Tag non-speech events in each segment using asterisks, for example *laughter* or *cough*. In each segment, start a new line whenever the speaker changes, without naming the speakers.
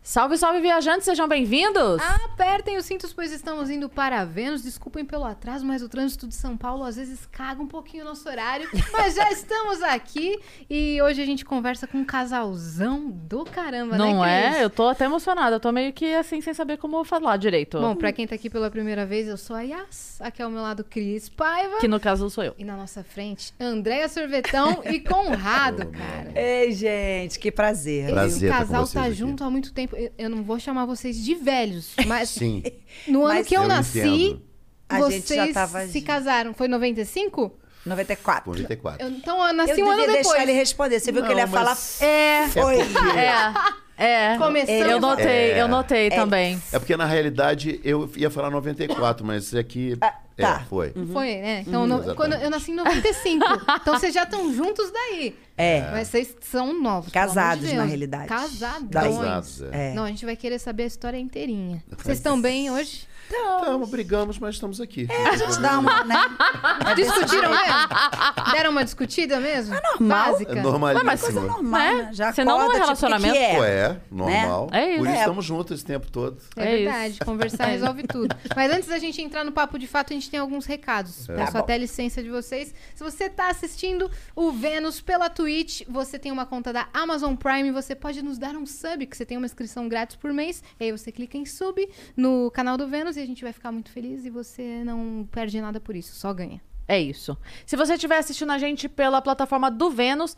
Salve, salve, viajantes, sejam bem-vindos!
Ah, Apertem os cintos, pois estamos indo para Vênus. Desculpem pelo atraso, mas o trânsito de São Paulo às vezes caga um pouquinho o nosso horário.
*laughs*
Mas já estamos aqui e hoje a gente conversa com um casalzão do caramba,
Não
né, Cris?
é? Eu tô até emocionada, eu tô meio que assim, sem saber como falar direito.
Bom, pra quem tá aqui pela primeira vez, eu sou a Yas. Aqui ao meu lado, Cris Paiva.
que no caso sou eu.
E na nossa frente,
*laughs*
Andréia Sorvetão e Conrado, cara.
Ei, gente, que prazer.
Esse
Prazer. tá com
casal tá
vocês aqui.
junto há muito tempo. Eu- Eu não vou chamar vocês de velhos, mas
*laughs* Sim.
no ano
Mas
que eu,
eu
nasci,
entendo.
A
vocês
gente já tava
se
junto.
casaram. Foi em 95?
94. Eu
94.
Eu- então eu nasci
Assim,
devia
um ano
deixar
depois.
ele responder. Você viu que
Não,
ele ia falar.
mas-
É, foi.
É, é.
Começamos.
Eu notei, eu notei também.
É porque, na realidade, eu ia falar 94, mas é que...
tá.
É, foi.
Foi, né? Então, no-
Hum, exatamente.
quando eu nasci em 95. então vocês já estão juntos daí.
É.
Mas vocês são novos. pelo amor de
Casados,
Deus.
na realidade.
Casadões.
Daí.
Casados, é.
É.
Não, a gente vai querer saber a história inteirinha. Vocês estão bem hoje?
*laughs* Então, brigamos, mas estamos aqui.
A gente dá uma, né?
Discutiram mesmo? Deram uma discutida mesmo? É
normal.
Básica.
É
Coisa
normalíssimo.
normal,
É?
né? Já
Você não é
acorda, tipo, o que
relacionamento?
que é?
Ué, normal.
É isso.
Por isso
É.
estamos juntos esse tempo todo.
É,
É
verdade, *laughs* conversar resolve tudo. Mas antes da gente entrar no papo de fato, a gente tem alguns recados. Peço
Tá bom.
até licença de vocês. Se você tá assistindo o Vênus pela Twitch, você tem uma conta da Amazon Prime, você pode nos dar um sub, que você tem uma inscrição grátis por mês. E aí você clica em sub no canal do Vênus e a gente vai ficar muito feliz e você não perde nada por isso, só ganha.
É isso. Se você estiver assistindo a gente pela plataforma do Vênus,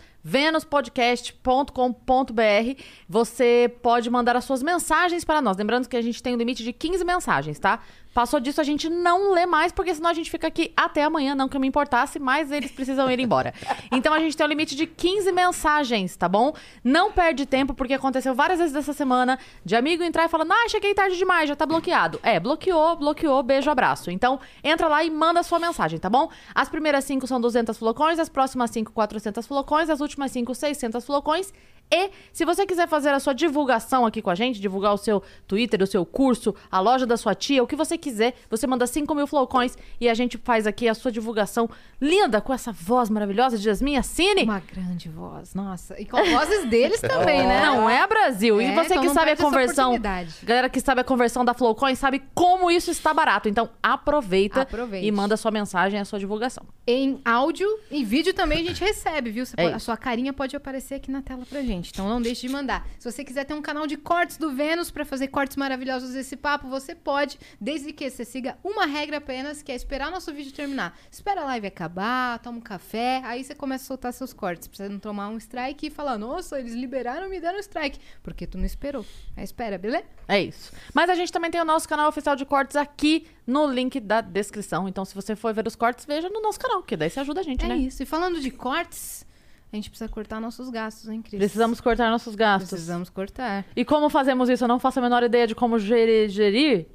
venuspodcast.com.br, você pode mandar as suas mensagens para nós. Lembrando que a gente tem um limite de 15 mensagens, tá? Passou disso, a gente não lê mais, porque senão a gente fica aqui até amanhã, não que eu me importasse, mas eles precisam ir embora. Então a gente tem um limite de 15 mensagens, tá bom? Não perde tempo, porque aconteceu várias vezes essa semana de amigo entrar e falando, ah, cheguei tarde demais, já tá bloqueado. É, bloqueou, bloqueou, beijo, abraço. Então, entra lá e manda a sua mensagem, tá bom? As primeiras 5 são 200 flocões, as próximas 5, 400 flocões, as últimas 5, 600 flocões. E se você quiser fazer a sua divulgação aqui com a gente, divulgar o seu Twitter, o seu curso, a loja da sua tia, o que você quiser, você manda 5 mil flocões e a gente faz aqui a sua divulgação linda com essa voz maravilhosa de Jasmine Assine.
Uma grande voz, nossa. E *laughs* com vozes deles também, né?
Não é Brasil.
É,
e você
então
que
não
sabe a
perde essa
conversão.
oportunidade.
Galera que sabe a conversão da Flowcoin sabe como isso está barato. Então aproveita
Aproveite.
e manda sua mensagem, a sua divulgação.
Em áudio e vídeo também a gente recebe, viu? Você
É
pode-
isso.
a sua carinha pode aparecer aqui na tela pra gente. Então não deixe de mandar. Se você quiser ter um canal de cortes do Vênus pra fazer cortes maravilhosos desse papo, você pode, desde que você siga uma regra apenas, que é esperar o nosso vídeo terminar. Espera a live acabar, toma um café, aí você começa a soltar seus cortes. Pra você não tomar um strike e falar, nossa, eles liberaram e me deram strike. Porque tu não esperou. Aí espera, beleza?
É isso. Mas a gente também tem o nosso canal oficial de cortes aqui no link da descrição. Então, se você for ver os cortes, veja no nosso canal, que daí você ajuda a gente,
É
né?
isso. E falando de cortes, a gente precisa cortar nossos gastos, hein, Cris?
Precisamos cortar nossos gastos.
Precisamos cortar.
E como fazemos isso? Eu não faço a menor ideia de como gerir. gerir.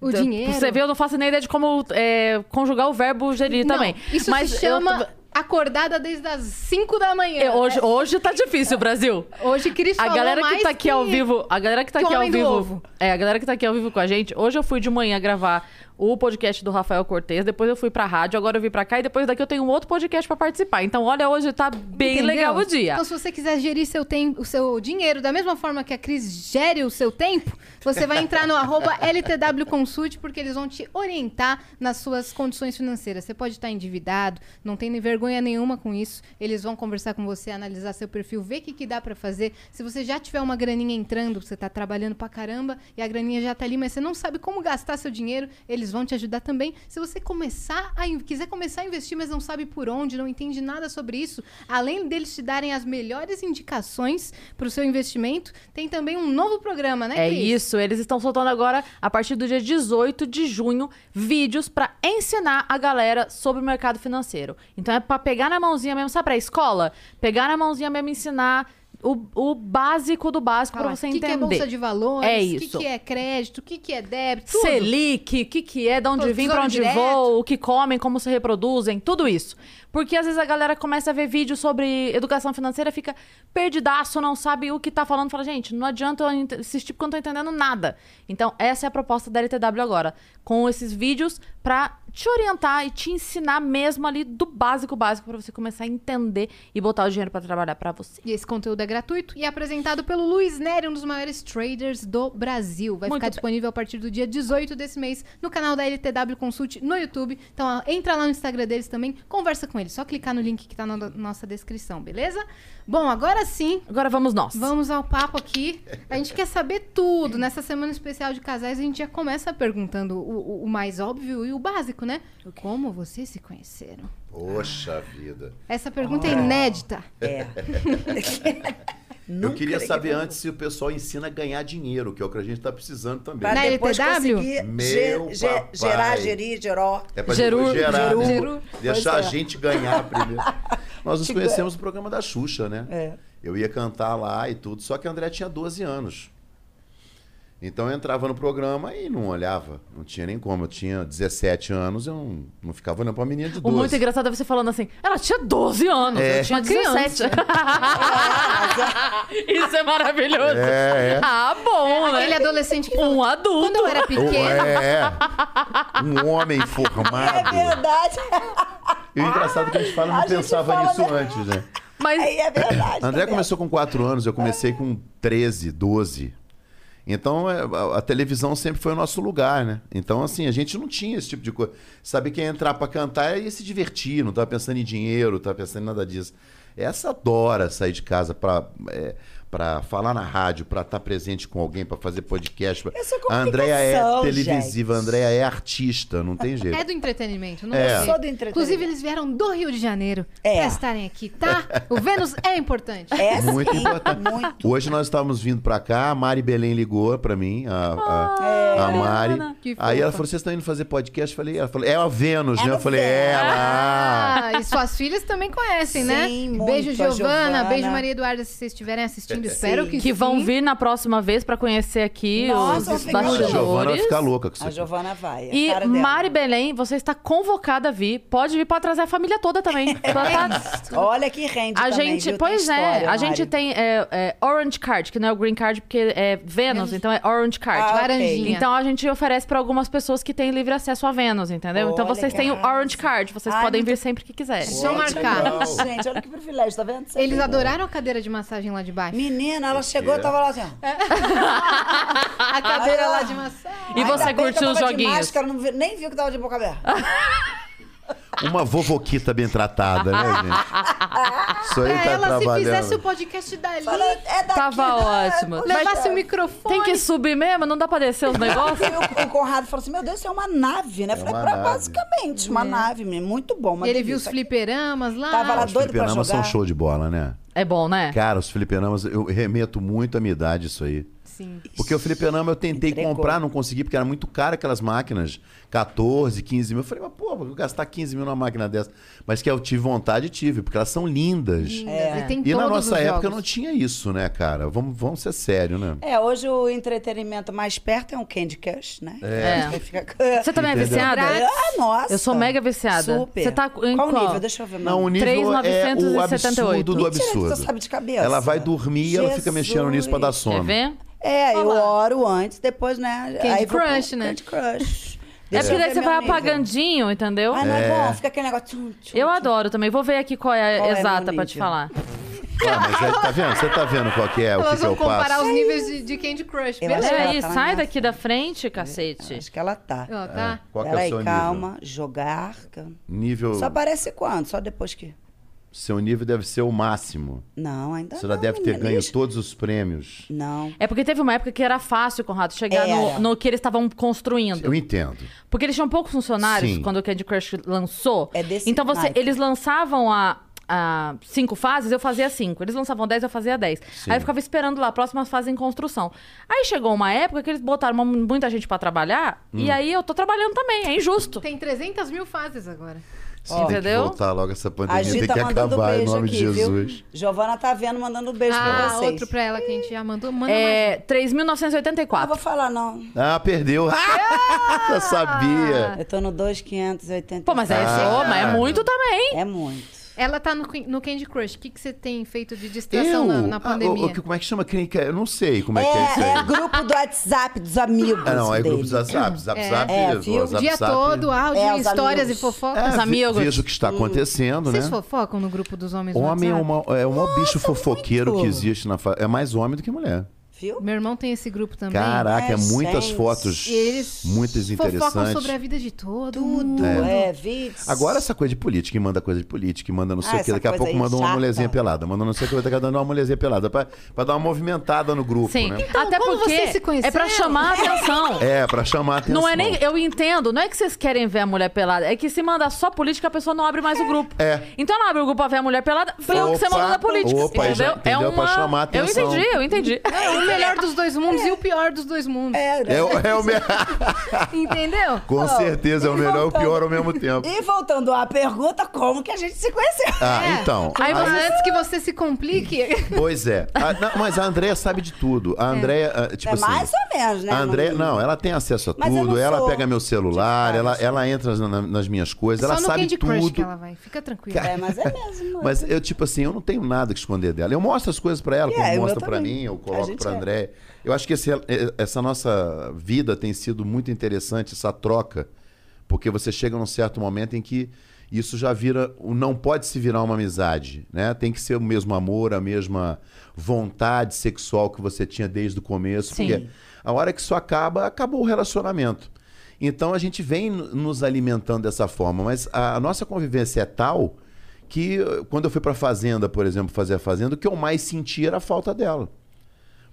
O
Então,
dinheiro.
Você vê, eu não faço nem ideia de como é, conjugar o verbo gerir
Não,
também.
Isso
Mas
se
eu-
chama acordada desde as 5 da manhã. né?
É, hoje, hoje tá difícil, Brasil.
Hoje Cris
A
assim. falou
galera que
mais
tá aqui ao vivo, a galera que tá
que
aqui ao
homem do
vivo,
ovo.
é, a galera que tá aqui ao vivo com a gente. Hoje eu fui de manhã gravar o podcast do Rafael Cortez, depois eu fui pra rádio, agora eu vim pra cá e depois daqui eu tenho um outro podcast pra participar. Então, olha, hoje tá bem
Entendeu?
legal o dia.
Então, se você quiser gerir seu tempo, o seu dinheiro da mesma forma que a Cris gere o seu tempo, você vai entrar no arroba *laughs* LTW Consult, porque eles vão te orientar nas suas condições financeiras. Você pode estar endividado, não tem nem vergonha nenhuma com isso. Eles vão conversar com você, analisar seu perfil, ver o que, que dá pra fazer. Se você já tiver uma graninha entrando, você tá trabalhando pra caramba e a graninha já tá ali, mas você não sabe como gastar seu dinheiro, eles vão te ajudar também. Se você começar a in- quiser começar a investir, mas não sabe por onde, não entende nada sobre isso, além deles te darem as melhores indicações pro seu investimento, tem também um novo programa, né,
É
Cris?
isso, eles estão soltando agora, a partir do dia 18 de junho, vídeos pra ensinar a galera sobre o mercado financeiro. Então é pra pegar na mãozinha mesmo, sabe pra escola? Pegar na mãozinha mesmo e ensinar o, o básico do básico pra
Fala,
você
o que, que
entender.
é bolsa de valores?
É
O
isso.
que que é crédito? O que, que é débito? Tudo.
Selic, o que, que é, de onde
Todo
vim, pra
tesouro
onde
direto.
vou, o que comem, como se reproduzem, tudo isso. Porque às vezes a galera começa a ver vídeos sobre educação financeira, fica perdidaço, não sabe o que tá falando, fala, gente, não adianta eu ent- assistir porque eu não tô entendendo nada. Então, essa é a proposta da LTW agora, com esses vídeos pra te orientar e te ensinar mesmo ali do básico básico pra você começar a entender e botar o dinheiro pra trabalhar pra você.
E esse conteúdo é gratuito e é apresentado pelo Luiz Nery, um dos maiores traders do Brasil. Vai
Muito
ficar
bem.
disponível a partir do dia 18 desse mês no canal da LTW Consult no YouTube. Então ó, entra lá no Instagram deles também, conversa com eles. Só clicar no link que tá na no- nossa descrição, beleza? Bom, agora sim.
Agora vamos nós.
Vamos ao papo aqui. A gente quer saber tudo. Nessa semana especial de casais, a gente já começa perguntando o, o- o mais óbvio e o básico, né? Como vocês se conheceram?
Poxa vida.
Essa pergunta é inédita.
É.
Eu
Nunca
queria
que-
saber antes se o pessoal ensina a ganhar dinheiro, que é o que a gente tá precisando também.
Pra
Na
depois
LTW?
conseguir
Meu
ge- ge-
papai.
gerar, gerir, geró.
É pra
Geru-
depois gerar, né?
Geru-
deixar
Pois
a
é.
gente ganhar
*laughs*
primeiro. Nós nos
Te
conhecemos no programa da Xuxa, né?
É.
Eu ia cantar lá e tudo, só que a André tinha 12 anos. Então eu entrava no programa e não olhava, não tinha nem como. Eu tinha 17 anos, eu não, não ficava olhando pra menina de
O
12.
muito engraçado é você falando assim, ela tinha 12 anos, eu tinha 17. *laughs* Isso é maravilhoso.
É, é.
Ah, bom,
Aquele
né?
é adolescente que
Um
Quando
adulto.
eu era
O-
pequena,
é, é. Um homem
*laughs*
formado.
Verdade.
E o engraçado é que a gente fala, não
É A gente
pensava
fala,
nisso
né?
antes, né?
Mas
Aí é verdade.
*laughs* André
tá
começou com 4 anos, eu comecei com 13, 12. Então é, a, a televisão sempre foi o nosso lugar, né? Então, assim, a gente não tinha esse tipo de coisa. Saber que ia entrar pra cantar e se divertir, não tava pensando em dinheiro, não tava pensando em nada disso. Essa adora sair de casa pra, é, pra falar na rádio, pra estar presente com alguém, pra fazer podcast. pra-
Essa é
a Andrea é
complicação,
televisiva, a
gente.
Andrea é artista, não tem jeito.
é do entretenimento, não
É.
é?
Eu sou do entretenimento.
Inclusive, eles vieram do Rio de Janeiro
É.
pra estarem aqui, tá? O Vênus é
*laughs*
importante.
vendo? É
Muito
sim,
importante.
Muito.
Hoje nós estávamos vindo pra cá, a Mari Belém ligou pra mim, a, a- a Mari.
Que fofa.
Aí ela falou: vocês estão indo fazer podcast? Eu falei, ela falou, é a Vênus,
É
né?
a
Eu falei, é
Vênus.
ela.
Ah, e suas filhas também conhecem,
Sim,
né?
muito,
beijo,
a
Giovana,
Giovana.
Beijo, Maria Eduarda, se vocês estiverem assistindo.
É.
Espero
Sim.
que
que vão
sim. É.
vir na próxima vez pra conhecer aqui
Nossa,
os
eu fiquei
A
Bastidores.
Giovana vai
bastidores.
ficar louca com isso.
A
aqui.
Giovana vai. a
E
cara dela.
Mari Belém, você está convocada a vir. Pode vir, pode trazer a família toda
*laughs*
também. Ela tá-
Olha que rende
A
É também,
gente,
viu? Tem
pois é,
história,
a gente
Mari.
tem é, é, Orange Card, que não é o Green Card, porque é Vênus, então é Orange Card.
Ah, ok.
Laranjinha.
Então a gente oferece pra algumas pessoas que têm livre acesso a Vênus, entendeu?
Oh,
então vocês têm o
legal.
Orange Card, vocês
Ai,
podem
muito-
vir sempre que quiserem.
Só
Gente,
marcar.
legal. Gente, olha que privilégio, tá vendo? Você
Eles
vê?
adoraram a cadeira de massagem lá de baixo.
Menina, ela chegou,
quê?
eu tava lá assim,
É.
ó.
Ah,
A cadeira lá de massagem.
E você
Ainda tá bem que eu
curtiu os
tava de
joguinhos?
Máscara, não vi- nem viu que tava de boca aberta.
*laughs*
Uma vovoquita bem tratada, né, gente? Isso aí
Pra
tá
É, ela, se
trabalhando.
fizesse o podcast dali,
Fala, é daqui,
Tava
né?
ótimo.
Poxa,
levasse o
Tem
microfone.
que subir mesmo? Não dá pra descer
*laughs*
os negócios?
E o, o Conrado falou assim: Meu Deus, isso é uma nave, né? Eu falei:
uma
pra-
nave.
Basicamente,
É.
uma nave, menino. muito bom. uma
E ele viu os
delícia.
fliperamas lá.
Tava lá
Os
doido pra
fliperamas são
jogar.
show de bola, né?
É bom, né?
*laughs* Cara, os fliperamas, eu remeto muito à minha idade isso aí.
Sim.
Porque o fliperama eu tentei
Entregou.
comprar, não consegui, porque era muito caro aquelas máquinas. 14, 15 mil. Eu falei, mas pô, vou gastar 15 mil numa máquina dessa. Mas que eu tive vontade, tive, porque elas são lindas.
Lindas. E tem
E
todos
na
os
nossa
jogos.
época não tinha isso, né, cara? Vamos, vamos ser sério, né?
É, hoje o entretenimento mais perto é um Candy Crush, né? É. Você fica.
Você também é
Entendeu?
viciada?
Ah, nossa.
Eu sou mega viciada.
Super.
Você tá em
qual,
qual?
nível? Deixa eu ver.
Não, o nível é o
3.978.
absurdo do
Mentira que
absurdo.
você sabe de cabeça.
Ela vai dormir e ela fica mexendo nisso pra dar
Jesus.
sono.
Quer ver?
É, eu
Olá.
oro antes, depois, né?
Candy
aí vou pro
Crush, né?
Candy Crush.
É
Deixa
porque
eu
daí
ver
você
meu
vai
nível.
apagandinho, entendeu?
Ah, não é bom? Fica aquele negócio. tchum, tchum,
Eu
tchum.
adoro também. Vou ver aqui qual é a
Qual é meu
exata pra te
nível?
falar.
Ah, mas aí, tá vendo? Você tá vendo qual que é, o que,
Elas
que
vão
eu
comparar
passo?
os níveis de, de Candy Crush.
Eu
Beleza.
acho
Peraí,
ela tá na
sai
minha
daqui da frente, cacete.
Acho que ela tá.
Ó, tá?
Qual que é o
Peraí,
seu
calma. Jogar.
nível? Nível.
Só aparece quando? Só depois que.
Seu nível deve ser o máximo.
Não, ainda
Você
não.
já deve ter
menina.
ganho
Ixi,
todos os prêmios.
Não.
É porque teve uma época que era fácil, Conrado, chegar no,
É, Era.
no que eles estavam construindo.
Eu entendo.
Porque eles tinham poucos funcionários
Sim.
quando o Candy Crush lançou.
É desse
então você,
naipe.
eles lançavam a, a cinco fases, eu fazia cinco. Eles lançavam dez, eu fazia dez. Aí eu ficava esperando lá, a próxima fase em construção. Aí chegou uma época que eles botaram uma-
Hum.
muita gente pra trabalhar, e aí eu tô trabalhando também, é injusto.
Tem 300 mil fases agora.
Isso tem que
Entendeu?
voltar logo essa pandemia,
A Gi
tem que
tá mandando
acabar em
beijo
nome de
aqui,
Jesus.
viu? Giovana tá vendo, mandando beijo pra
Ah,
vocês.
outro pra ela que a gente já mandou. Manda mais.
É,
Não
3.984.
vou falar, não.
Ah, perdeu. Ah,
Ah!
Eu sabia.
Eu tô no 2,580.
Pô, mas é,
Ah.
oh, mas é muito também.
É muito.
Ela tá no, Queen- no Candy Crush. O que, que você tem feito de
Eu?
distração na, na
Ah,
pandemia?
o- o- como é que chama? Quem que é? Eu não sei como
É,
é que é isso
é,
aí.
grupo do WhatsApp dos amigos.
Ah, não, é
dele.
grupo do WhatsApp. Zap,
É.
zap,
É,
o
viu? O
o
Zap,
dia
zap.
todo, ah, áudio,
É, os
histórias
amigos.
e fofocas.
É,
Os
ve-
amigos.
Vejo o que
Hum.
está acontecendo,
Vocês
né?
fofocam no grupo dos homens no
Homem é,
WhatsApp?
uma, é o maior bicho fofoqueiro
muito.
que existe na fa... É mais homem do que mulher.
Viu?
Meu irmão tem esse grupo também.
Caraca, é
Ai,
muitas
gente.
fotos,
E eles
muitas
fofocam sobre a
interessantes.
vida de todo mundo.
Tudo. É, vídeos.
Agora essa coisa de política, que manda coisa de política, que manda não sei
Ah,
o que,
essa
daqui a
coisa
pouco
aí
manda uma
chata.
mulherzinha pelada, manda não sei o que, daqui a pouco manda uma mulherzinha pelada, pra, pra dar uma movimentada no grupo,
Sim.
né?
Até
como
porque
vocês se
é pra
conheceram?
chamar a
*laughs*
atenção.
É, pra chamar a atenção.
Não é nem. Eu entendo, não é que vocês querem ver a mulher pelada. É que se mandar só política, a pessoa não abre mais o grupo.
É.
Então ela abre o grupo pra ver a mulher pelada, vê o que você
Opa,
mandou da política.
opa, aí já
entendeu? É
entendeu?
uma.
Pra chamar a atenção.
Eu entendi, eu
*laughs*
entendi.
É o melhor dos dois mundos e o pior dos dois mundos.
É,
É, o- é
*laughs*
o me...
Entendeu?
Com certeza, é o
e
melhor e o
voltando.
pior ao mesmo tempo.
E voltando à pergunta, como que a gente se conheceu? É
Ah, então.
Aí
Mas
você.
antes que você se complique,
*laughs* Pois é. A- não, mas a Andréia sabe de tudo. A Andréia, ah, tipo
é
assim.
mais ou menos, né?
A Andréia, não, ela tem acesso a
Mas eu
tudo,
não
ela
sou
pega meu celular,
de
ela,
casa.
ela entra na- na- nas minhas coisas,
só
ela
no
sabe
Candy
tudo.
Crush que ela vai. Fica tranquila.
É, mas é mesmo.
Mas eu, tipo assim, eu não tenho nada que esconder dela. Eu mostro as coisas pra ela,
É, eu
como mostra pra
também.
mim, eu
A
coloco
gente
pra
é.
Andréia. Eu acho que esse- eh, essa nossa vida tem sido muito interessante, essa troca. Porque você chega num certo momento em que isso já vira. Não pode se virar uma amizade, né? Tem que ser o mesmo amor, a mesma vontade sexual que você tinha desde o começo.
Sim.
Porque a hora que isso acaba, acabou o relacionamento. Então a gente vem n- nos alimentando dessa forma, mas a a nossa convivência é tal que eh, quando eu fui pra fazenda, por exemplo, fazer a fazenda, o que eu mais senti era a falta dela.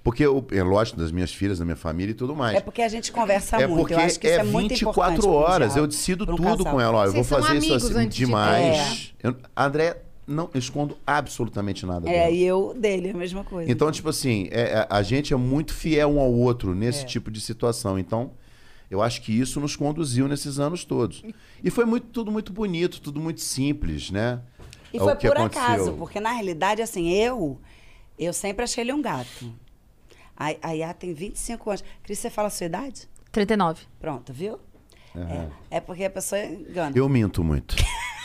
Porque eu, é lógico, das minhas filhas, da minha família e tudo mais.
É porque a gente conversa
É
muito.
porque
eu acho que
é,
isso é muito
24
importante
horas.
pra um
Eu
diálogo,
decido
pra um
tudo
casal.
com ela. Ó, eu vou
Vocês são
fazer isso
amigos
assim
antes de
demais. Eu, André, não, eu escondo absolutamente nada dela.
É, e eu dele, a mesma coisa.
Então, tipo assim, é- é- a gente é muito fiel um ao outro
É.
nesse tipo de situação. Então, eu acho que isso nos conduziu nesses anos todos. E foi muito, tudo muito bonito, tudo muito simples, né?
E
É
foi
o que
por
aconteceu.
acaso, porque na realidade, assim, eu, eu sempre achei ele um gato. A, a Iá tem 25 anos. Cris, você fala a sua idade?
39.
Pronto, viu? É, é porque a pessoa engana.
Eu minto muito. *laughs*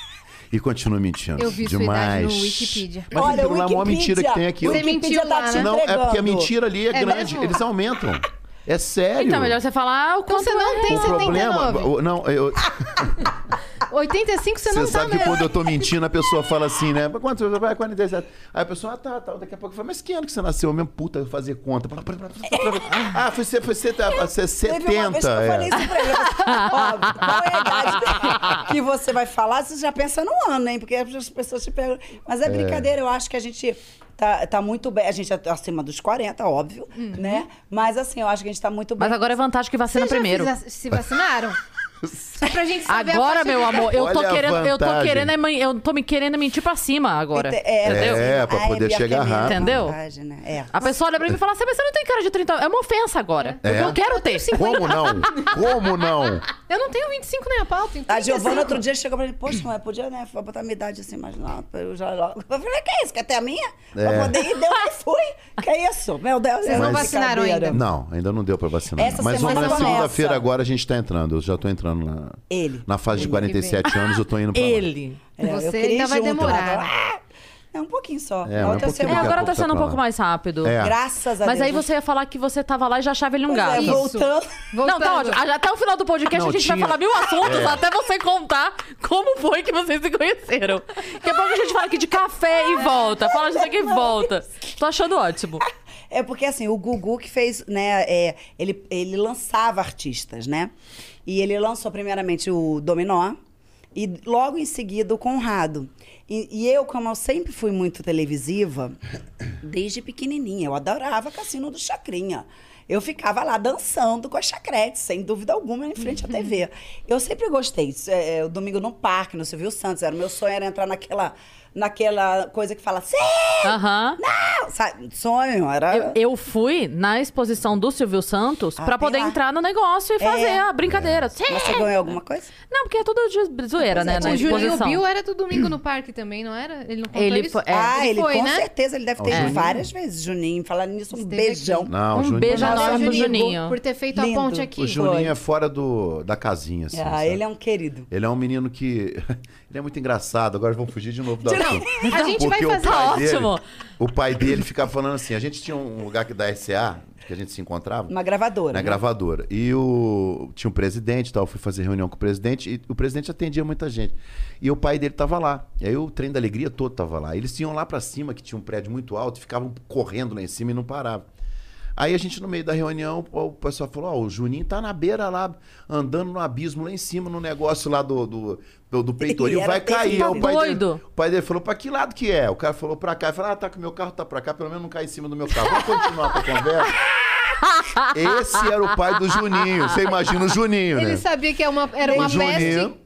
E continuo mentindo.
Eu vi sua
Demais.
idade no Wikipedia.
Mas
Olha,
aquilo lá é a maior
Wikipedia.
mentira que tem aqui.
O
Você
Wikipedia
mentiu
tá
lá, né?
te
Não, é porque a
entregando.
mentira ali é,
É
grande.
mesmo?
Eles aumentam. É sério.
Então, melhor você falar o quanto
você não
é
tem
o
real.
esse-
problema.
79.
o- Não, eu,
Ah,
85 você
Você
não tá
sabe que
mesmo.
quando eu tô mentindo, a pessoa fala
*laughs*
assim, né? Mas Quanto? Vai 47. Aí a pessoa, ah, tá, tá. Daqui a pouco fala, mas que ano que você nasceu? Mesmo puta, eu fazer conta. Ah, foi, você, foi, você, você
Teve uma vez que
70.
eu falei
é.
isso pra ele. Eu falei, Ó, qual é a idade que *laughs* você vai falar? Você já pensa no ano, hein? Porque as pessoas te perguntam. Mas é, brincadeira, eu acho que a gente tá, tá muito bem. A gente é acima dos 40, óbvio,
Uhum.
né? Mas assim, eu acho que a gente tá muito bem.
Mas agora é vantagem que vacina
Vocês já
primeiro.
fiz- Se
*laughs*
vacinaram? Só pra gente saber a
Agora,
faixa
meu
de-
amor, eu tô
Olha a
querendo, eu tô
vantagem.
querendo, é- eu tô me querendo mentir pra cima agora. entendeu?
É, pra
Ai,
poder
pior que
chegar
é mesmo,
rápido.
Entendeu?
vantagem, né? É.
A pessoa olha pra mim e fala assim, mas você não tem cara de 30 É uma ofensa agora.
É.
Eu não quero ter.
Como não? Como não?
Eu não tenho 25 nem a pauta, então.
A Giovana outro dia chegou pra mim, poxa, mas podia, né? Botar minha idade assim, mas não, eu já logo. Eu falei, que é isso? Quer ter a minha?
É.
Pra poder ir, deu e fui. Que é isso? Meu Deus,
Vocês
é
não
uma
vacinaram
brincadeira.
ainda?
Não, ainda não deu pra vacinar.
Essa
Mas
semana
vamos na
começa.
segunda-feira agora a gente tá entrando. Eu já tô entrando na,
Ele.
na fase de 47 anos, eu tô indo pra lá.
Ele.
É, eu
Você
queria
ainda
ir
vai
junto,
demorar.
mas agora- Ah, É um pouquinho só. Na
É, mas
outra
um
É,
pouquinho daqui a
semana.
agora
pouco
tá
tá
sendo um
pra
pouco
lá.
mais rápido.
É.
Graças a
Mas
Deus.
aí você ia falar que você tava lá e já achava ele um
Pois é,
gato.
voltando.
Não, tá
Voltando.
ótimo. Até o final do podcast
Não,
a gente vai
tinha-
falar mil assuntos
É.
até você contar como foi que vocês se conheceram. Daqui a pouco a gente fala aqui de café e volta. Fala disso aqui e volta. Tô achando ótimo.
É porque assim, o Gugu que fez, né? é, ele, ele lançava artistas, né? E ele lançou primeiramente o Dominó e logo em seguida o Conrado. E, e eu, como eu sempre fui muito televisiva, desde pequenininha, eu adorava Cassino do Chacrinha. Eu ficava lá dançando com a chacrete, sem dúvida alguma, em frente à TV. Eu sempre gostei. Isso, é, é, o domingo no parque, no Silvio Santos, era o meu sonho era entrar naquela naquela coisa que fala, sim!
Aham.
Sabe? Sonho, era.
Eu, eu fui na exposição do Silvio Santos
Ah, É.
pra
tem
poder
lá.
entrar no negócio e fazer a brincadeira. Sim.
Mas Você ganhou alguma coisa?
Não, porque é tudo de zoeira,
é,
né? Na
O Juninho
exposição.
Bill era do domingo no parque também, não era? Ele não contou
Ele
isso?
foi- é.
ah, ele,
foi,
com
né?
certeza, ele deve ter
É.
ido várias vezes, Juninho. Falando nisso, um
Esteve
beijão.
aqui.
Não,
Um
o Juninho,
beijo
Não,
enorme pro
Juninho,
Juninho.
Por ter feito
Lindo.
a ponte aqui.
o Juninho
Foi.
é fora do, da casinha, assim.
ah,
sabe?
ele é um querido.
Ele é um menino que. *laughs* Ele é muito engraçado. Agora vamos fugir de novo do assunto.
a gente vai
é Porque o
fazer-
pai
Tá
dele-
ótimo.
O pai dele ficava falando assim: a gente tinha um lugar que da SA, que a gente se encontrava.
Uma gravadora.
Na
né?
gravadora. E o... tinha um presidente e tal. Eu fui fazer reunião com o presidente e o presidente atendia muita gente. E o pai dele tava lá. E aí o trem da alegria todo tava lá. Eles iam lá pra cima, que tinha um prédio muito alto, e ficavam correndo lá em cima e não paravam. Aí a gente, no meio da reunião, o pessoal falou: Ó, o Juninho tá na beira lá, andando no abismo lá em cima, no negócio lá do, do,
*laughs*
do, do peitoril,
Ele era
vai cair.
terrível.
Aí o pai dele-
Doido.
o pai dele falou, pra que lado que é? O cara falou, pra cá. Ele falou, ah, tá, que meu carro tá pra cá, pelo menos não cai em cima do meu carro. Vamos continuar com a conversa? Esse era o pai do Juninho. Você imagina o Juninho,
Ele
né?
sabia que é uma- era uma
o Juninho.
peste.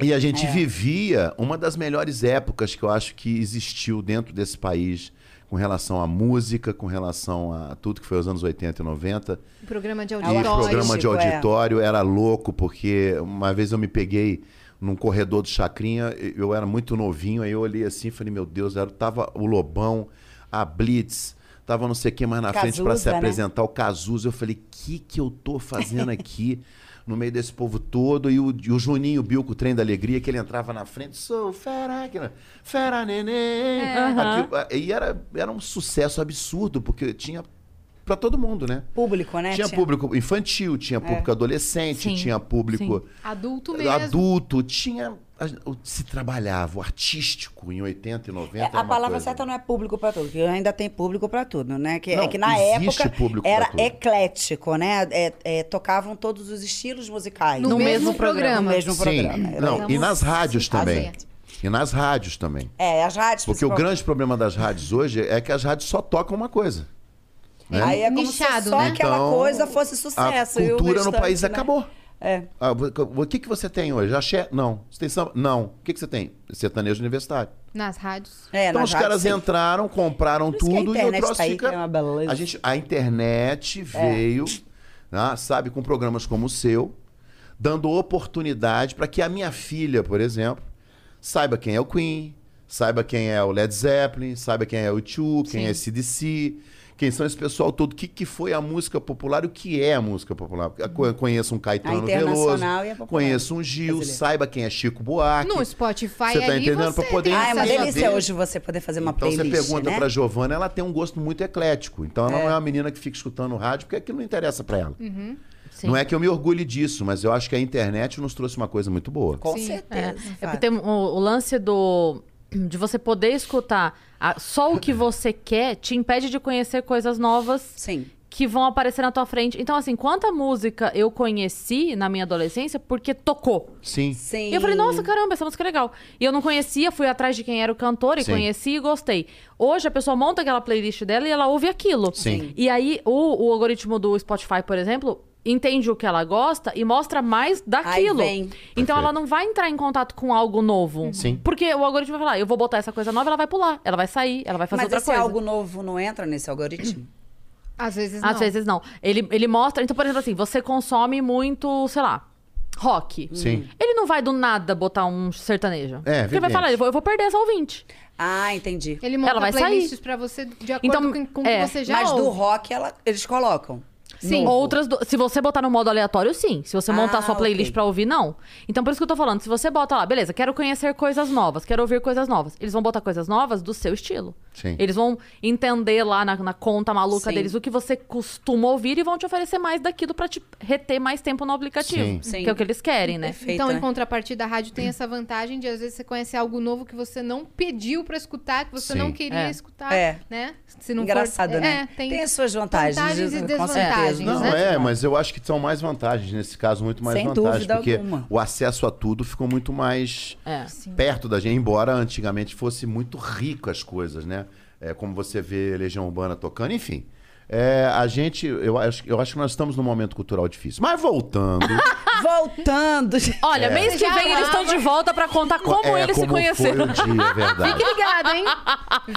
E a gente vivia uma das melhores épocas que eu acho que existiu dentro desse país com relação à música, com relação a tudo que foi os anos 80 e 90.
Um programa de
E
Auditório.
auditório.
programa de
Tipo, é.
auditório era louco, porque uma vez eu me peguei num corredor do Chacrinha, e- eu era muito novinho, aí eu olhei assim e falei, meu Deus, era, tava o Lobão, a Blitz, tava não sei quem mais na frente para se
Cazuza, né?
apresentar, o Cazuza. Eu falei, que que eu tô fazendo aqui? No meio desse povo todo, e o, e o Juninho Bill com o trem da alegria, que ele entrava na frente, sou fera, que era, fera neném.
É,
Aquilo- e era, era um sucesso absurdo, porque tinha para todo mundo, né?
Público, né? É.
Tinha público infantil, tinha público adolescente,
Sim,
tinha público
Adulto mesmo.
adulto, tinha. o- Se trabalhava, o artístico em 80 e 90.
É,
era
a
uma
palavra
coisa.
certa não é público pra tudo, porque ainda tem público pra tudo, né? Que,
Não,
é que na
existe
época
público pra
era
tudo.
eclético, né? É- é, tocavam todos os estilos musicais.
No
né?
mesmo
No
programa.
mesmo programa.
Sim,
Era-
não, e nas rádios também.
fazer.
E nas rádios também.
É, as rádios.
Porque o
principalmente.
grande problema das rádios hoje é que as rádios só tocam uma coisa. né?
Aí é como
Nichado,
se só
né?
aquela
Então,
coisa fosse sucesso.
A
e o
cultura no
restante,
país
né?
acabou.
É.
Ah, o que, que você tem hoje? Axé? Não. Você tem samba? Não. O que, que você tem? Sertanejo universitário.
Nas rádios.
É,
então
nas
os caras
rádios, sim.
entraram, compraram
Por isso que a
tudo e o
internet
troço
tá aí,
fica.
que é uma beleza.
A, gente, a
É.
internet veio, né, sabe, com programas como o seu, dando oportunidade para que a minha filha, por exemplo, saiba quem é o Queen, saiba quem é o Led Zeppelin, saiba quem é o Chu, quem é o CDC. Quem são esse pessoal todo? O que, que foi a música popular e o que é a música popular? Co- Conheço um Caetano Veloso,
internacional e a popular.
conheço um Gil,
Brasileira.
saiba quem é Chico Buarque.
No Spotify
Você tá
ali
entendendo?
você
Pra poder
tem
Ah, é uma
Essa-
acesso.
delícia hoje você poder fazer uma
então
playlist,
você pergunta
né?
pra Giovana, ela tem um gosto muito eclético. Então ela
É. Uhum.
não é uma menina que fica escutando rádio, porque aquilo não interessa pra ela.
Sim.
Não é que eu me orgulhe disso, mas eu acho que a internet nos trouxe uma coisa muito boa.
Com
Sim,
certeza.
É
Fábio.
porque tem o, o lance do de você poder escutar a- só o que você quer te impede de conhecer coisas novas
Sim.
que vão aparecer na tua frente. Então, assim, quanta música eu conheci na minha adolescência porque tocou.
Sim.
Sim.
E eu falei, nossa, caramba, essa música é legal. E eu não conhecia, fui atrás de quem era o cantor e
Sim.
conheci e gostei. Hoje a pessoa monta aquela playlist dela e ela ouve aquilo.
Sim.
E aí o, o algoritmo do Spotify, por exemplo, entende o que ela gosta e mostra mais daquilo.
vem.
Então
Perfeito. Uhum.
ela não vai entrar em contato com algo novo.
Sim.
Porque o algoritmo vai falar, "Ah, eu vou botar essa coisa nova, ela vai pular, ela vai sair, ela vai fazer
Mas
outra
esse
coisa.
algo novo não entra
*clears throat*
nesse algoritmo?
Às vezes não.
Às vezes não. Ele, ele mostra. Então, por exemplo, assim, você consome muito, sei lá, rock.
Sim.
Ele não vai do nada botar um sertanejo.
É,
Porque ele vai
evidente.
falar, eu vou, eu vou perder essa ouvinte.
Ah, entendi.
Ele monta
Ela vai
playlists pra você de acordo
Então,
com, com o
é,
que você já
Mas do
ouve.
rock ela, eles colocam.
Sim.
Novo.
Outras. do- Se você botar no modo aleatório, sim. Se você montar
Ah,
sua playlist
ok.
pra ouvir, não. Então, por isso que eu tô falando, se você bota lá, beleza, quero conhecer coisas novas, quero ouvir coisas novas. Eles vão botar coisas novas do seu estilo.
Sim.
Eles vão entender lá na, na conta maluca
Sim.
deles o que você costuma ouvir e vão te oferecer mais daquilo pra te reter mais tempo no aplicativo.
Sim.
Sim.
Que é o que eles querem, né?
Perfeito,
então, em
né?
contrapartida, a rádio tem essa vantagem de às vezes você conhecer algo novo que você não pediu pra escutar, que você
Sim.
não queria
É.
escutar,
É.
né? Se não for-
Engraçado,
é,
né?
É, tem,
as suas vantagens.
vantagens e
com
desvantagens,
certeza.
Não,
né?
é, mas eu acho que são mais vantagens, nesse caso, muito mais
Sem
vantagens.
dúvida
Porque
alguma.
o acesso a tudo ficou muito mais
É.
perto da gente, embora antigamente fosse muito rico as coisas, né? É, como você vê Legião Urbana tocando, enfim. É, a gente, eu acho, eu acho que nós estamos num momento cultural difícil. Mas voltando.
Voltando. gente.
Olha, mês que
Já
vem eles estão de volta pra contar como
é,
eles se
como
conheceram.
Foi o dia, é verdade.
*laughs* Fique ligado, hein?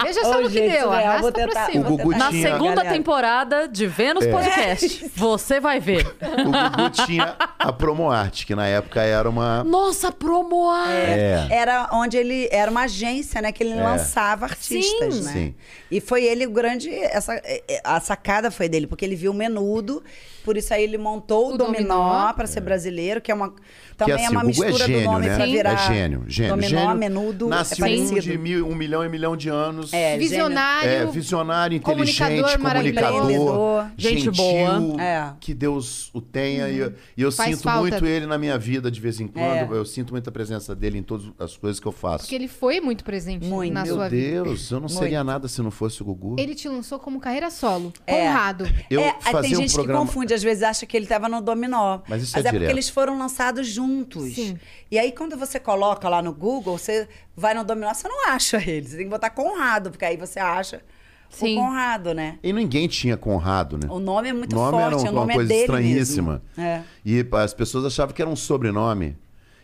Veja só
*laughs* Ô,
no que
gente,
deu.
surreal,
Arrasta
vou
pra
tentar-
cima.
O Gugu
*laughs* Na
Tinha,
segunda
galera.
temporada de
É.
Vênus Podcast. Você vai ver.
O Gugu tinha a Promoarte, que na época era uma.
Nossa, promoar!
É.
Era onde ele era uma agência, né? Que ele lançava artistas,
Sim.
né?
Sim.
E foi ele o grande. Essa, eh, eh, a sacada foi dele, porque ele viu o menudo, por isso aí ele montou o,
O
dominó,
dominó.
para ser brasileiro, que é uma. Também
assim,
é uma
o Gugu é
mistura
gênio,
do nome
né?
pra
Sim.
virar.
É gênio, gênio.
Dominó,
gênio
menudo. é
Nasceu um
parecido.
de mil, um milhão e milhão de anos.
É, gênio.
Visionário.
É, visionário, inteligente,
comunicador maravilhoso.
comunicador,
Gente
gentil,
boa.
É.
que Deus o tenha. E eu, e eu
Faz
sinto
falta.
muito ele na minha vida de vez em quando.
É.
Eu sinto muita presença dele em todas as coisas que eu faço.
Porque ele foi muito presente
Muito.
na
Meu
sua vida.
Deus, eu não seria nada se não fosse o Gugu.
Ele te lançou como carreira solo.
É.
Honrado.
Eu
é, aí
fazia
tem
um
gente
programa-
que confunde, às vezes acha que ele estava no dominó.
Mas isso é
é, porque
direto.
eles foram lançados juntos.
Sim.
E aí, quando você coloca lá no Google, você vai no dominó, você não acha ele. Você tem que botar Conrado, porque aí você acha
Sim.
o Conrado, né?
E ninguém tinha Conrado, né?
O nome é muito
O nome
forte,
era
o
uma,
nome
uma
é
coisa
dele
estranhíssima.
mesmo. É.
E as pessoas achavam que era um sobrenome.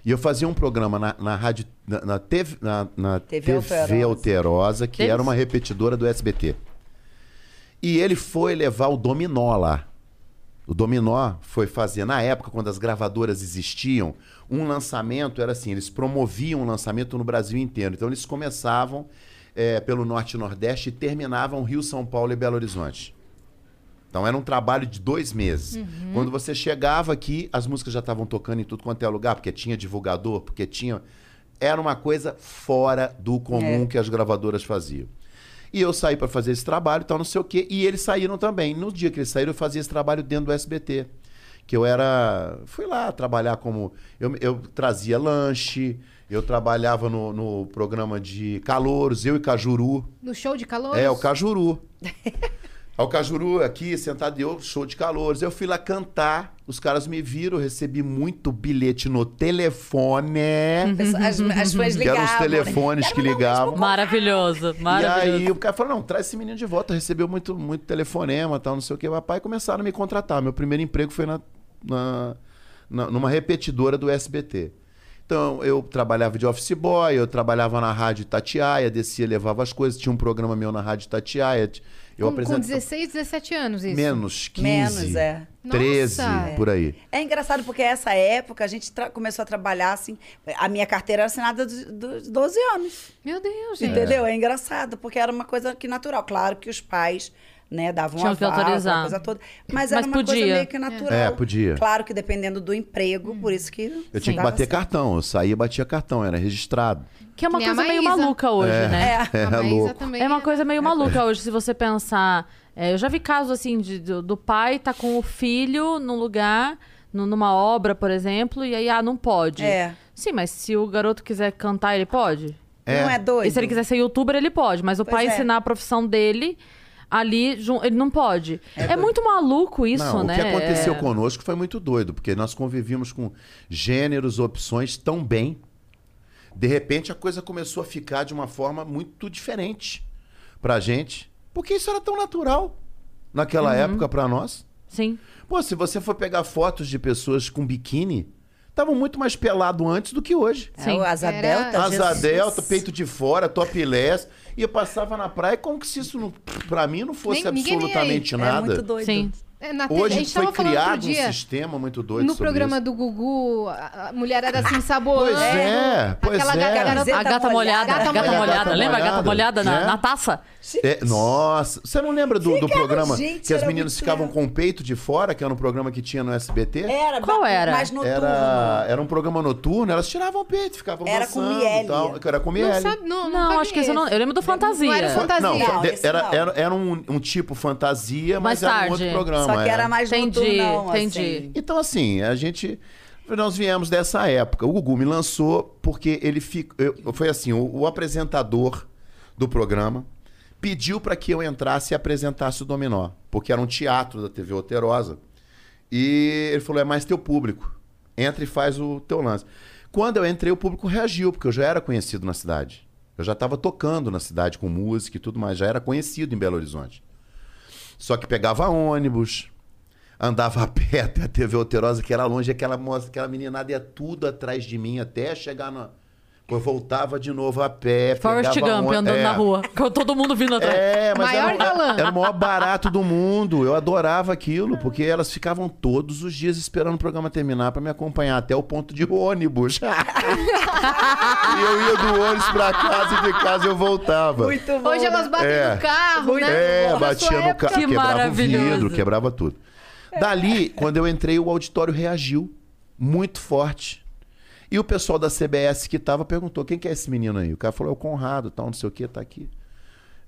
E eu fazia um programa na, na rádio, na, na TV, na, na
TV
TV
Alterosa.
Alterosa, que
Teve-
era uma repetidora do SBT. E ele foi levar o dominó lá. O dominó foi fazer, na época, quando as gravadoras existiam, um lançamento era assim, eles promoviam um lançamento no Brasil inteiro. Então eles começavam eh, pelo Norte e Nordeste e terminavam Rio, São Paulo e Belo Horizonte. Então era um trabalho de dois meses. Quando você chegava aqui, as músicas já estavam tocando em tudo quanto é lugar, porque tinha divulgador, porque tinha. Era uma coisa fora do comum que as gravadoras faziam. E eu saí para fazer esse trabalho, tal, não sei o quê. E eles saíram também. No dia que eles saíram, eu fazia esse trabalho dentro do SBT. Que eu era. Fui lá trabalhar como. Eu, eu trazia lanche, eu trabalhava no, no programa de calouros, eu e Cajuru.
No show de calor.
É, o Cajuru. Aí o Cajuru aqui, sentado e eu, show de calores. Eu fui lá cantar, os caras me viram, eu recebi muito bilhete no telefone.
As, as fãs
Que eram
Uhum. ligavam. né?
os telefones que ligavam.
Maravilhoso,
E
maravilhoso.
aí o cara falou, não, traz esse menino de volta. Recebeu muito, muito telefonema, tal, não sei o que. Papai começaram a me contratar. Meu primeiro emprego foi na, na- na- numa repetidora do SBT. Então, eu trabalhava de office boy, eu trabalhava na Rádio Tatiaia, descia, levava as coisas. Tinha um programa meu na Rádio Tatiaia. Eu
com, com
apresentava...
16, 17 anos isso.
Menos 15.
Menos, é.
13,
Nossa!
por aí.
É engraçado porque essa época a gente tra- começou a trabalhar assim. A minha carteira era assinada dos, dos 12 anos.
Meu Deus, gente.
Entendeu? É engraçado, porque era uma coisa que natural. Claro que os pais, né, davam
Tinham
a
que
volta,
autorizar.
aquela coisa toda.
Mas
Mas, era uma
podia.
coisa meio que natural.
É, podia.
Claro que dependendo do emprego, por isso que.
Eu tinha que
dava
bater
certo.
cartão. Eu saía e batia cartão, era registrado.
Que é uma
Nem a
coisa meio
Maísa.
maluca hoje, né?
*laughs*
É.
Era
a Maísa
louco.
também.
É uma coisa meio maluca hoje, se você pensar. É, eu já vi casos assim de- do, do pai tá com o filho num lugar, nu- numa obra, por exemplo, e aí, ah, não pode.
É.
Sim, mas se o garoto quiser cantar, ele pode?
É.
Não é doido?
E se ele quiser ser youtuber, ele pode. Mas o
Pois
pai
é.
ensinar a profissão dele ali, jun- ele não pode. É, muito maluco isso,
Não,
né?
O que aconteceu
É.
conosco foi muito doido, porque nós convivíamos com gêneros, opções tão bem. De repente a coisa começou a ficar de uma forma muito diferente pra gente. Porque isso era tão natural naquela época pra nós.
Sim.
Pô, se você for pegar fotos de pessoas com biquíni, estavam muito mais pelado antes do que hoje.
É,
Sim.
o Asa
Era-
Delta.
Asa
Jesus.
delta, peito de fora, topless. E eu passava na praia como que se isso, não, pra mim, não fosse
Nem- ninguém nem aí.
absolutamente
É
nada.
muito doido.
Sim.
É, na TV, a
Hoje
gente tava
foi
falando outro
criado um
dia.
sistema muito doido
No
sobre
programa
isso. Ah,
do Gugu, a assim, a mulherada se ensaboando.
Pois é, pois
aquela
é.
galera
Gazeta
A gata molhada,
molhada.
gata, molhada,
Gata
lembra a gata molhada
molhada,
na,
né?
na taça?
É, nossa, você não lembra do, do programa
gente,
que as
era
meninas
muito
ficavam
legal. É,
com o peito de fora, que era um programa que tinha no SBT?
Era,
Qual
ba-
era?
Mais noturno.
Era, era um programa noturno, elas tiravam o peito, ficavam
Era com
dançando
miele.
e tal. Era com miele.
Não, sabe, não,
Não,
nunca
acho
vi
que esse eu não.
esse.
Eu lembro do fantasia.
Não era
Foi-
fantasia.
Não,
Não,
de-
esse
era,
não.
era, era um, um tipo fantasia, mas
Mais
era um
tarde.
outro programa.
Só que
é.
era mais
Entendi,
noturnão,
entendi.
assim.
Então, assim, a gente. Nós viemos dessa época. O Gugu me lançou porque ele ficou. Foi assim: o, o apresentador do programa pediu para que eu entrasse e apresentasse o Dominó, porque era um teatro da TV Alterosa. E ele falou: é mais teu público. Entra e faz o teu lance. Quando eu entrei, o público reagiu, porque eu já era conhecido na cidade. Eu já estava tocando na cidade com música e tudo mais, já era conhecido em Belo Horizonte. Só que pegava ônibus. andava a pé *laughs* até a TV Alterosa, que era longe, aquela moça, aquela meninada ia tudo atrás de mim até chegar na. Pô, eu voltava de novo a pé.
Forrest
pegava
Gump
on-
andando
é.
na rua, com todo mundo vindo atrás.
É, mas
Maior
era,
galã.
era, era o maior barato do mundo. Eu adorava aquilo, porque elas ficavam todos os dias esperando o programa terminar pra me acompanhar até o ponto de ônibus. *laughs* e eu ia do ônibus pra casa e de casa eu voltava.
Muito bom.
Hoje elas batem
É.
no carro,
Muito
né?
É,
Na sua
batia no
época-
carro,
Que
quebrava o
maravilhoso.
vidro, quebrava tudo. Dali, quando eu entrei, o auditório reagiu muito forte. E o pessoal da CBS que tava perguntou: quem que é esse menino aí? O cara falou: é o Conrado, tal, não sei o que, tá aqui.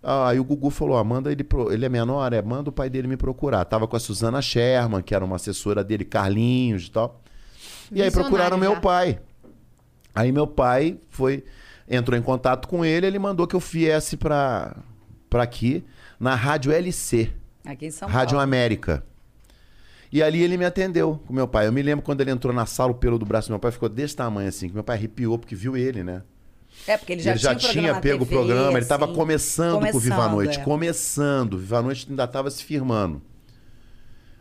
Ah, Aí o Gugu falou: ó, manda ele, pro... ele é menor, é, manda o pai dele me procurar. Tava com a Suzana Sherman, que era uma assessora dele, Carlinhos e tal. E aí
Visionário
procuraram meu
já.
pai. Aí meu pai foi entrou em contato com ele, ele mandou que eu viesse pra para aqui na Rádio LC,
né? Aqui em São
Rádio
Paulo.
América. E ali ele me atendeu com meu pai. Eu me lembro quando ele entrou na sala, o pelo do braço do meu pai ficou desse tamanho assim, que meu pai arrepiou porque viu ele, né?
É, porque ele já
ele já
tinha,
tinha,
um programa na
pego o
TV,
programa, ele estava
assim.
começando, com o Viva a Noite.
é.
Começando. Viva a Noite ainda estava se firmando.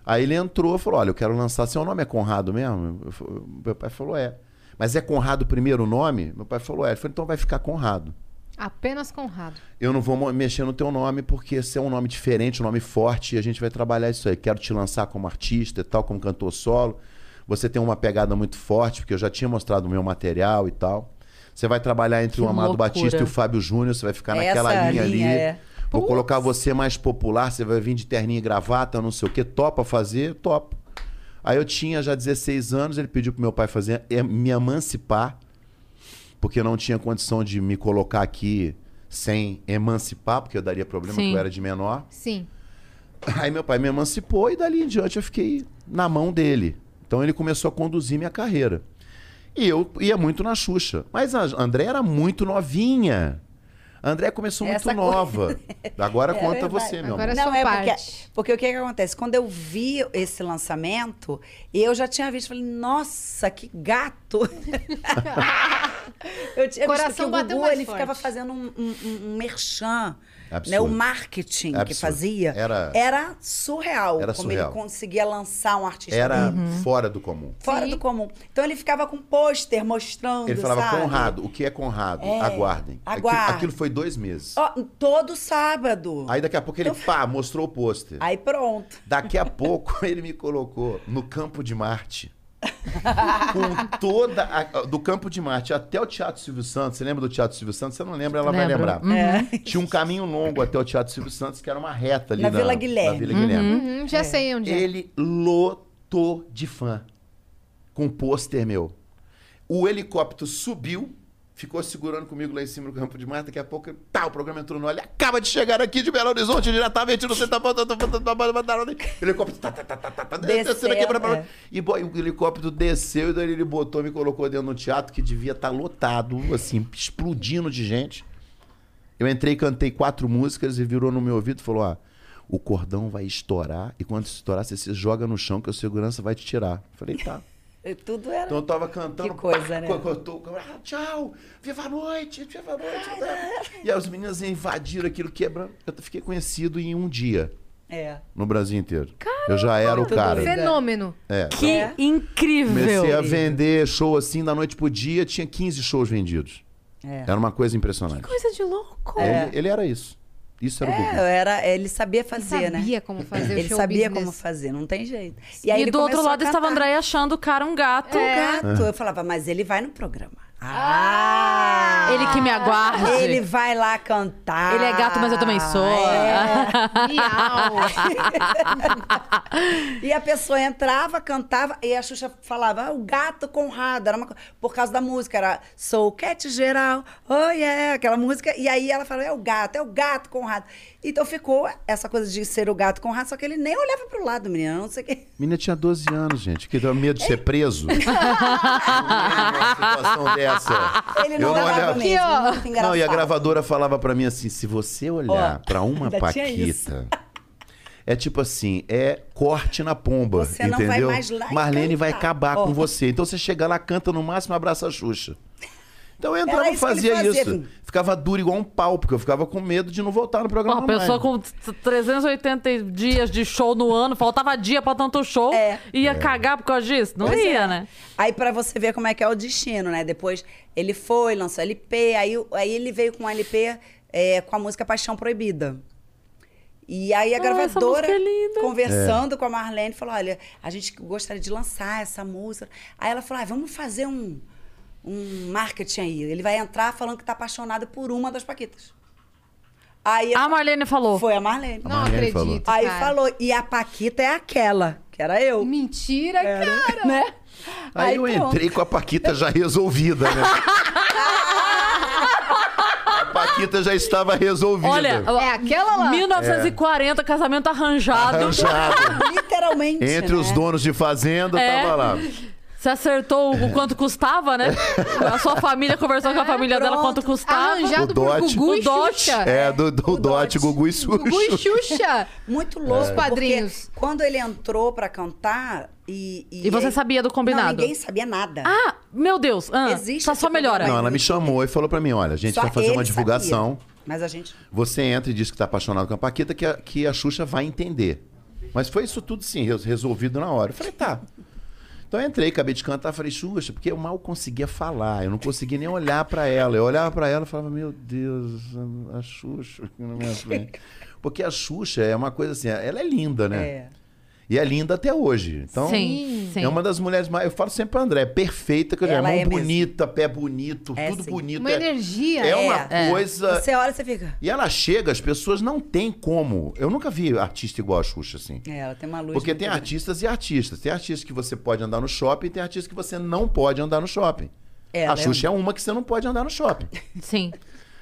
Aí ele entrou e falou: Olha, eu quero lançar. Seu nome é Conrado mesmo? Eu fa- meu pai falou: É. Mas é Conrado o primeiro nome? Meu pai falou: É. Ele falou: Então vai ficar Conrado.
Apenas Conrado.
Eu não vou mo- mexer no teu nome porque esse é um nome diferente, um nome forte e a gente vai trabalhar isso aí. Quero te lançar como artista e tal, como cantor solo. Você tem uma pegada muito forte, porque eu já tinha mostrado o meu material e tal. Você vai trabalhar entre
Que
o Amado
loucura.
Batista e o Fábio Júnior, você vai ficar Tá naquela
É Essa
linha,
linha,
ali.
é.
Vou colocar você mais popular, você vai vir de terninho e gravata, não sei o quê. Topa fazer? Topo. Aí eu tinha já 16 anos, ele pediu pro meu pai fazer é, me emancipar, porque eu não tinha condição de me colocar aqui sem emancipar, porque eu daria problema
Sim.
que eu era de menor.
Sim.
Aí meu pai me emancipou e dali em diante eu fiquei na mão dele. Então ele começou a conduzir minha carreira. E eu ia muito na Xuxa. Mas a André era muito novinha. A André começou
Essa
muito
coisa-
nova.
*laughs*
Agora
É
conta
verdade.
você, meu
Agora
amor.
é sua
é
parte.
Porque, porque o que, que acontece? Quando eu vi esse lançamento, eu já tinha visto, falei, nossa, que gato!
*laughs*
eu tinha
Coração
visto que o
bateu
Gugu,
mais
ele
forte.
ficava fazendo um, um, um- um merchan,
Absurdo.
né? o marketing que
Absurdo.
fazia.
Era-
era surreal
Era
como
surreal.
ele conseguia lançar um artista
Era
dele.
fora do comum.
fora
Sim.
do comum. Então ele ficava com pôster mostrando,
Ele falava
sabe?
Conrado. O que é Conrado? Aguardem. Aquilo-
aguardem.
Aquilo, foi dois meses.
Ó, então todo sábado.
Aí daqui a pouco ele, pá, mostrou o pôster.
Aí pronto.
Daqui a pouco *laughs* ele me colocou no Campo de Marte. com toda a- do Campo de Marte até o Teatro Silvio Santos. Você lembra do Teatro Silvio Santos? Você não lembra, ela vai
Lembro.
lembrar.
Uhum.
É.
Tinha um caminho longo até o Teatro Silvio Santos, que era uma reta ali
Na
na,
Vila Guilherme.
na Vila Guilherme.
Uhum, já sei onde é.
Ele lotou de fã com pôster meu. O helicóptero subiu, ficou segurando comigo lá em cima no campo de mata. Daqui a pouco, tá, o programa entrou no ar. Ele acaba de chegar aqui de Belo Horizonte, diretamente no Santa Bota. Helicóptero tá, tá, tá, tá, tá, tá, descendo aqui pra
Descendo, é.
E boy, o helicóptero desceu e daí ele botou, me colocou dentro do teatro que devia estar lotado, assim, explodindo de gente. Eu entrei, cantei quatro músicas e virou no meu ouvido e falou: ó, o cordão vai estourar e quando estourar, você se joga no chão que o segurança vai te tirar. Eu falei, tá.
Tudo era.
Então eu tava cantando.
Que coisa,
pá,
né?
co- co- tô- ah, tchau! Viva a noite! Viva a noite! E aí os meninos invadiram aquilo, quebrando. Eu fiquei conhecido em um dia
É.
no Brasil inteiro. eu já era o
muito
cara.
doido.
Fenômeno.
É.
Que
É.
incrível.
Comecei a vender show assim da noite pro dia, tinha 15 shows vendidos.
É.
Era uma coisa impressionante.
Coisa de louco.
Ele, ele era isso. Isso era o Gugu.
É, era, ele sabia
Ele
fazer, né?
sabia como fazer o
Ele
show
sabia
business.
como fazer, não tem jeito.
E,
aí ele
do outro
começou a É.
lado estava
cantar.
André achando o cara um gato.
Gato. Eu falava, mas ele vai no programa. Ah!
Ele que me aguarde.
Ele vai lá cantar.
Ele é gato, mas eu também sou. *laughs*
É.
Miau.
e a pessoa entrava, cantava, e a Xuxa falava, ah, o gato Conrado. Era uma... co- Por causa da música, era Sou Cat Geral, oh yeah, aquela música. E aí ela falava, é o gato, é o gato Conrado. Então ficou essa coisa de ser o gato Conrado, só que ele nem olhava pro lado, menina, não sei o quê.
Menina tinha 12 anos, gente. Que deu medo de ser
*laughs*
preso. Uma situação dessa.
Ele não
Eu não
olhava
olhava.
mesmo.
Aqui, ó.
muito
Não, e a
engraçado.
gravadora falava pra mim assim: se você olhar
Ó, *laughs*
pra uma
ainda tinha isso.
Paquita. É tipo assim, é corte na pomba,
Você não vai
entendeu?
mais lá e
Marlene vai
cantar.
acabar
Ó.
com você. Então você chega lá, canta no máximo, abraça a Xuxa. Então eu entrava
Era
e
isso que ele
fazia,
fazia, assim.
isso.
Vim.
Ficava duro igual um pau, porque eu ficava com medo de não voltar no programa.
Porra, a pessoa
mais.
com t- 380 dias de show no ano, faltava dia pra tanto show,
É.
ia cagar por causa disso? Não
Pois
ia,
é.
né?
Aí pra você ver como é que é o destino, né? Depois ele foi, lançou LP, aí, o- aí ele veio com um LP é, com a música Paixão Proibida. E aí a
Ah,
gravadora,
essa música é linda.
conversando com a Marlene, falou: olha, a gente gostaria de lançar essa música. Aí ela falou: ah, vamos fazer um, um marketing aí. Ele vai entrar falando que tá apaixonado por uma das Paquitas. Aí
A Marlene falou.
foi a Marlene.
Não
Marlene
acredito.
falou.
Aí
cara.
falou, e a Paquita é aquela, que era eu.
Mentira, cara.
Né?
Aí, eu
pronto.
entrei com a Paquita já resolvida, né? a Paquita já estava resolvida.
Olha, ó,
É aquela lá.
1940, casamento arranjado.
Arranjado.
Literalmente.
Entre
né?
os donos de fazenda,
É.
tava lá.
Você acertou o quanto custava, né? A sua família conversou com a família dela
pronto.
quanto custava.
Arranjado
O
por
dote.
Gugu
O
e
dote.
Xuxa.
É, do, do
O Dote.
Dote, Gugu e Xuxa.
Gugu e Xuxa.
*laughs*
Muito louco. porque
padrinhos.
Quando ele entrou pra cantar e.
E você
ele-
sabia do combinado?
Não, ninguém sabia nada.
Ah, meu Deus. Ah,
Existe
só,
esse
só melhora.
Não, ela me chamou e falou pra mim, olha, a gente
Só
vai fazer uma
ele
divulgação.
sabia. Mas a gente.
Você entra e diz que tá apaixonado com a Paquita, que a, que a Xuxa vai entender. Mas foi isso tudo, sim, res- resolvido na hora. Eu falei, tá. Então eu entrei, acabei de cantar, falei, Xuxa, porque eu mal conseguia falar, eu não conseguia nem olhar pra ela. Eu olhava pra ela e falava, meu Deus, a a Xuxa aqui na minha
*laughs*
frente. Porque a Xuxa é uma coisa assim, ela é linda, né?
É.
E é linda até hoje. Então,
Sim, sim.
é uma das mulheres mais. Eu falo sempre pra André, é perfeita, que eu já
Ela
mão
é mesmo.
bonita, pé bonito,
É,
tudo
sim.
bonito.
Uma
é-
energia.
é, uma
É.
coisa.
Você olha e você fica.
E ela chega, as pessoas não têm como. Eu nunca vi artista igual a Xuxa, assim.
É, ela tem uma luz.
Porque
muito
tem
grande.
artistas e artistas. Tem artistas que você pode andar no shopping e tem artistas que você não pode andar no shopping.
É, ela
a
é
Xuxa é uma que você não pode andar
*laughs*
no shopping.
Sim.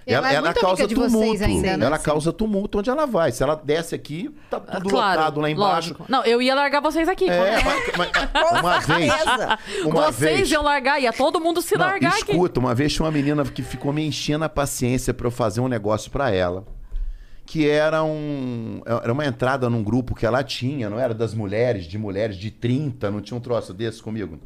Ela é muito amiga de vocês ainda, né?
ela
Sim. Ah,
causa tumulto onde ela vai. Se ela desce aqui, tá tudo
Ah, claro.
lotado lá embaixo.
lógico. Não, eu ia largar vocês aqui. é?
É, mas- mas- uma vez. Uma
vocês
vez.
iam largar, ia todo mundo se
Não,
largar aqui.
escuta, uma vez tinha uma menina que ficou me enchendo a paciência pra eu fazer um negócio pra ela. Que era um. Era uma entrada num grupo que ela tinha, não era? Das mulheres, de mulheres de 30, não tinha um troço desse comigo?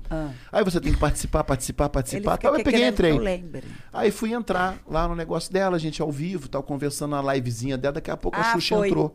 Aí você tem que participar, participar,
Ele
participar.
fica
Tal, tá, eu
aqui
peguei e
querendo que
entrei.
eu lembre.
Aí fui entrar lá no negócio dela, gente, ao vivo, tal, conversando na livezinha dela. Daqui a pouco a
Ah,
Xuxa
foi.
entrou.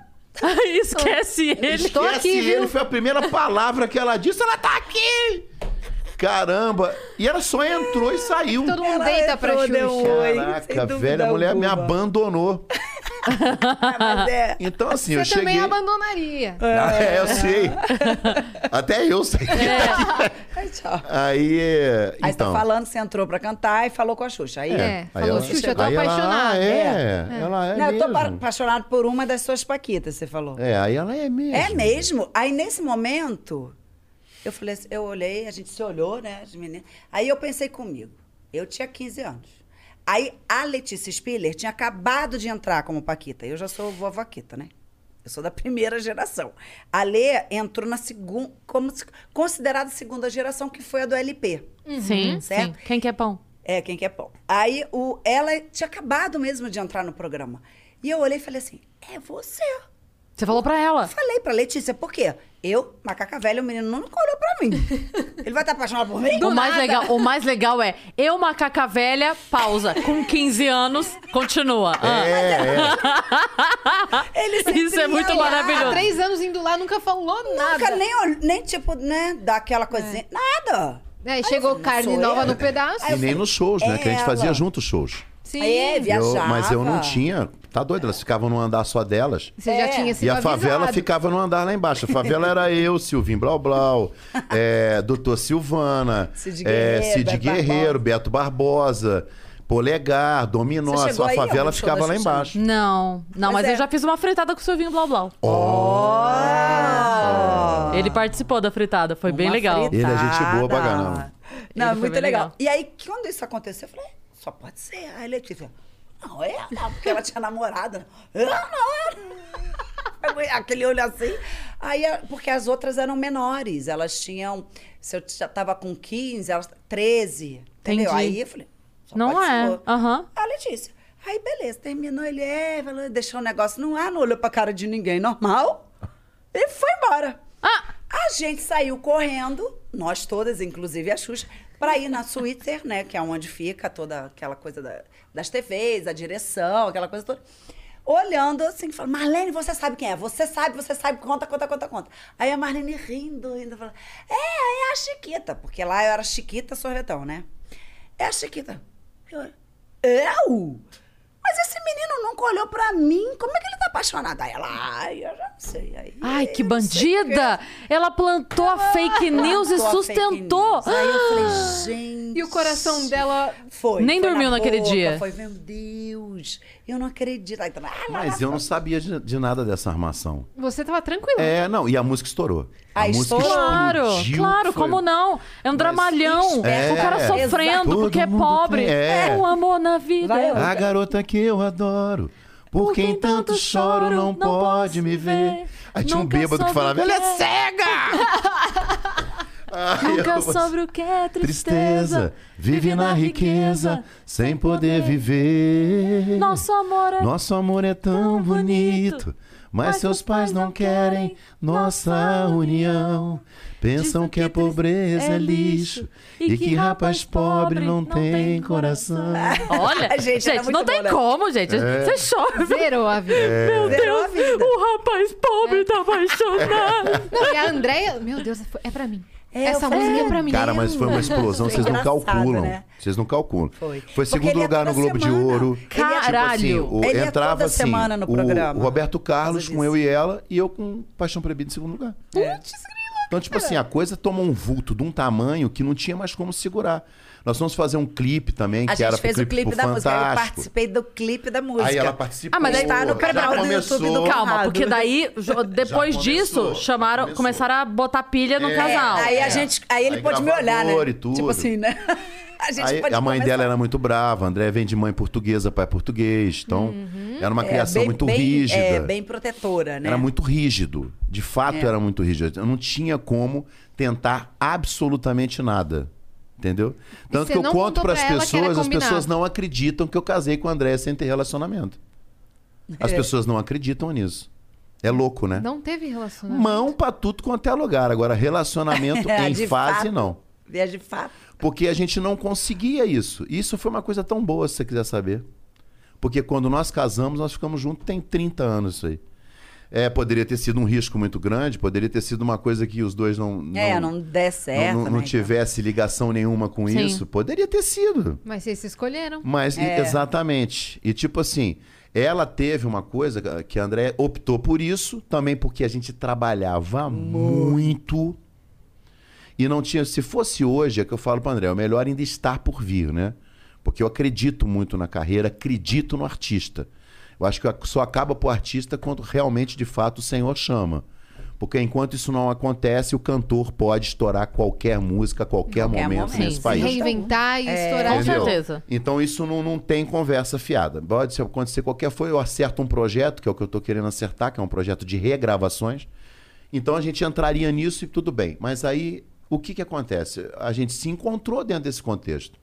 Ah,
*laughs* Esquece ele.
Estou
Esquece
aqui,
ele,
viu?
foi a primeira palavra que ela disse. Ela tá aqui! Caramba! E ela só entrou e saiu.
Todo mundo
Ela
deita pra
entrou, deu
Xuxa.
um- Oi, sem
Caraca,
dúvida
velho, a mulher me
alguma.
abandonou.
Ah, mas
*laughs*
é.
Então, assim, eu
Você
cheguei.
também abandonaria.
Ah, *laughs* é, eu sei.
*laughs*
Até eu sei.
Ai, tchau.
Aí.
É. Aí você tá
então.
falando, você entrou pra cantar e falou com a Xuxa. Aí.
É.
Aí
falou,
ela-
"Xuxa, eu tô
aí ela,
apaixonada."
"Ah, é, ela é.
Não, eu tô pa-
mesmo."
apaixonado por uma das suas Paquitas, você falou.
É, aí ela é mesmo.
É mesmo? Aí nesse momento, eu falei assim, eu olhei, a gente se olhou, né, as meninas. Aí eu pensei comigo, eu tinha 15 anos. Aí a Letícia Spiller tinha acabado de entrar como Paquita. Eu já sou vovoquita, né? Eu sou da *laughs* primeira geração. A Lê entrou na segunda, como se- considerada segunda geração, que foi a do LP.
Sim, sim.
certo?
Quem quer pão?
É, quem quer pão. Aí o, ela tinha acabado mesmo de entrar no programa. E eu olhei e falei assim: é você.
Você falou pra ela.
Falei pra Letícia, por quê? Eu, macaca velha, o menino nunca olhou pra
*laughs*
mim. Ele vai estar apaixonado por mim?
o, mais legal, o mais legal é, eu, macaca velha, pausa. Com 15 anos, continua. Ah.
É, é.
*laughs*
Ele sempre
Isso é
ia
muito
lá,
maravilhoso.
Há três anos indo lá, nunca falou nada.
Nunca nem, ol- nem, tipo, né, daquela
É.
coisinha. Nada.
Aí É, chegou
não
carne
sou
nova
eu.
no pedaço.
E nem nos shows, né? Que a gente
Ela.
fazia juntos shows.
Sim.
É,
Eu-
viajava.
mas eu não tinha. Tá doido? Elas ficavam num andar só delas.
Você já
É.
tinha sido
e a favela
avisado.
ficava no andar lá embaixo. A favela era eu, Silvinho Blau Blau, é, Doutor Silvana,
Cid
é,
Guerreiro,
Cid
Beto
Guerreiro, Beto Barbosa, Polegar, Dominó.
Você
A
chegou aí, ó,
favela
no show
ficava
da
lá
Xuxa.
embaixo.
Não, não, mas,
Mas
eu
é.
já fiz uma fritada com o seu vinho Blau Blau.
Oh!
Ele participou da fritada, foi bem
Uma
legal.
fritada.
Ele é gente boa pra caramba.
Ele
Não,
foi
muito
bem
legal.
legal.
E aí, quando isso aconteceu, eu falei, Só pode ser. Aí a Letícia, não, é ela, porque ela tinha namorada. Eu não, era. Aquele olho assim. Aí, a- porque as outras eram menores. Elas tinham. Se eu já tava com 15, elas 13. Entendeu?
Entendi.
Aí eu falei. Só
Não
pode
é.
ser.
Aham.
A Letícia. Aí, beleza, terminou, ele é, falou, deixou o negócio no ar, não olhou pra cara de ninguém, normal. E foi embora.
Ah!
A gente saiu correndo, nós todas, inclusive a Xuxa, pra ir na Switzer, né? Que é onde fica toda aquela coisa da- das TVs, a direção, aquela coisa toda. Olhando assim, falando, Marlene, você sabe quem é? Você sabe, você sabe, conta, conta, conta, conta. Aí a Marlene rindo, rindo, falando, é, é a Chiquita, porque lá eu era Chiquita Sorvetão, né? É a Chiquita. Eu, eu? Mas esse menino nunca olhou pra mim, como é que ele tá apaixonado? Aí ela, ai, eu já não sei. Aí,
Ai, que
eu não sei o quê.
bandida! Ela plantou a fake news e
Plantou a
sustentou.
fake news. Aí
*gasps*
eu falei, gente.
E o coração dela.
Foi.
Nem
foi
dormiu
na
naquele
boca,
dia.
Foi, meu Deus. Eu não acredito. Aí, também, ah, lá, lá,
Mas eu não sabia de, de nada dessa armação.
Você tava tranquila.
É, não, e a música estourou. A
Ah,
música
estourou?
Claro,
explodiu,
claro,
foi-
como não? É um dramalhão.
É,
o cara
é.
sofrendo
Todo
porque é
mundo
pobre.
tem- é.
um amor na vida.
Vai,
A garota que eu adoro. Por,
Por
quem,
quem
tanto
tanto
choro
choro,
não
não
pode
posso
me
me
ver.
ver.
Aí tinha um
Nunca
bêbado que
soube
falava,
o que
ela é
é.
cega! Ai,
Nunca
eu-
sobre o que é
Tristeza, vive na riqueza, sem poder viver.
Nosso amor é
Nosso amor é tão
tão bonito,
bonito, mas seus pais não querem nossa
nossa
união. Pensam
Dizem
que a
que tris-
pobreza é lixo e que rapaz pobre não tem coração.
*laughs*
Olha,
Gente, era
gente,
muito
não
bom,
tem
né?
como, gente.
É.
Você chora.
Zerou a vida.
Meu
Zerou a
Deus,
vida.
o rapaz pobre tá apaixonado.
*laughs*
Não, e a Andréia. Meu Deus, é pra mim.
É,
Essa
eu falei,
música é pra mim.
Cara, mas foi *laughs* uma explosão,
Foi
vocês não
engraçado,
calculam.
né?
Vocês não calculam.
Foi.
Foi
Porque
segundo
ele ia
lugar no
toda
Globo de
semana.
Ouro.
Ele ia-
Caralho.
Tipo assim, o-
Ele ia
entrava
toda
assim,
semana no
o-
programa.
O Roberto Carlos
Por
com
causa
eu e ela e eu com Paixão Proibida em segundo lugar. Então, tipo assim, a coisa tomou um vulto de um tamanho que não tinha mais como segurar. Nós fomos fazer um clipe também,
A
que era
gente
pro
fez o
clipe
clipe
pro
da música. Aí eu
Fantástico.
participei do clipe da música.
Aí ela participou.
Ah, mas aí-
Tá no
já
canal do
começou.
YouTube do Carlos.
Calma,
Errado.
porque
*laughs*
daí, jo- depois
começou,
disso,
já
chamaram,
começou.
começaram a botar pilha no
É,
casal.
Aí a
É.
gente. Aí ele
Aí
pôde me olhar, né?
gravador e tudo.
Tipo assim, né? *laughs* A gente
Aí,
pode
a mãe
começar.
dela era muito brava, André vem de mãe portuguesa, pai português, então era uma
É,
criação
bem-
muito
bem-
rígida.
É, bem protetora, né?
Era muito rígido. De fato,
É.
era muito rígido. Eu não tinha como tentar absolutamente nada. Entendeu? Tanto
você
que eu
não
conto
contou
para as
pra ela que era
pessoas, as
combinado.
pessoas não acreditam que eu casei com a Andréia sem ter relacionamento. As pessoas não acreditam nisso. É louco, né?
É. Não É, teve relacionamento.
Mão pra tudo quanto é lugar.
*laughs*
Agora, relacionamento em
De
fase,
fato.
não.
Viagem de fato.
Porque a gente não conseguia isso. E Isso foi uma coisa tão boa, se você quiser saber. Porque quando nós casamos, nós ficamos juntos tem 30 anos isso aí. É, poderia ter sido um risco muito grande, poderia ter sido uma coisa que os dois não não,
É, não der certo.
não- não- não
né?
tivesse ligação nenhuma com
Sim.
isso, poderia ter sido.
Mas vocês se escolheram.
Mas
É.
exatamente. E tipo assim, ela teve uma coisa que a André optou por isso, também porque a gente trabalhava muito. E não tinha. Se fosse hoje, é que eu falo para André, o melhor ainda está por vir, né? Porque eu acredito muito na carreira, acredito no artista. Eu acho que só acaba pro artista quando realmente, de fato, o Senhor chama. Porque enquanto isso não acontece, o cantor pode estourar qualquer música, a qualquer,
Qualquer
momento,
momento.
nesse
Sim,
Se
país.
reinventar
É.
e estourar.
Com
Entendeu?
certeza.
Então isso não, não tem conversa fiada. Pode se acontecer qualquer foi, eu acerto um projeto, que é o que eu estou querendo acertar, que é um projeto de regravações. Então a gente entraria nisso e tudo bem. Mas aí o que, que acontece? A gente se encontrou dentro desse contexto.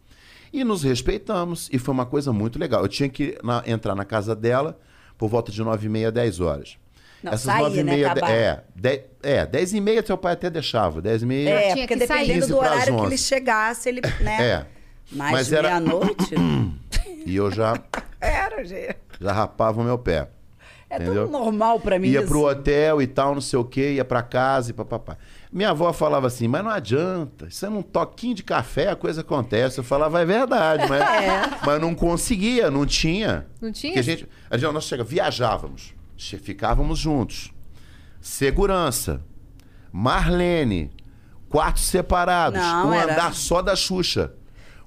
E nos respeitamos, e foi uma coisa muito legal. Eu tinha que na- entrar na casa dela por volta de 9 e meia, 10 horas.
Não, saía, né, acabava.
é, 10, é, 10 e meia seu pai até deixava. 10 e meia.
É,
Tinha
porque
que sair.
dependendo
15
do
pras
horário que
11.
ele chegasse, ele, né?
É.
Mais
Mas
de
era-
meia-noite.
*coughs* E eu já,
era, gente.
já rapava o meu pé.
É
Entendeu?
tão normal pra mim assim.
Ia
isso.
pro hotel e tal, não sei o quê, ia pra casa e papapá. Minha avó falava assim, mas não adianta, isso é num toquinho de café, a coisa acontece. Eu falava, é verdade,
*laughs*
mas,
É.
mas não conseguia, não tinha.
Não tinha?
Porque a gente, a gente- nós chega, viajávamos, che- ficávamos juntos. Segurança, Marlene, quartos separados,
Não,
um
era-
andar só da Xuxa.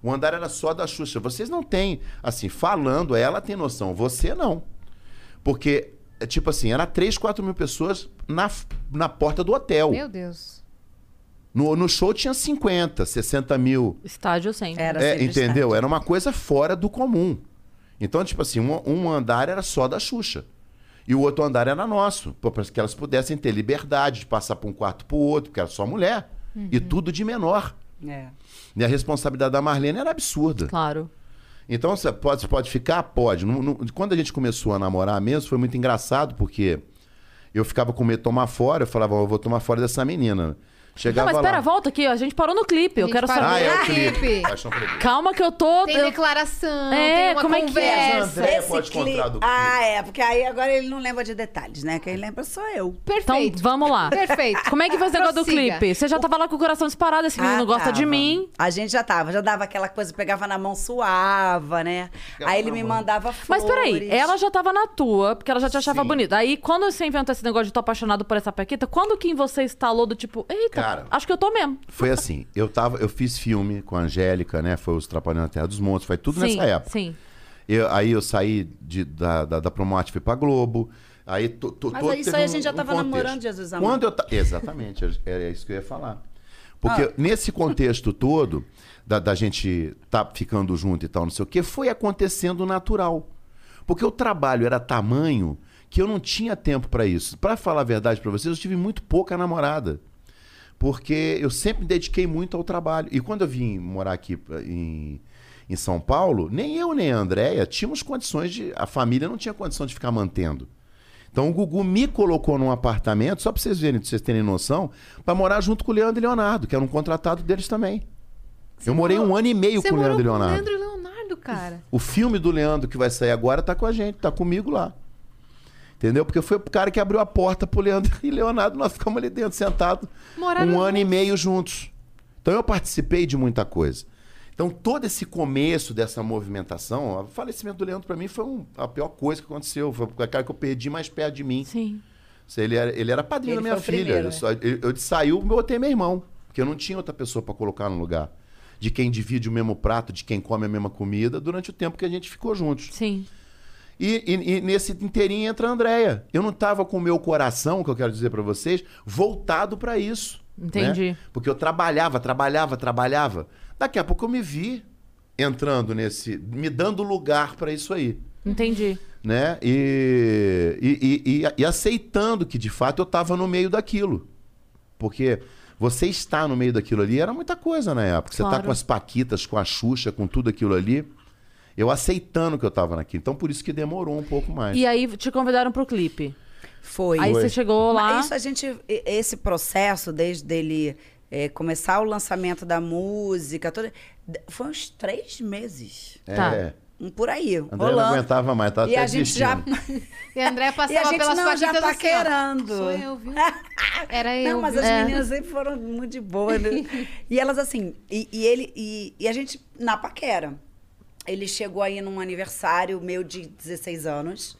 O andar era só da Xuxa. Vocês não têm, assim, falando, ela tem noção, você não. Porque, é, tipo assim, era 3, 4 mil pessoas na, na porta do hotel.
Meu Deus.
No, no show tinha 50, 60 mil.
Estádio sempre.
Era
É,
sempre
entendeu?
estádio.
Era uma coisa fora do comum. Então, tipo assim, um, um andar era só da Xuxa. E o outro andar era nosso. Para que elas pudessem ter liberdade de passar para um quarto para o outro, porque era só mulher. E tudo de menor.
É.
E a responsabilidade da Marlene era absurda.
Claro.
Então, você pode, pode ficar? Pode. Não- não- quando a gente começou a namorar mesmo, foi muito engraçado, porque eu ficava com medo de tomar fora. Eu falava, "Ó, eu vou tomar fora dessa menina.
Não,
Chegava
mas espera,
lá.
volta aqui, ó. A gente parou no clipe. Eu
gente
quero
parou.
Ah,
saber.
é o
Ah,
clipe.
clipe.
Paixão por ele.
Calma que eu tô.
Tem
eu-
declaração,
Então, É,
tem uma
como é que é?
conversa.
Andréia
Esse
pode
cli-
contar do
Ah, é, porque aí agora ele não lembra de detalhes, né? Quem lembra sou eu.
um
Então,
Perfeito.
vamos lá.
Perfeito.
Como é que foi esse negócio do
Prossiga.
clipe? Você já tava lá com o coração disparado, esse menino
Ah,
gosta de
tava.
mim.
A gente já tava, já dava aquela coisa, pegava na mão, suava, né?
Pegava
aí ele
na
me
mão.
mandava
Mas
flores.
peraí, ela já tava na tua, porque ela já te achava
Sim.
bonita. Aí, quando você inventou esse negócio de tô apaixonado por essa Paquita, quando que em você instalou do tipo, eita,
Cara.
acho que eu tô mesmo.
Foi assim, eu tava, eu fiz filme com a Angélica, né? Foi os Trapalhões na Terra dos Montes, foi tudo
sim,
nessa época.
Sim.
Eu- aí eu saí de- da, da, da Promate, fui pra Globo. Aí to, to,
Mas
todo
isso
teve
aí a
um-
gente já
um
tava
contexto.
namorando, Jesus amado.
Quando eu ta... Exatamente, era- era isso que eu ia falar. Porque
Ah.
nesse contexto todo, da, da gente tá ficando junto e tal, não sei o quê, foi acontecendo natural. Porque o trabalho era tamanho que eu não tinha tempo pra isso. Pra falar a verdade pra vocês, eu tive muito pouca namorada. Porque eu sempre me dediquei muito ao trabalho. E quando eu vim morar aqui pra- em, em São Paulo, nem eu nem a Andréia tínhamos condições de. A família não tinha condição de ficar mantendo. Então o Gugu me colocou num apartamento, só pra vocês verem, pra vocês terem noção, pra morar junto com o Leandro e Leonardo, que era um contratado deles também. eu morei um ano e meio
Você
com o
morou
Leandro e
com o
Leonardo.
Leandro e Leonardo, cara.
O filme do Leandro que vai sair agora tá com a gente, tá comigo lá. Entendeu? Porque foi o cara que abriu a porta pro Leandro *laughs* e Leonardo, nós ficamos ali dentro, sentados,
Moraram
um ano e meio juntos. Então eu participei de muita coisa. Então todo esse começo dessa movimentação, o falecimento do Leandro pra mim foi um- a pior coisa que aconteceu. Foi o cara que eu perdi mais perto de mim.
Sim.
Se Ele era, ele era padrinho
Ele
da minha
foi o
filha.
primeiro,
eu,
né?
só, eu, eu saí, eu botei meu irmão. Porque eu não tinha outra pessoa pra colocar no lugar. De quem divide o mesmo prato, de quem come a mesma comida, durante o tempo que a gente ficou juntos.
Sim.
E, e- e nesse inteirinho entra a Andrea. Eu não tava com o meu coração, que eu quero dizer pra vocês, voltado pra isso. né?
Entendi.
Porque eu trabalhava, trabalhava, trabalhava. Daqui a pouco eu me vi entrando nesse. me dando lugar pra isso aí
Entendi.
né? E, e, e- e- e aceitando que de fato eu estava no meio daquilo. Porque você estar no meio daquilo ali era muita coisa na época. Você tá
Claro.
com as Paquitas, com a Xuxa, com tudo aquilo ali. Eu aceitando que eu estava naquilo. Então por isso que demorou um pouco mais.
E aí te convidaram pro clipe.
Foi.
Aí você chegou lá.
é
Mas isso a gente, e- esse processo, desde dele eh, começar o lançamento da música, toda, d- foi uns três meses.
É,
Tá.
um Por aí,
André
rolando.
não aguentava mais, tava
e
até
a gente
desistindo.
já
E a Andréia
*laughs* E a
passava
gente
pela
não,
sua
já
quinta
tá
assim, ó.
querendo. Ah,
Sou eu,
*laughs*
viu? Era eu.
Não, mas
viu? É.
as meninas sempre foram muito de boa, né? E elas assim, e, e ele, e, e a gente na paquera. Ele chegou aí num aniversário meu de 16 anos.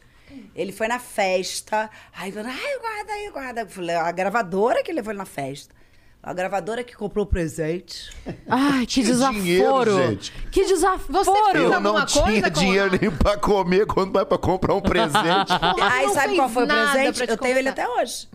Ele foi na festa. Aí falou, ai, guarda aí, guarda. Eu falei, a gravadora que levou ele na festa. A gravadora que comprou o presente.
Ai,
*laughs*
que, desaforo.
dinheiro, gente.
Que desaforo.
Você fez
Eu
alguma
não tinha
coisa com
dinheiro
ela?
nem pra comer quando vai pra comprar um presente. *laughs*
Porra,
aí
não
sabe
fez
qual foi o
nada
presente?
pra te
Eu tenho ele
contar. Hum.
até hoje.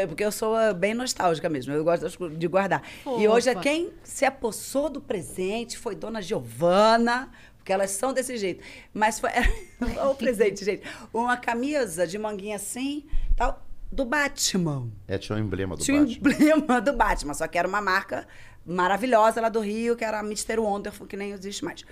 Eu- Porque eu sou ah, bem nostálgica mesmo. Eu gosto das co- de guardar. E
Fofa.
hoje é quem se apossou do presente foi Dona Giovana. Porque elas são desse jeito. Mas foi. *laughs* Olha o presente, gente. Uma camisa de manguinha assim, tal, do Batman.
É, tinha um emblema do
Tinha o
Batman.
emblema do Batman, só que era uma marca maravilhosa lá do Rio, que era a Mr. Wonderful, que nem existe mais.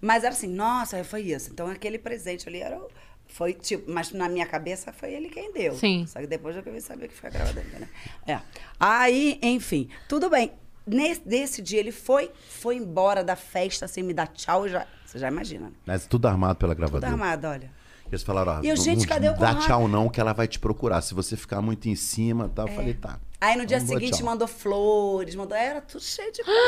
Mas era assim, nossa, foi isso. Então aquele presente ali era. o- Foi tipo, mas na minha cabeça foi ele quem deu.
Sim.
Só que depois eu queria saber que foi a gravadora, né? É. Aí, enfim, tudo bem. Nesse, nesse dia ele foi, foi embora da festa sem me dar tchau. Já, você já imagina, né?
Mas tudo armado pela
Tudo
gravadora.
armado, olha.
Eles falaram, ah,
E eu,
não-
gente,
não
cadê o
dá
Conrado?
tchau não, que ela vai te procurar. Se você ficar muito em cima, tá? Eu falei, tá.
É. Aí no dia
Não vou
seguinte
tchau.
mandou flores, mandou. Era tudo cheio de coisa.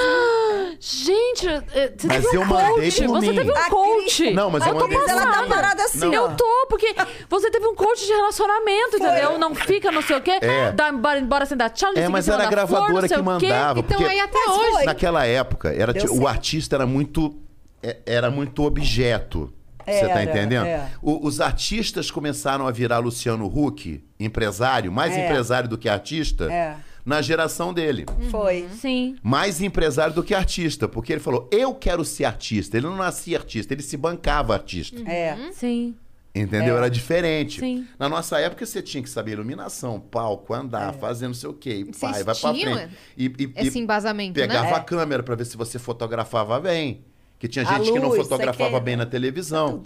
*gasps*
Gente, eh, você
Mas
teve um
eu mandei
coach.
por
Você
mim.
teve um
A
coach.
Cris-
Não, mas
eu,
eu
tô
mandei-
Ela tá
passada.
parada assim,
Não.
ó.
Eu tô, porque você teve um coach de relacionamento, entendeu? Não fica não sei o quê,
É.
dá embora, embora sem dar tchau, não sei
É,
assim,
o que,
mas
você
era a
manda flor,
gravadora
não sei
que
o quê.
mandava.
Então
porque
aí até
Mas
hoje.
foi.
Naquela época, era
Deu
tipo- o
certo.
artista era muito, é- era muito objeto. Você tá
Era,
entendendo?
é.
O- os artistas começaram a virar Luciano Huck, empresário, mais
É.
empresário do que artista,
É.
na geração dele.
Foi.
Sim.
Mais empresário do que artista, porque ele falou: eu quero ser artista. Ele não nascia artista, ele se bancava artista.
É.
Sim.
Entendeu? Era diferente.
Sim.
Na nossa época, você tinha que saber iluminação, palco, andar,
É.
fazer não sei o quê. E
Vocês
vai, vai pra
tinham
frente. E, e- e
Esse embasamento,
pegava
né?
a câmera pra ver se você fotografava bem. Que tinha
A
gente que não
luz,
fotografava
você quer-
bem na televisão.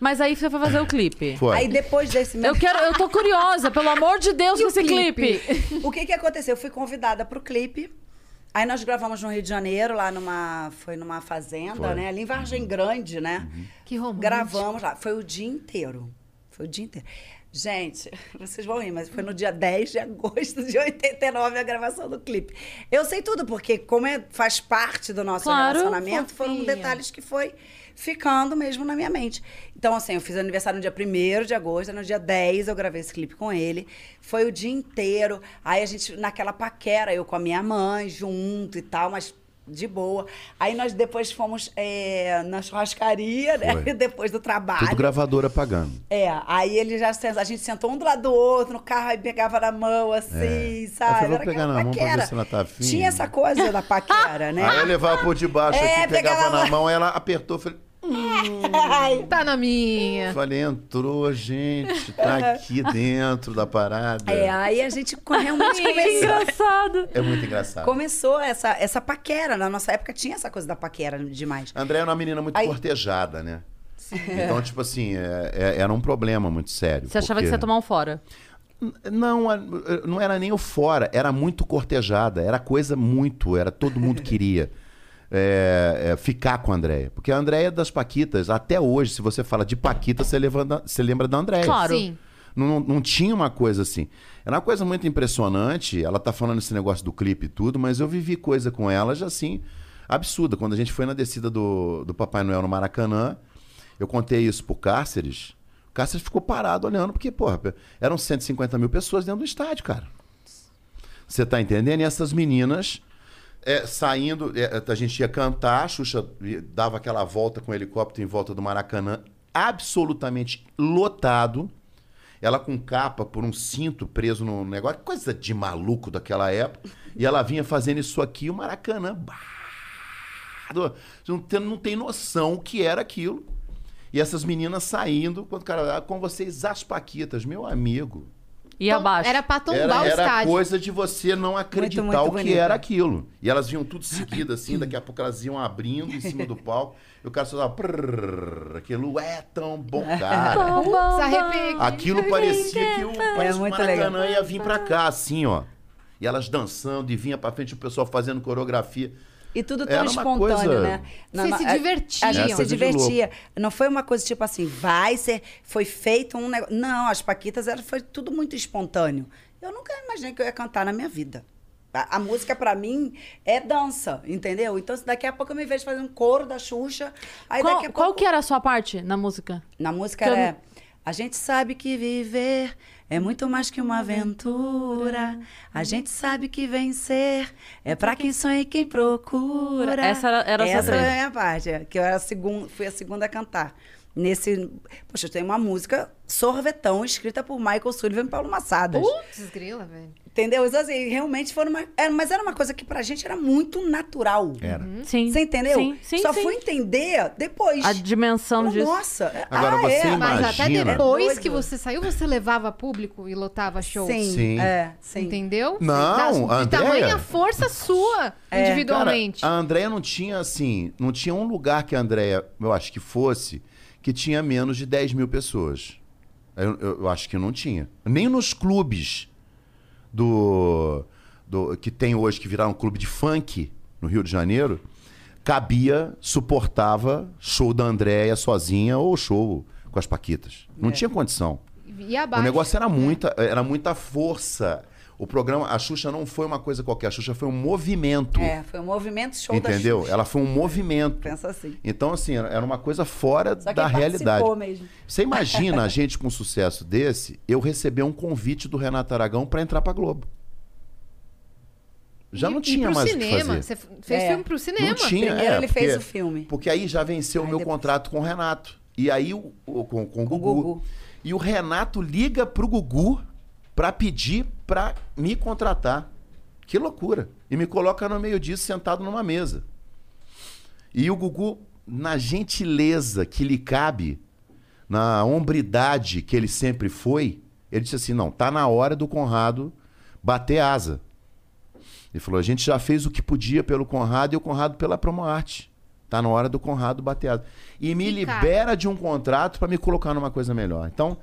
Mas aí você foi fazer o clipe.
Foi.
Aí depois desse
Eu
mesmo.
quero, eu tô curiosa, pelo amor de Deus,
E
com
o
esse clipe.
*laughs* O que que aconteceu? Eu fui convidada pro clipe. Aí nós gravamos no Rio de Janeiro, lá numa. Foi numa fazenda,
Foi.
né? Ali em Vargem Grande, né?
Que romântico.
Gravamos lá. Foi o dia inteiro. Foi o dia inteiro. Gente, *laughs* vocês vão rir, mas foi no dia 10 de agosto de 89 a gravação do clipe. Eu sei tudo, porque como é, faz parte do nosso
Claro,
relacionamento, foram
fofinha.
detalhes que foi ficando mesmo na minha mente. Então, assim, eu fiz aniversário no dia 1 de agosto, no dia 10 eu gravei esse clipe com ele. Foi o dia inteiro. Aí a gente, naquela paquera, eu com a minha mãe, junto e tal, mas de boa. Aí nós depois fomos é, na churrascaria, né?
Foi.
*laughs* Depois do trabalho.
Tudo gravadora pagando.
É, aí ele já senta- a gente sentou um do lado do outro no carro e pegava na mão, assim,
É. Aí eu
sabe?
falei, vou
Era
pegar
aquela
na mão pra
paquera.
ver se ela tá afim.
Tinha essa coisa da paquera, né?
*laughs* Aí eu levava por debaixo
É,
aqui, pegava
pegava
na
lá.
mão, ela apertou, falei,
Ai,
Tá na
É.
minha.
falei, entrou, gente, tá
*laughs*
aqui dentro da parada.
é,
É,
aí a gente co- realmente começou.
Engraçado.
muito engraçado.
Começou essa, essa paquera. Na nossa época tinha essa coisa da paquera demais.
André era uma menina muito
Aí-
cortejada, né? Então, tipo assim, é- é- era um problema muito sério.
Você achava que você ia
porque-
tomar um fora.
N- Não, a- não era nem o fora, era muito cortejada, era coisa muito, era todo mundo queria *laughs* é, é, ficar com a Andréia. Porque a Andréia é das Paquitas, até hoje, se você fala de Paquita, você, levanta- você lembra da Andréia.
Claro.
Sim.
Não, não tinha uma coisa assim. Era uma coisa muito impressionante. Ela tá falando esse negócio do clipe e tudo, mas eu vivi coisa com ela já assim, absurda. Quando a gente foi na descida do, do Papai Noel no Maracanã, eu contei isso pro Cáceres. O Cáceres ficou parado olhando, porque, porra, eram 150 mil pessoas dentro do estádio, cara. Você tá entendendo? E essas meninas é, saindo, é, a gente ia cantar, a Xuxa dava aquela volta com o helicóptero em volta do Maracanã, absolutamente lotado. Ela com capa por um cinto preso no negócio, coisa de maluco daquela época. E ela vinha fazendo isso aqui, o Maracanã. bah, do- Não tem, não tem noção o que era aquilo. E essas meninas saindo, quando o cara, "Ah, com vocês as Paquitas, meu amigo.
E
Então,
Tom-
abaixo.
Era pra tombar
Era,
o
era
estádio.
coisa de você não acreditar
muito
o que
bonito.
era aquilo. E elas vinham tudo seguido, assim, daqui a pouco elas iam abrindo em cima do palco. E o cara só dava. "Prrr", Aquilo é tão bom, cara.
Bom, bom,
Se arrepia.
bom.
Aquilo parecia que o, parecia que o
muito
Maracanã ia vir pra cá, assim, ó. E elas dançando e vinha pra frente o pessoal fazendo coreografia.
E tudo tão
Era uma
espontâneo,
coisa-
né?
Vocês
na-
se
a- A
divertiam.
gente se
Coisa de louco.
divertia. Não foi uma coisa tipo assim, vai ser. Foi feito um negócio. Não, as Paquitas era, foi tudo muito espontâneo. Eu nunca imaginei que eu ia cantar na minha vida. A, a música, pra mim, é dança, entendeu? Então, se daqui a pouco eu me vejo fazendo coro da Xuxa. Aí
Qual,
daqui a
qual
pouco...
que era a sua parte na música?
Na música
Que eu
era. A gente sabe que viver é muito mais que uma aventura. A gente sabe que vencer é pra quem sonha e quem procura.
Essa era- era a sua
Essa
frase.
era a minha parte, é, que eu era a segun, fui a segunda a cantar. Nesse. Poxa, eu tenho uma música sorvetão escrita por Michael Sullivan e Paulo Massadas.
Uh!
Putz, grila, velho.
Entendeu? Então, assim, realmente foram uma. era- mas era uma coisa que pra gente era muito natural.
Era.
Sim.
Hum? Você entendeu?
Sim, sim,
Só
sim.
fui entender depois.
A dimensão
Falei,
disso.
Nossa.
Agora
ah,
você
é,
imagina-
Mas até
Imagina.
depois
É
que
doido.
você saiu, você levava público e lotava show.
Sim,
Sim.
é, sim.
Entendeu?
Não,
da, de
Andréia.
tamanha força sua,
É.
individualmente.
Cara, a Andréia não tinha, assim, não tinha um lugar que a Andréia, eu acho que fosse, que tinha menos de 10 mil pessoas. Eu, eu- eu acho que não tinha. Nem nos clubes do, do que tem hoje, que viraram clube de funk no Rio de Janeiro, cabia, suportava show da Andréia sozinha ou show com as Paquitas. Não tinha condição.
E abaixo.
O negócio era muita, era muita força. O programa, a Xuxa não foi uma coisa qualquer, a Xuxa foi um movimento.
É, foi um movimento show da
Entendeu?
Xuxa.
Ela foi um movimento.
Pensa assim.
Então, assim, era era uma coisa fora
Só quem
da realidade.
participou mesmo.
Você imagina a gente com um sucesso desse, eu receber um convite do Renato Aragão pra entrar pra Globo. Já
E-
não
e
tinha
pro
mais o que
cinema.
fazer.
Você f- fez
É.
filme pro cinema.
Não tinha,
Primeiro
é,
ele fez
porque-
o filme.
Porque aí já venceu o
Aí
meu
depois-
contrato com o Renato. E aí, o, o- com, com
Com o
o Gugu.
Gugu.
E o Renato liga pro Gugu pra pedir pra me contratar. Que loucura. E me coloca no meio disso sentado numa mesa. E o Gugu, na gentileza que lhe cabe, na hombridade que ele sempre foi, ele disse assim: não, tá na hora do Conrado bater asa. Ele falou: a gente já fez o que podia pelo Conrado e o Conrado pela Promoarte. Tá na hora do Conrado bater asa. E me
Ficar.
libera de um contrato para me colocar numa coisa melhor. Então,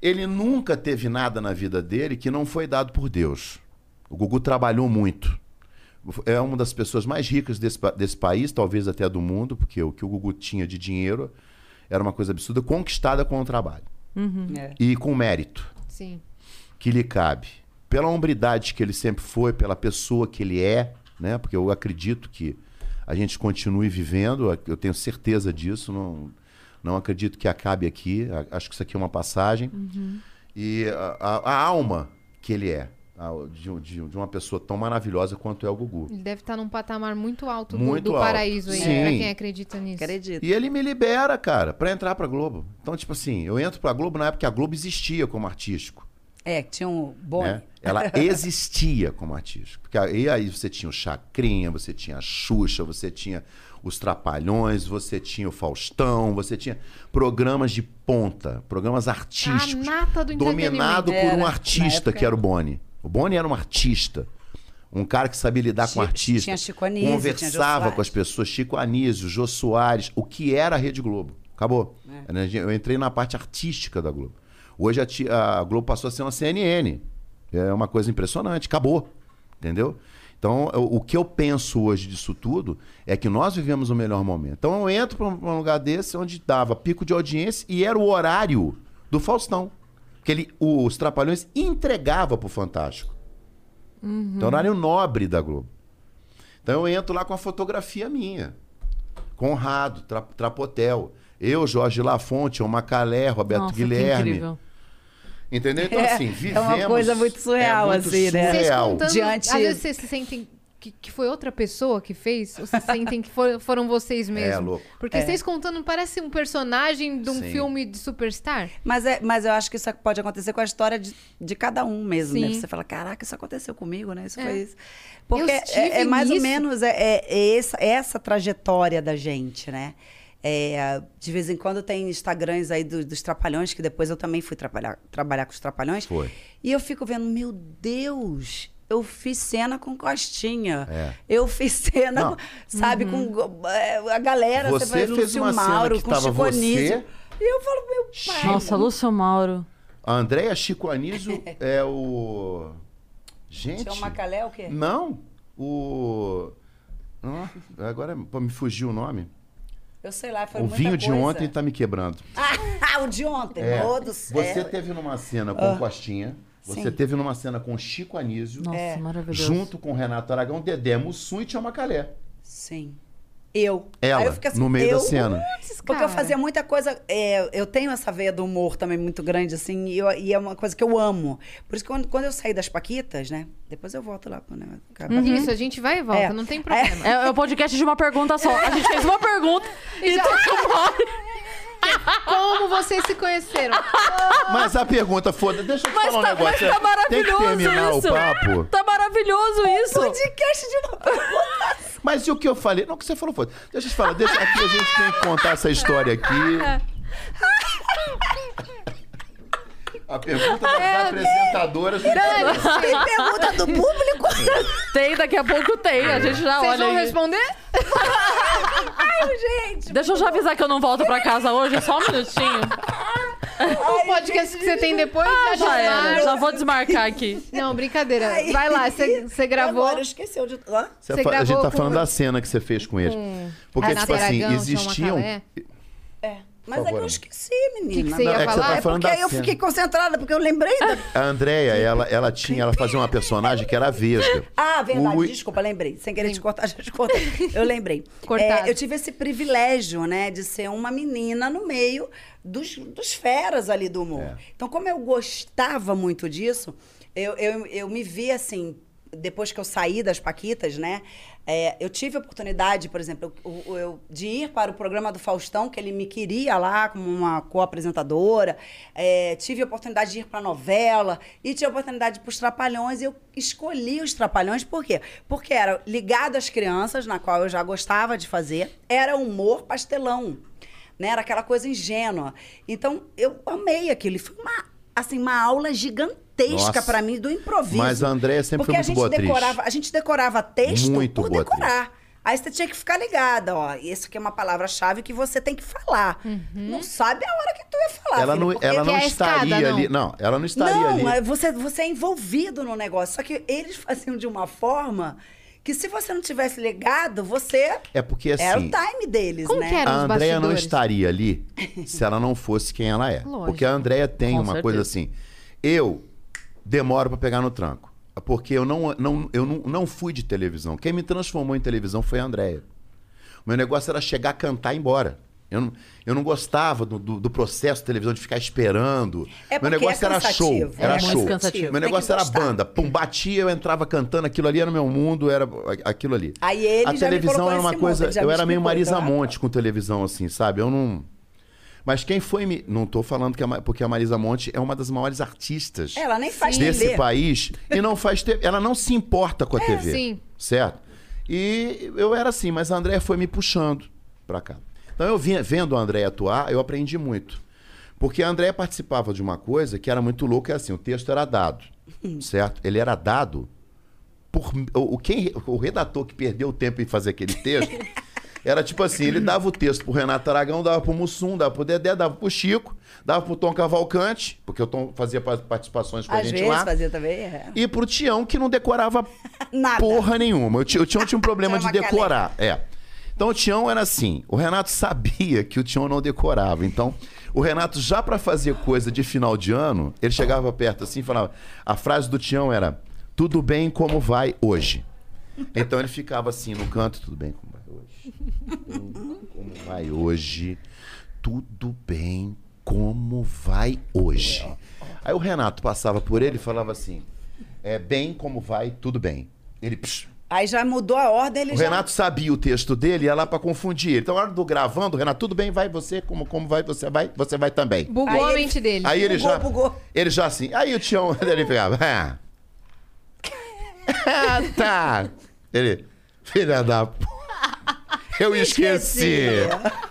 ele nunca teve nada na vida dele que não foi dado por Deus. O Gugu trabalhou muito. É uma das pessoas mais ricas desse, pa- desse país, talvez até do mundo, porque o que o Gugu tinha de dinheiro era uma coisa absurda, conquistada com o trabalho
É.
e com mérito
Sim.
que lhe cabe. Pela hombridade que ele sempre foi, pela pessoa que ele é, né? Porque eu acredito que a gente continue vivendo, eu tenho certeza disso, não, não acredito que acabe aqui, a- acho que isso aqui é uma passagem. E a, a- a alma que ele é, a- de, um- de um- de uma pessoa tão maravilhosa quanto é o Gugu.
Ele deve estar num patamar muito alto do-
Muito
do,
alto.
paraíso aí, né,
Sim.
pra quem acredita nisso.
Acredito.
E ele me libera, cara, pra entrar pra Globo. Então, tipo assim, eu entro pra Globo na época que a Globo existia como artístico.
É, que tinha um bom.
né? Ela existia como artístico. Porque aí, aí você tinha o Chacrinha, você tinha a Xuxa, você tinha os Trapalhões, você tinha o Faustão, você tinha programas de ponta, programas artísticos.
A nata do
dominado por um
Era. Na
artista
época
que era o Boni. O Boni era um artista. Um cara que sabia lidar com
Chi-
artista.
tinha Chico Anísio, tinha Jô
Conversava
Soares.
com as pessoas. Chico Anísio, Jô Soares. O que era a Rede Globo? Acabou.
É.
Né, Eu entrei na parte artística da Globo. Hoje a, ti- a Globo passou a ser uma CNN. É uma coisa impressionante. Acabou. Entendeu? Então, eu- o que eu penso hoje disso tudo é que nós vivemos o melhor momento. Então, eu entro para um lugar desse onde dava pico de audiência e era o horário do Faustão. Porque ele, os Trapalhões entregava pro Fantástico. Então era o nobre da Globo. Então eu entro lá com a fotografia minha. Conrado, Tra- Trapotel. Eu, Jorge Lafonte, o Macalé, Roberto
Nossa, que
Guilherme.
incrível.
Entendeu? Então,
É,
assim,
é
vivemos.
uma coisa muito surreal,
é muito
assim, né?
Vocês
surreal.
contando,
Diante-
às vezes vocês se sentem que, que foi outra pessoa que fez, ou vocês sentem que for- foram vocês mesmos?
É, louco.
É.
Porque vocês contando parece um personagem de um
Sim.
filme de superstar.
Mas, é, mas eu acho que isso pode acontecer com a história de, de cada um mesmo, né?
Sim.
Você fala, caraca, isso aconteceu comigo, né? Isso
É.
foi isso. Porque é-
estive
é, mais ou
nisso.
menos é, é- é essa, é essa trajetória da gente, né? É, de vez em quando tem Instagrams aí do- dos Trapalhões, que depois eu também fui trabalhar, trabalhar com os Trapalhões.
Foi.
E eu fico vendo, meu Deus, eu fiz cena com Costinha.
É.
Eu fiz cena,
Não.
sabe,
Uhum.
com é, a galera.
Você
vai-
fez
Lúcio
uma cena
Mauro,
que
com
tava
Chico
você-
Anísio. E eu falo, meu pai.
Nossa, Lúcio Mauro.
A Andréia Chico
*laughs*
Anísio é o. Gente.
Seu Macalé é o quê?
Não. O. Não, agora pô, me fugiu o nome.
Eu sei lá, foi
o
muita
vinho de
coisa.
ontem tá me quebrando.
*laughs* Ah, o de ontem.
É,
Meu Deus do céu.
Você teve numa cena com
Ah.
Costinha. Você
Sim.
teve numa cena com Chico Anísio. É.
Nossa,
É.
maravilhoso.
Junto com Renato Aragão, Dedé Mussum e Tia Macalé.
Sim. Eu. Aí eu
Ela,
fico assim,
no meio
eu?
da cena.
Porque eu fazia muita coisa. é, eu tenho essa veia do humor também muito grande, assim, e, eu- e é uma coisa que eu amo. Por isso que quando, quando eu saí das Paquitas, né? Depois eu volto lá quando
Uhum.
eu acabar.
Isso, a gente vai e volta,
Uhum. É.
não tem
*laughs*
problema.
É, é o podcast de uma pergunta só. A gente fez uma pergunta e todo mundo.
Como vocês se
*laughs*
conheceram?
Mas a pergunta, foda deixa eu te
Mas
falar um
tá, mas
negócio.
tá
Tem que
maravilhoso
terminar
isso.
o papo.
Tá maravilhoso isso.
Podcast de uma pergunta.
Mas e o que eu falei? Não, o que você falou, foda Deixa eu te falar, deixa aqui, a gente tem que contar essa
*laughs*
história aqui. A pergunta das
É,
apresentadoras.
Tem é pergunta do público?
Tem, daqui a pouco tem. A gente já
Vocês
olha.
vão
aí.
responder?
Gente,
Deixa eu já avisar que eu não volto pra casa hoje, só um
*laughs*
minutinho.
O podcast que você tem depois?
Ah,
já
Já era,
desmarca.
já vou desmarcar aqui.
Não, brincadeira. *laughs* Vai lá, você você gravou.
Agora esqueceu de. Hã?
Você
Você
fa- A gente
gravou
tá
com-
falando da cena que você fez com ele. Porque,
Renato
tipo assim,
Aragão, João
existiam.
Macalé.
Mas
favor,
é que eu
amor.
esqueci, menina.
que você ia
Não, é que você
falar?
tá
É
falando
porque
da
aí eu
cena.
fiquei concentrada, porque eu lembrei da
A Andrea, ela, ela tinha, ela fazia uma personagem que era a Vesga.
Ah, verdade.
Ui.
Desculpa, lembrei. Sem querer te cortar, já te cortei. Eu lembrei.
Cortado.
É, eu tive esse privilégio, né, de ser uma menina no meio dos, dos feras ali do humor. Então, como eu gostava muito disso, eu, eu, eu me vi assim, depois que eu saí das Paquitas, né? é, eu tive a oportunidade, por exemplo, eu- eu- eu- de ir para o programa do Faustão, que ele me queria lá como uma co-apresentadora. É, tive a oportunidade de ir para a novela e tive a oportunidade para os Trapalhões. E eu escolhi os Trapalhões por quê? Porque era ligado às crianças, na qual eu já gostava de fazer, era humor pastelão. né? Era aquela coisa ingênua. Então, eu amei aquilo. E foi uma, assim, uma aula gigantesca
Nossa.
para mim do improviso.
Mas a Andréia sempre
Porque
foi
a
muito
gente
boa atriz.
decorava, a gente decorava texto
Muito
por
boa atriz.
decorar. Aí você tinha que ficar ligada, ó. Isso aqui é uma palavra-chave que você tem que falar.
Uhum.
Não sabe a hora que tu ia falar.
ela
filho,
não,
Ah, porque-
ela
Que é
não
a
estaria
escada, não.
ali. Não, ela não estaria
Não,
ali.
é você, você é envolvido no negócio. Só que eles faziam de uma forma que se você não tivesse ligado, você.
É porque
era o
assim.
time deles,
Como
né?
que era
A
os
Andréia não
bastidores?
estaria ali se ela não fosse quem ela é.
Lógico.
Porque a Andréia tem
Com
uma coisa assim. Eu demoro pra pegar no tranco. Porque eu, não, não, eu não, não fui de televisão. Quem me transformou em televisão foi a Andréia. O meu negócio era chegar, cantar e ir embora. Eu não, eu não gostava do, do- do processo de televisão, de ficar esperando.
É
meu
porque
negócio
é
era show.
cansativo.
Era
É muito
show.
cansativo.
Meu
Tem que
negócio era
gostar.
banda. Pum, batia, eu entrava cantando. Aquilo ali era meu mundo, era aquilo ali.
Aí ele já
A
me
televisão
colocou
era uma
nesse
coisa.
mundo, ele já
eu
me
era meio
explicou,
Marisa
então, ah,
Monte com televisão, assim, sabe? Eu não. Mas quem foi me. Não tô falando que a Ma- porque a Marisa Monte é uma das maiores artistas
Ela nem faz
desse
TV.
país e não faz TV. Ela não se importa com a TV.
sim.
Certo? E eu era assim, mas a Andréia foi me puxando pra cá. Então eu vinha vendo a Andréia atuar, eu aprendi muito. Porque a Andréia participava de uma coisa que era muito louca, é assim, o texto era dado.
Hum.
Certo? Ele era dado por o, o quem, o redator que perdeu o tempo em fazer
*laughs*
aquele texto era tipo assim, ele dava o texto pro Renato Aragão, dava pro Mussum, dava pro Dedé, dava pro Chico, dava pro Tom Cavalcante, porque o Tom fazia pa- participações com Tipo, a
Às
gente
vezes
lá.
fazia também. é.
E pro Tião, que não decorava
*laughs* Nada.
porra nenhuma. O Ti- o Tião tinha um problema de
Tião Macalé.
decorar. É. Então o Tião era assim. O Renato sabia que o Tião não decorava. Então, o Renato, já pra fazer coisa de final de ano, ele chegava perto assim e falava. A frase do Tião era: Tudo bem como vai hoje. Então ele ficava assim no canto, tudo bem como vai hoje. Tudo bem como vai hoje. Tudo bem como vai hoje. Aí o Renato passava por ele e falava assim: É bem como vai, tudo bem. Ele. "Psh,
Aí já mudou a ordem, ele
o
já.
Renato sabia o texto dele e ia lá pra confundir. ele. Então, na hora do gravando, o Renato, tudo bem, vai você, como, como vai, você vai, você vai também.
Bugou
Aí
a
ele-
mente dele.
Aí ele
Bugou,
já.
bugou.
Ele já assim. Aí o Tião *laughs* ele pegava. Ah. *laughs* Ah, tá. Ele. Filha da.
*laughs*
p- Eu esqueci.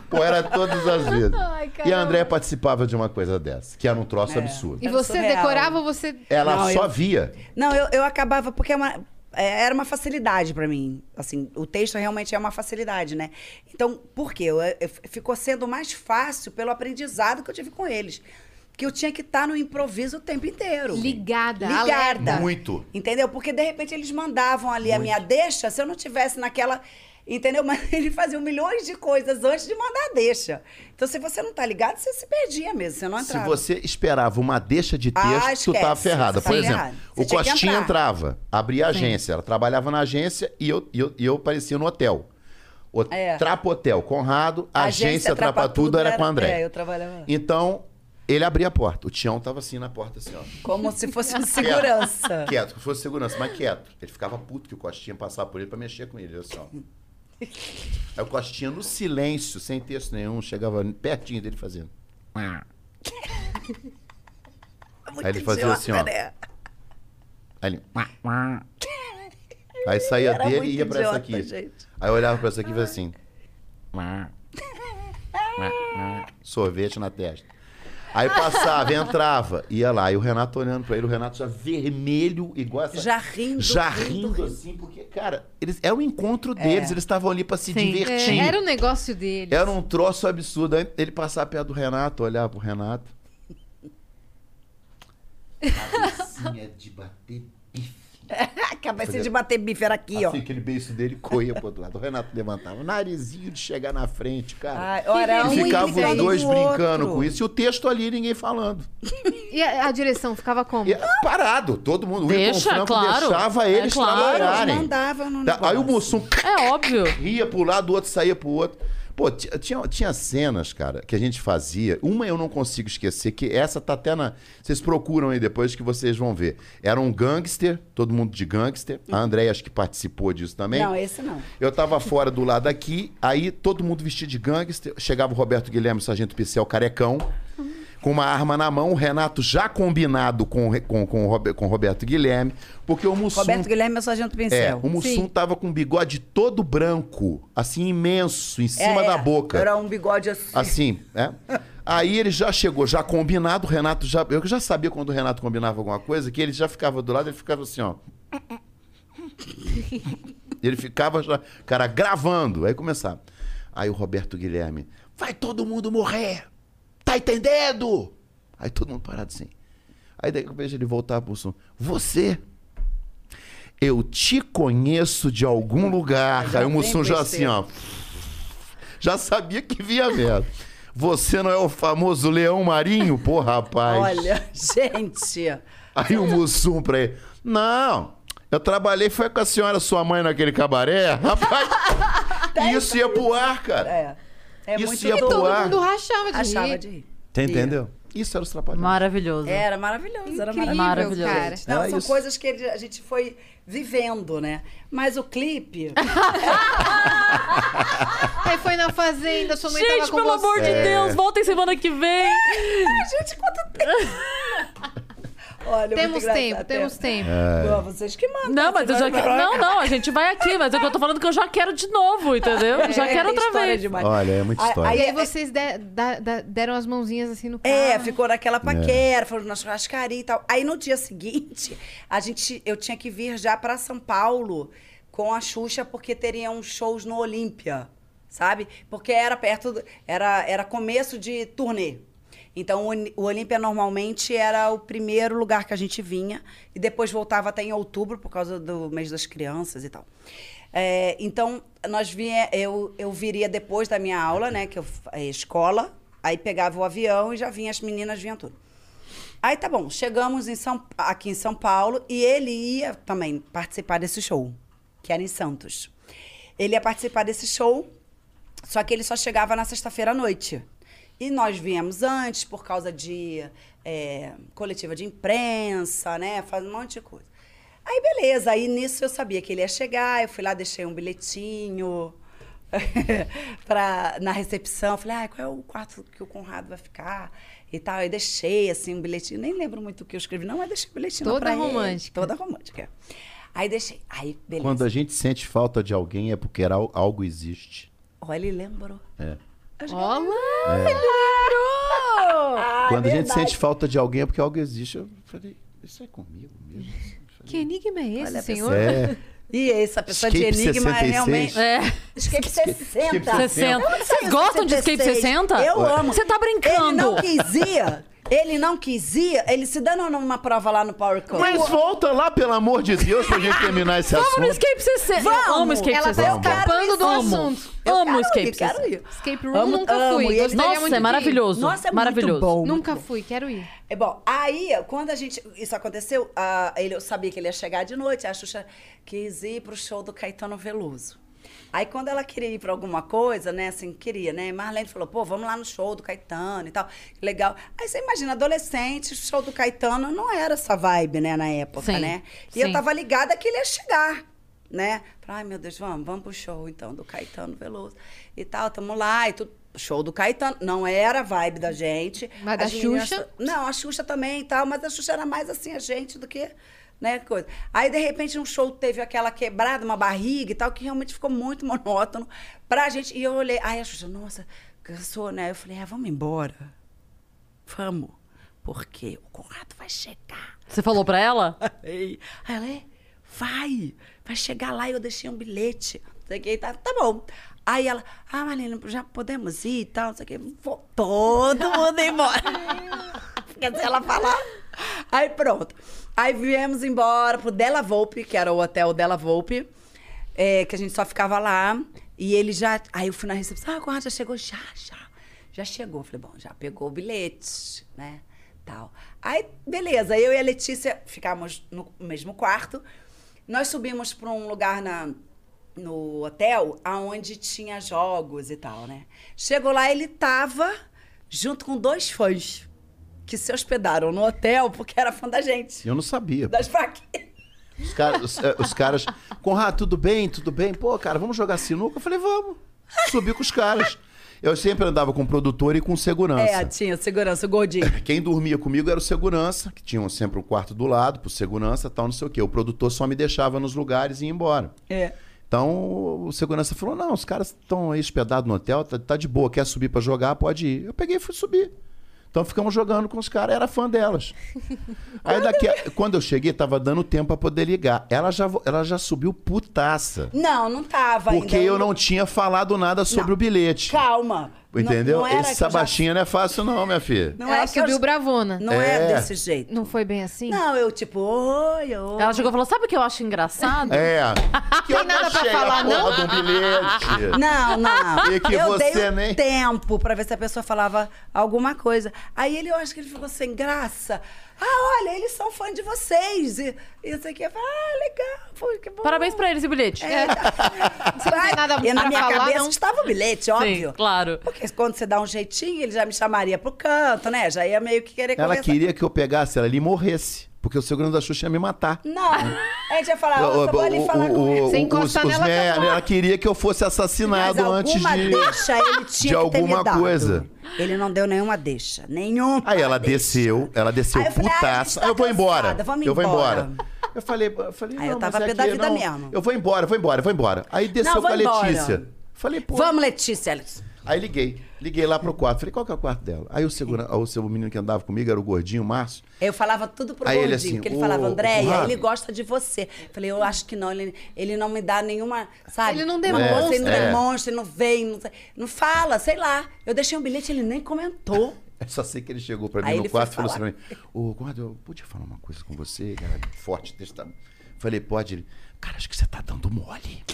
Pô, era todas as vezes.
Ai,
e
caramba.
a André participava de uma coisa dessa, que era um troço absurdo.
E
Era
você
surreal.
decorava, você.
Ela
É. Não,
só
eu-
via.
Não, eu, eu acabava porque é uma- é, era uma facilidade pra mim. Assim, o texto realmente é uma facilidade, né? Então, por quê? Eu- eu- ficou sendo mais fácil pelo aprendizado que eu tive com eles. Que eu tinha que estar no improviso o tempo inteiro.
Ligada,
Ligada.
alerta.
Muito.
Entendeu? Porque de repente eles mandavam ali a minha deixa, se eu não tivesse naquela. Entendeu? *laughs* Mas eles faziam milhões de coisas antes de mandar a deixa. Então, se você não tá ligado, você se perdia mesmo, você não
Se
entrava.
você esperava uma deixa de texto,
Ah,
tu tava
esquece,
ferrada.
você
Por
tá
exemplo,
ferrado.
o
Você tinha que
Costinha
entrar.
entrava, abria a agência. Ela trabalhava na agência e eu, e eu, e eu aparecia no hotel. O
É.
Trapo Hotel Conrado,
A
agência, Trapa, Tudo era, com o André.
É, eu trabalhava.
Então, ele abria a porta. O Tião tava assim na porta, assim, ó.
Como se
*laughs*
fosse um segurança.
Quieto, que fosse segurança, mas quieto. Ele ficava puto que o Costinha passava por ele pra mexer com ele, assim, ó. Aí o Costinha, no silêncio, sem texto nenhum, chegava pertinho dele fazendo.
Muito
Aí ele fazia
idiota,
assim, ó.
né?
Aí ele. Aí saía
Era
dele
muito
e ia pra
idiota,
essa aqui.
gente.
Aí eu olhava pra essa aqui e fazia assim. Sorvete na testa.
*laughs*
Aí passava, entrava, ia lá. E o Renato olhando pra ele, o Renato já vermelho, igual essa.
Já rindo,
Já
rindo,
rindo,
*laughs* rindo. É.
assim, porque, cara, eles, era o encontro deles, eles estavam ali pra se
Sim.
divertir.
É,
um
era o negócio dele.
Era um troço absurdo. Aí Ele passar perto do Renato, olhar
*laughs*
pro Renato. Cabecinha de bater bife.
A cabeça Ah, de bater bife era aqui, ó.
Assim, aquele beiço dele coia pro outro lado. O Renato levantava. o Narizinho de chegar na frente, cara.
Ai, ora,
E
um
e ficavam os
implicando
dois
com o outro.
brincando com isso. E o texto ali, ninguém falando.
E a, a direção ficava como?
E é parado, todo mundo. O
Deixa,
Wilton Franco
claro.
deixava eles
É claro.
Eles
trabalharem.
mandavam no
Tá, Aí o
negócio.
Mussum
É óbvio.
ria pro lado, o outro saía pro outro. Pô, ti- tinha, tinha cenas, cara, que a gente fazia. Uma eu não consigo esquecer, que essa tá até na. Vocês procuram aí depois que vocês vão ver. Era um gangster, todo mundo de gangster. A Andréia acho que participou disso também.
Não, esse não.
Eu tava fora do lado aqui, aí todo mundo vestido de gangster. Chegava o Roberto Guilherme, o Sargento Pincel carecão, com uma arma na mão, o Renato já combinado com, o Re- com, com, o Robe- com o Roberto Guilherme, porque o Mussum.
Roberto Guilherme é o sargento
é,
pincel.
o Mussum
Sim.
tava com um bigode todo branco, assim, imenso, em cima
É,
da
é.
boca.
Era um bigode assim.
*laughs* Assim, né? Aí ele já chegou, já combinado, o Renato já. Eu já sabia quando o Renato combinava alguma coisa, que ele já ficava do lado, ele ficava
*laughs*
assim, ó. Ele ficava já, cara, gravando. Aí começava. Aí o Roberto Guilherme, vai todo mundo morrer! Tá entendendo? Aí todo mundo parado assim. Aí daqui eu vejo ele voltar pro som. Você eu te conheço de algum lugar.
Já
Aí o Mussum
vem
já assim,
besteira.
ó. Já sabia que via merda. Você não é o famoso leão marinho? Pô, rapaz.
Olha, *laughs* gente.
Aí o Mussum pra ele. Não, eu trabalhei, foi com a senhora, sua mãe, naquele cabaré. Rapaz, isso ia pro ar, cara.
É. É
Isso
muito
ia
E
pro
todo
Boa.
mundo rachava de
Achava
rir.
de rir.
Você entendeu? Isso era os trapalhões.
Maravilhoso.
É,
Era maravilhoso, era
Incrível,
maravilhoso.
cara.
Não,
Hum. Era
são
isso.
coisas que ele- a gente foi vivendo, né? Mas o
*laughs*
clipe.
Aí foi na fazenda, sua mãe tava
Gente,
com
pelo
você.
amor de
É.
Deus, voltem semana que vem.
Ai, gente, quanto
*laughs*
tempo! Olha, é
Temos
muito engraçado.
tempo, temos tempo.
É.
Pô, vocês que mandam.
Não, mas eu já quero. Não, não, a gente vai aqui, mas é que eu tô falando que eu já quero de novo, entendeu? já
*laughs* É,
quero
tem
outra
história
vez.
demais.
Olha, é muita
Aí-
história.
E
aí
aí vocês de- da- da- deram as mãozinhas assim no carro.
É, ficou naquela paquera, foram na churrascaria e tal. Aí no dia seguinte, a gente, eu tinha que vir já pra São Paulo com a Xuxa, porque teriam shows no Olímpia, sabe? Porque era perto, do- era, era começo de turnê. Então, o Oni- o Olímpia normalmente era o primeiro lugar que a gente vinha e depois voltava até em outubro por causa do mês das crianças e tal. É, então, nós vinha, eu, eu viria depois da minha aula, né? Que eu, f- é escola, Aí pegava o avião e já vinha, as meninas vinham tudo. Aí tá bom, chegamos em São, aqui em São Paulo e ele ia também participar desse show, que era em Santos. Ele ia participar desse show, só que ele só chegava na sexta-feira à noite. E nós viemos antes por causa de é, coletiva de imprensa, né? Faz um monte de coisa. Aí beleza, aí nisso eu sabia que ele ia chegar, eu fui lá, deixei um bilhetinho *laughs* pra, na recepção. Falei, ah, qual é o quarto que o Conrado vai ficar? E tal. Aí deixei, assim, um bilhetinho. Nem lembro muito o que eu escrevi, não, mas deixei o bilhetinho lá
Toda
pra ele.
romântica.
Toda romântica. é. Aí deixei. Aí, beleza.
Quando a gente sente falta de alguém é porque era- algo existe.
Olha, ele lembrou.
É.
Olá!
"Ah, é
*laughs* Quando a gente sente falta de alguém é porque algo existe. Eu falei, isso é comigo mesmo.
Que enigma é esse,
Olha a
senhor?
É.
E essa pessoa
Escape
de enigma é
66.
realmente.
É,
Escape 60.
60.
Eu Tá. não sei
Vocês gostam de Escape 60?
Eu
Ué.
amo.
Você tá brincando.
Ele não quis ir. Ele não quis ir. Ele se dando numa prova lá no Power Cup.
Mas volta lá, pelo amor de Deus, pra gente terminar esse
Vamos no
assunto.
Escape 60. Eu
Vamos.
amo Escape
Ela
60.
tá
Vamos.
escapando do
Amo.
assunto.
Eu
Amo
quero
Escape
ir, quero
60.
ir.
Escape room
Amo,
nunca
amo.
fui.
E ele-
Gostaria muito de
Nossa, é
ir.
maravilhoso.
Nossa, é
maravilhoso.
muito bom.
Nunca fui, quero ir.
É bom, aí, quando a gente. Isso aconteceu, a- ele, eu sabia que ele ia chegar de noite, a Xuxa quis ir pro show do Caetano Veloso. Aí, quando ela queria ir pra alguma coisa, né, assim, queria, né? Marlene falou, pô, vamos lá no show do Caetano e tal, legal. Aí você imagina, adolescente, show do Caetano não era essa vibe, né, na época,
Sim,
né? E eu
sim.
tava ligada que ele ia chegar, né? Falei, Ai, meu Deus, vamos, vamos pro show, então, do Caetano Veloso e tal, tamo lá e tudo. Show do Caetano, não era a vibe da gente.
Mas da
As meninas-
Xuxa?
não, a Xuxa também e tal, mas a Xuxa era mais assim a gente do que, né, coisa. Aí, de repente, um show teve aquela quebrada, uma barriga e tal, que realmente ficou muito monótono pra gente. E eu olhei, aí a Xuxa, nossa, cansou, né? Eu falei, ah, vamos embora. Vamos. Porque o Conrado vai chegar.
Você falou pra ela?
Aí ela, é, vai, vai chegar lá e eu deixei um bilhete. Não sei o que, tá, tá bom. Aí ela, ah, Marlene, já podemos ir e tal, não sei o que. Vou- Todo mundo embora. *laughs* Quer dizer, ela falar. Aí pronto. Aí viemos embora pro Della Volpe, que era o hotel Della Volpe, é, que a gente só ficava lá. E ele já. Aí eu fui na recepção, ah, Conrado já chegou, já, já. Já chegou. Falei, bom, já pegou o bilhete, né? Tal. Aí, beleza, eu e a Letícia ficamos no mesmo quarto. Nós subimos para um lugar na no hotel aonde tinha jogos e tal, né? Chegou lá, ele tava junto com dois fãs que se hospedaram no hotel porque era fã da gente,
Eu não sabia.
das vaquinhas.
Os, cara- os- eh, os caras. Conrado, tudo bem? Tudo bem? Pô, cara, vamos jogar sinuca? Eu falei, vamos. Subi com os caras. Eu sempre andava com produtor e com segurança.
É, tinha segurança, o gordinho.
Quem dormia comigo era o segurança, que tinha sempre um quarto do lado, pro segurança tal, não sei o quê. O produtor só me deixava nos lugares e ia embora.
É.
Então o segurança falou: não, os caras estão aí hospedados no hotel, tá, tá de boa, quer subir pra jogar, pode ir. Eu peguei e fui subir. Então ficamos jogando com os caras, era
*laughs*
fã delas. Aí daqui, a- quando eu cheguei, tava dando tempo pra poder ligar. Ela já, vo- ela já subiu putaça.
Não, não tava
Porque
ainda.
eu não tinha falado nada sobre
Não.
o bilhete.
Calma.
Entendeu?
Não, não era que eu
Esse
já-
sabatinho não é fácil, não, minha filha.
Não
Ela
é que eu...
subiu bravona.
Não
É.
é desse jeito.
Não foi bem assim?
Não, eu tipo, oi, oi.
Ela chegou e falou: sabe o que eu acho
*laughs*
engraçado?
É. Que eu
Tem nada pra
achei a
falar, não?
porra do bilhete.
Não, não.
*laughs* E que
eu dei
você,
um
né?
tempo pra ver se a pessoa falava alguma coisa. Aí ele, eu acho que ele ficou sem graça. Ah, olha, eles são fã de vocês. E e isso aqui, eu falei, ah, legal, pô, que bom.
Parabéns pra eles e
*laughs*
bilhete.
É.
Você não tem nada
e na
pra
minha
falar,
cabeça
não?
estava o bilhete, óbvio.
Sim, claro.
Porque quando você dá um jeitinho, ele já me chamaria pro canto, né? Já ia meio que querer
Ela
conversar.
queria que eu pegasse ela ali e morresse. Porque o segurança da Xuxa ia me matar. *laughs*
Não, a gente ia falar, eu só vou ali falar com ele.
Você encosta nela, tá
é,
acabou.
ela queria que eu fosse
Mas
assassinado antes
alguma
de.
deixa
*laughs*
ele tinha que ter
alguma
me dado.
coisa.
Ele não deu nenhuma deixa. Nenhuma.
Aí ela
deixa.
desceu, ela desceu
Aí eu falei, ah,
putaça.
a gente tá
eu vou embora.
cansada, vamos
eu vou
embora.
embora. Eu falei, eu falei,
Aí eu
não,
tava pé
mas aqui,
da vida
não,
mesmo.
Eu vou embora, eu vou embora, eu vou embora. Aí desceu
Não,
com
vou
a
embora.
Letícia. Falei, pô.
Vamos, Letícia. Ela-
Aí liguei. Liguei lá pro quarto. Falei, qual que é o quarto dela? Aí o, segura... o seu menino que andava comigo era o gordinho, o Márcio.
Eu falava tudo pro
Aí ele
gordinho,
assim,
porque ele
ô,
falava,
ô,
Andréia,
Conrado."
ele gosta de você. Falei, eu acho que não, ele, ele não me dá nenhuma, sabe?
Ele não
Uma
demonstra.
coisa, Ele não
É.
demonstra, ele não vem, não, sei- não fala, sei lá. Eu deixei um bilhete, ele nem comentou.
Eu só sei que ele chegou pra mim
Aí ele
no quarto e
foi
falou assim pra
falar.
mim: Ô, Conrado, eu podia falar uma coisa com você, cara, forte, testado. Falei, pode. Ele, cara, acho que você tá
*laughs*
dando mole.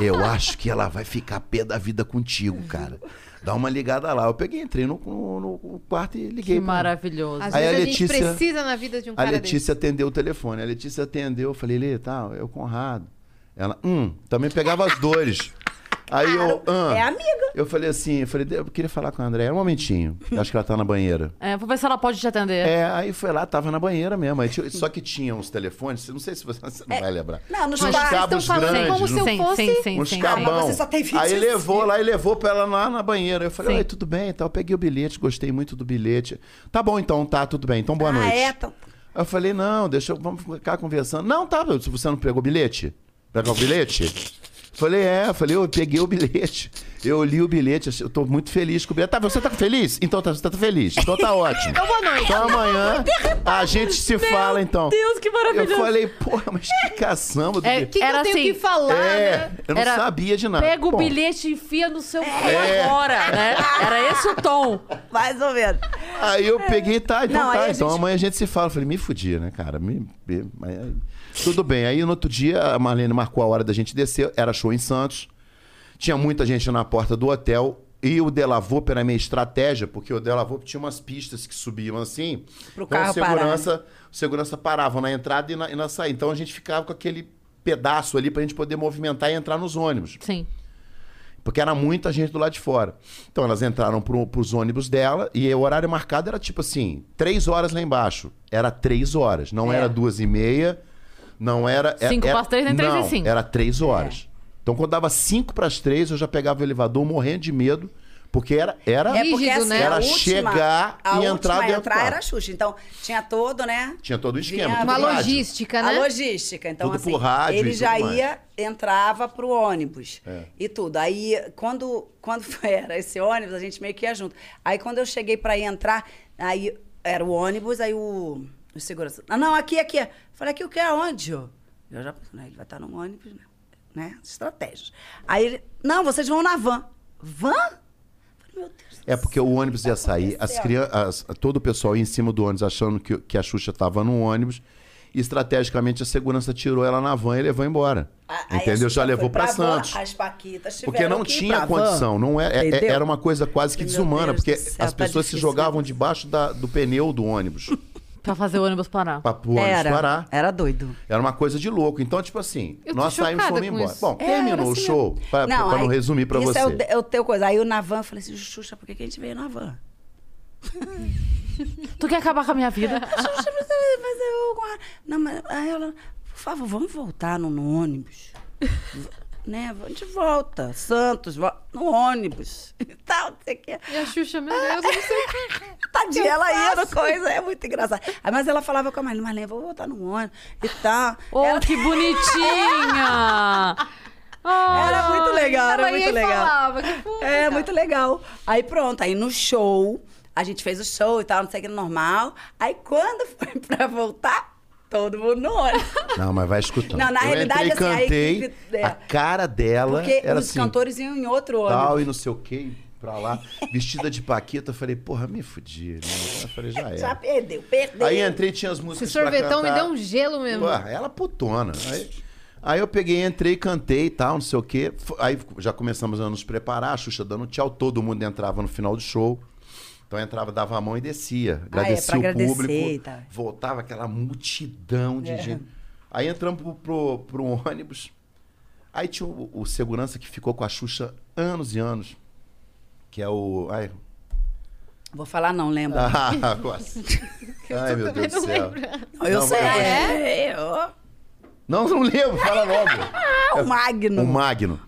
Eu acho que ela vai ficar pé da vida contigo, cara. Dá uma ligada lá. Eu peguei, entrei no, no- no quarto e
Que
liguei. pra ela.
maravilhoso.
Às
Aí
vezes
a
a, gente
Letícia-
precisa na vida de um
A
cara desse.
Letícia atendeu o telefone. A Letícia atendeu. Eu falei, Lê, tá, é o Conrado. Ela, hum, também pegava as dores. Aí eu, hã.
é amiga.
Eu falei assim, eu falei, eu queria falar com a André. Um momentinho. Eu acho que ela tá na banheira.
É, vou ver se ela pode te atender.
É, aí foi lá, tava na banheira mesmo. Aí tinha- só que tinha uns telefones, não sei se você, *laughs* você não vai lembrar.
É. Não, nos
uns
bares estão
cabos
Ah, falando
grandes,
como se
uns,
eu fosse-
Sim, sim,
uns
sim.
cabão.
Ah, mas você só tem 25.
aí levou lá e levou pra ela lá na banheira. Eu falei,
Sim.
oi, tudo bem e tal. Peguei o bilhete, gostei muito do bilhete. Tá bom então, tá, tudo bem. Então boa
ah,
noite.
é? Tão...
Aí Eu falei, não, deixa eu, vamos ficar conversando. Não, tá, se você não pegou o bilhete. Pegou o bilhete? Falei, é, Eu falei, eu peguei o bilhete. Eu li o bilhete, eu tô muito feliz com o bilhete. Tá, você tá feliz? Então tá, você tá feliz. Então tá ótimo.
É
Então boa noite. Então amanhã a gente se fala, então.
Deus, que maravilhoso.
Eu falei, porra, mas que caçamba. do
É,
bilhete.
O que, que
Era
eu tenho
assim,
que falar,
É,
né?
eu não
Era,
sabia de nada.
Pega o
Bom,
bilhete e enfia no seu cu
É.
agora,
*laughs*
né? Era esse o tom.
Mais ou menos.
Tá
Aí eu peguei, tá, então
É. Não, aí
tá,
a
então
gente-
amanhã a gente se fala. Eu falei, me fudia, né, cara? Me- me- mas aí- Tudo bem. Aí no outro dia a Marlene marcou a hora da gente descer, era show em Santos. Tinha muita gente na porta do hotel. E o Delavop era a minha estratégia, porque o Delavop tinha umas pistas que subiam assim.
Pro
então
carro né?
o segurança, o segurança parava na entrada e na, e na saída. Então a gente ficava com aquele pedaço ali pra gente poder movimentar e entrar nos ônibus.
Sim.
Porque era muita gente do lado de fora. Então elas entraram pro, pros ônibus dela e o horário marcado era tipo assim, três horas lá embaixo. Era três horas, não era duas e meia, não era... é-
É. Cinco
era,
pras três, nem três e
não,
cinco. É.
era três horas. Então quando dava cinco pras três, eu já pegava o elevador morrendo de medo, porque era... era
É porque
Rígido,
assim,
né?
a
Era
última,
chegar
a
e
última
entrar
a
dentro do
entrar
quarto.
era a Xuxa. Então, tinha todo, né?
Tinha todo o esquema.
Vinha
tudo
Uma
por rádio.
logística, né?
A logística. Então,
Tudo
assim,
por rádio
ele
e
já
tudo mais. É.
ia, entrava pro ônibus e tudo. Aí, quando, quando *laughs* foi- era esse ônibus, a gente meio que ia junto. Aí, quando eu cheguei pra ir entrar, aí era o ônibus, aí o, o segurança... Ah, não, aqui, aqui. Falei, aqui o que? Aonde? ó?" Eu já... né, ele vai estar num ônibus, né? né? Estratégias. Aí ele... Não, vocês vão na van. Van? Falei, meu Deus
É porque o ônibus ia sair, as crianças, todo o pessoal ia em cima do ônibus achando que, que a Xuxa estava no ônibus. E estrategicamente a segurança tirou ela na van e levou embora.
A- aí
entendeu?
a
Já
Xuxa
levou
foi
para
van,
Santos.
As Paquitas
Porque
tiveram
não
que ir
tinha
pra
condição,
van.
não é, é-
Entendeu?
era uma coisa quase que
Meu
desumana,
Deus
porque
do céu,
as
tá
pessoas se
difícil.
jogavam debaixo da- do pneu do ônibus. *laughs*
Pra fazer o ônibus parar.
pra pro ônibus
era,
parar.
era doido.
Era uma coisa de louco. Então, tipo assim,
Eu tô
nós saímos
chocada
e fomos
com
embora.
isso.
Bom, terminou o show, pra pra não,
assim aí-
resumir pra
isso
você.
é o, é o teu coisa. Aí eu na van, eu falei assim, Xuxa, por que, que a gente veio na van?
Tu quer acabar com a minha
*laughs*
vida?
"Ah, Xuxa, mas eu- mas eu... com a- Não, mas aí ela, por favor, vamos voltar no, no ônibus. *laughs* V- né, a gente volta. Santos, vo- no ônibus. *laughs* E tal, não sei o que.
E a Xuxa, meu Deus, eu não sei o que.
*laughs* Tadinha, ela ia no coisa, é muito engraçado. Aí, Mas ela falava com a Marlene, Marlene, vou voltar no ônibus e tal.
Oh,
ela...
que bonitinha! Ah,
*laughs* Era muito legal, era
Ela ia
muito
e
legal.
falava, que
*laughs*
fofo,
é,
cara.
muito legal. Aí pronto, aí no show, a gente fez o show e tal, não sei o que, normal. Aí quando *laughs* foi pra voltar, todo mundo no
*laughs*
ônibus.
Não, mas vai escutando.
Não, na
eu
realidade,
entrei,
assim, a
cantei, a,
equipe- é.
cara dela
Porque
era
os
assim,
cantores iam em outro ônibus.
tal e não sei o que, pra lá, vestida de paqueta. Eu falei, porra, me fudi. Né? Eu falei, já era.
Já perdeu, perdeu.
Aí é- entrei, tinha as
Esse
músicas pra
sorvetão me
cantar.
deu um gelo mesmo.
Ué, ela é putona. Aí, aí eu peguei, entrei, cantei e tal, não sei o quê. F- Aí já começamos a nos preparar, a Xuxa dando tchau, todo mundo entrava no final do show. Então entrava, dava a mão e descia.
Ah, é, pra
Agradecia o
agradecer e
público.
tal. é.
Voltava aquela multidão de gente. Aí entramos pro, pro, pro ônibus. Aí tinha o, o segurança que ficou com a Xuxa anos e anos. Que é o. Ai,
Vou falar, não, lembro.
*laughs* ah,
*laughs*
quase. Ai, meu Deus do céu.
eu
Não,
sei.
vou-
É, eu-
Não, não lembro, fala logo.
*laughs* Ah, o Magno. Oh,
O Magno.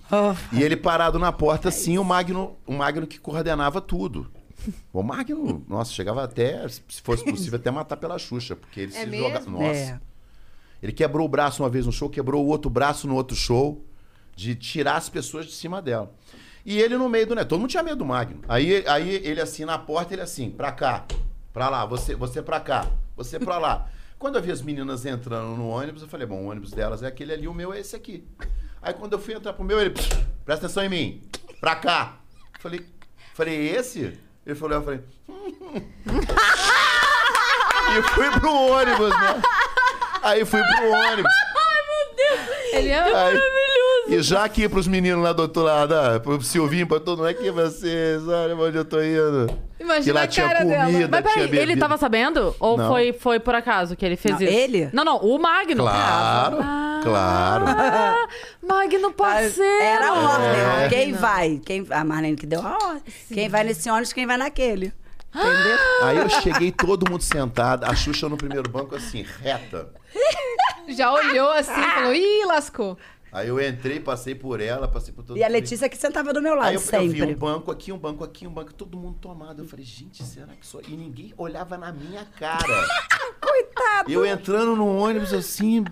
E ele parado na
É
porta, assim, o Magno, o Magno que coordenava tudo. O Magno, nossa, chegava até, se fosse possível, até matar pela Xuxa, porque ele se
mesmo?
jogava. Nossa.
É.
Ele quebrou o braço uma vez no show, quebrou o outro braço no outro show, de tirar as pessoas de cima dela. E ele no meio do né, todo mundo tinha medo do Magno. Aí, aí ele assim na porta, ele assim, pra cá, pra lá, você, você pra cá, você pra lá. Quando eu vi as meninas entrando no ônibus, eu falei, bom, o ônibus delas é aquele ali, o meu é esse aqui. Aí quando eu fui entrar pro meu, ele, "Pss, presta atenção em mim, pra cá. Falei, falei, "É esse? Ele falou, eu falei, "Hum, *laughs* e fui pro ônibus, né? Aí fui pro ônibus.
Ele ama.
Aí- E já aqui pros meninos lá do outro lado, ah, pro Silvinho, pra todo mundo, aqui vocês, olha onde eu tô indo. que
Imagina
lá
a
tinha
cara
comida,
dela.
Mas
tinha
peraí,
bebida.
ele tava sabendo? Ou
Não.
foi, foi por acaso que ele fez
Não,
isso?
ele?
Não, não, o Magno.
Claro, claro.
Ah, *laughs* Magno parceiro.
é
Era a ordem.
É.
ó. Quem vai? Quem... A Marlene que deu a ordem. Quem vai nesse ônibus, quem vai naquele.
Ah!
Entendeu?
Aí eu cheguei, todo mundo sentado, a Xuxa no primeiro banco, assim, reta.
Já olhou assim e falou, ih, lascou.
Aí eu entrei, passei por ela, passei por todo
E a
mundo.
Letícia que sentava do meu lado,
Aí eu, eu
sempre.
vi um banco aqui, um banco aqui, um banco, todo mundo tomado. Eu falei, gente, será que só. E ninguém olhava na minha cara.
*laughs* Coitado.
Eu entrando no ônibus assim.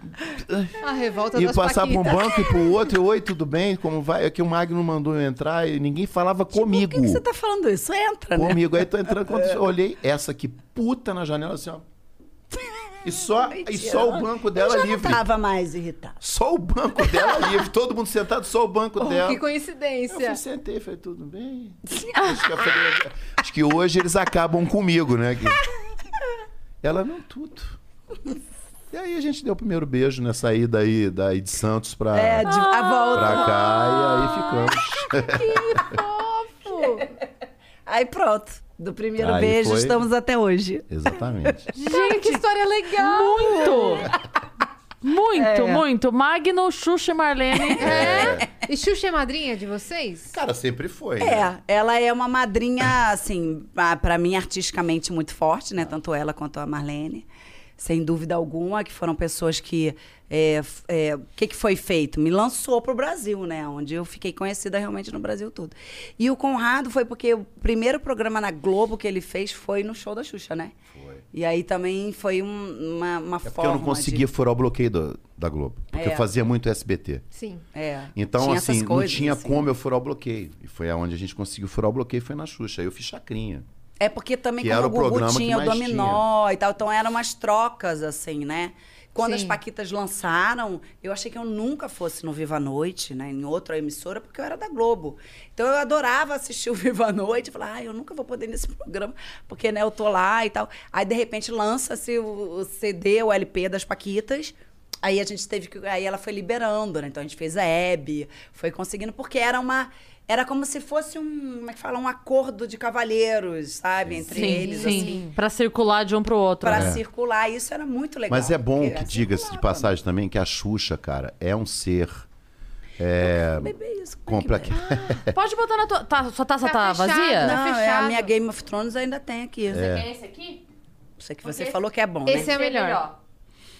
A revolta
E
das
passar pra um
Paquitas.
banco e pro outro, e oi, tudo bem? Como vai? É que o Magno mandou eu entrar e ninguém falava
Por
comigo.
Tipo, que, que você tá falando isso? Entra, né?
comigo. Aí tô
*laughs*
entrando, quando eu olhei, essa aqui puta na janela assim, ó.
*laughs*
E só, e só o banco dela é
eu já
livre.
não tava mais irritada.
Só o banco dela livre. Todo mundo sentado, só o banco
*laughs* Oh,
dela.
Que
Eu
coincidência.
fui, sentei, falei, assim, tudo bem? Acho que, eu falei- acho que hoje eles acabam comigo, né?
*laughs*
que- Ela, não, tudo. E aí a gente deu o primeiro beijo na saída aí daí de Santos pra,
É, de- a volta.
Ah. pra cá e aí ficamos. *laughs*
Aí pronto. Do primeiro
Aí
beijo,
foi.
estamos até hoje.
Exatamente.
Gente, que história legal.
*laughs*
Muito!
É.
Muito, muito. Magno, Xuxa e Marlene.
E Xuxa é madrinha de vocês?
Cara, sempre foi. né?
É, ela é uma madrinha, assim, pra- pra mim, artisticamente muito forte,
Ah.
né? Tanto ela quanto a Marlene. Sem dúvida alguma, que foram pessoas que. é, f- é, O que, que foi feito? Me lançou pro Brasil, né? Onde eu fiquei conhecida realmente no Brasil todo. E o Conrado foi porque o primeiro programa na Globo que ele fez foi no show da Xuxa, né? Foi. E aí também foi um- uma, uma
É porque
forma.
eu não conseguia
De...
furar o bloqueio do- da Globo. Porque
É.
eu fazia muito SBT.
Sim.
É,
Então,
tinha essas
assim,
coisas,
não tinha
assim.
como eu furar o bloqueio. E foi aonde a gente conseguiu furar o bloqueio, foi na Xuxa. Aí eu fiz chacrinha.
É porque também
Que
como
era
o
o
Gugu
programa que
tinha o
mais
dominó e tal, então eram umas trocas, assim, né? Quando as
Sim.
Paquitas lançaram, eu achei que eu nunca fosse no Viva a Noite, né? Em outra emissora, porque eu era da Globo. Então eu adorava assistir o *laughs* Viva a Noite. Eu Falava, ah, eu nunca vou poder ir nesse programa, porque, né, eu tô lá e tal. Aí, de repente, lança-se o, o CD, o LP das Paquitas. Aí a gente teve que. Aí ela foi liberando, né? Então a gente fez a Hebe, foi conseguindo, porque era uma. Era como se fosse um, como é que fala, um acordo de cavalheiros, sabe? Entre eles, assim,
Pra circular de um pro outro.
pra
né?
circular. Isso era muito legal.
É. Mas é bom
porque assim né?
que
era
diga-se de
circulava.
passagem também que a Xuxa, cara, é um ser
Bebê, isso, como é que
complexo.
Pode botar na tua. Tá, sua taça
Tá
tá,
fechado,
vazia?
né?
Não, é, a
fechado.
minha Game of Thrones ainda tem aqui. né?
É esse aqui?
Sei que você falou que é bom,
Esse
né?
é o melhor.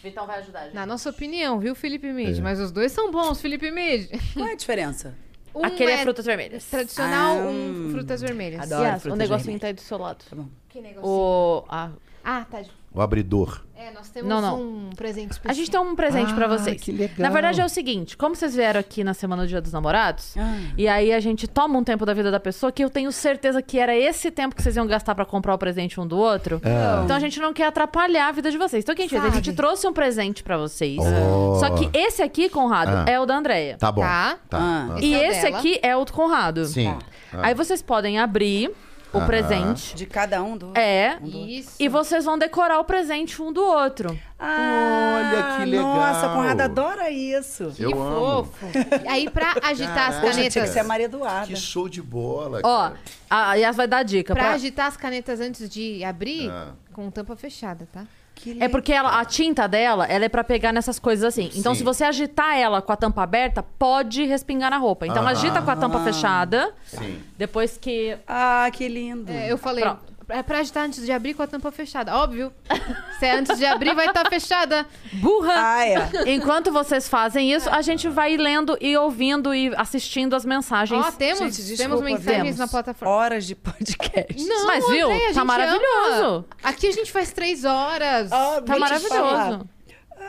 Vitão vai ajudar, gente.
Na nossa opinião, viu, Felipe Mid?
É.
Mas os dois são bons, Felipe Mid.
*laughs*
Qual é a diferença?
Um
Aquele é frutas vermelhas.
Tradicional,
Ah,
um frutas vermelhas.
adoro.
Yes, o
frutas
negocinho
vermelhas.
tá aí do seu lado.
Tá bom.
Que negócio.
O, a,
Ah, tá.
*laughs* O abridor.
É, nós temos
Não, não.
um presente especial.
a gente tem um presente pra
Ah,
vocês.
que legal.
Na verdade é o seguinte, como vocês vieram aqui na semana do Dia dos Namorados,
Ah.
e aí a gente toma um tempo da vida da pessoa que eu tenho certeza que era esse tempo que vocês iam gastar pra comprar o presente um do outro.
Ah.
Então a gente não quer atrapalhar a vida de vocês. Então o que a gente fez? A gente
Sabe.
trouxe um presente pra vocês.
Oh.
Só que esse aqui, Conrado,
Ah.
é o da Andrea.
Tá bom.
Tá.
Tá.
Ah. Tá.
E
Esse é o
esse
dela. Tá.
aqui é o do Conrado.
Sim. Ah.
Aí vocês podem abrir o
Aham.
presente.
De cada um do.
É.
Isso.
E vocês vão decorar o presente um do outro.
Ah,
Olha que legal.
Nossa, a Conrada adora isso.
Eu amo.
Aí, pra agitar as
Caraca.
Hoje tinha que
canetas.
ser a Maria Eduarda.
Que show de bola.
Ó,
cara.
a a Yas vai dar a dica.
Pra
pra-
agitar as canetas antes de abrir,
Ah.
com tampa fechada, tá?
Que
É porque ela- a tinta dela, ela é pra pegar nessas coisas assim. Então,
Sim.
se você agitar ela com a tampa aberta, pode respingar na roupa. Então,
Aham.
agita com a tampa fechada.
Sim.
Depois que.
Ah, que lindo.
É, eu falei,
Pronto.
é pra agitar antes de abrir com a tampa fechada. Óbvio. Se é antes de abrir, vai estar
*laughs*
fechada. Burra!
Ah, é.
Enquanto vocês fazem isso, a gente vai lendo e ouvindo e assistindo as mensagens.
Ó, temos,
Gente, desculpa,
temos mensagens
temos.
na plataforma.
Horas de *laughs* podcast.
Não,
Mas viu?
André, a
Tá
gente
maravilhoso.
ama. Aqui a gente faz três horas.
Ah,
Tá
vou te
maravilhoso.
falar.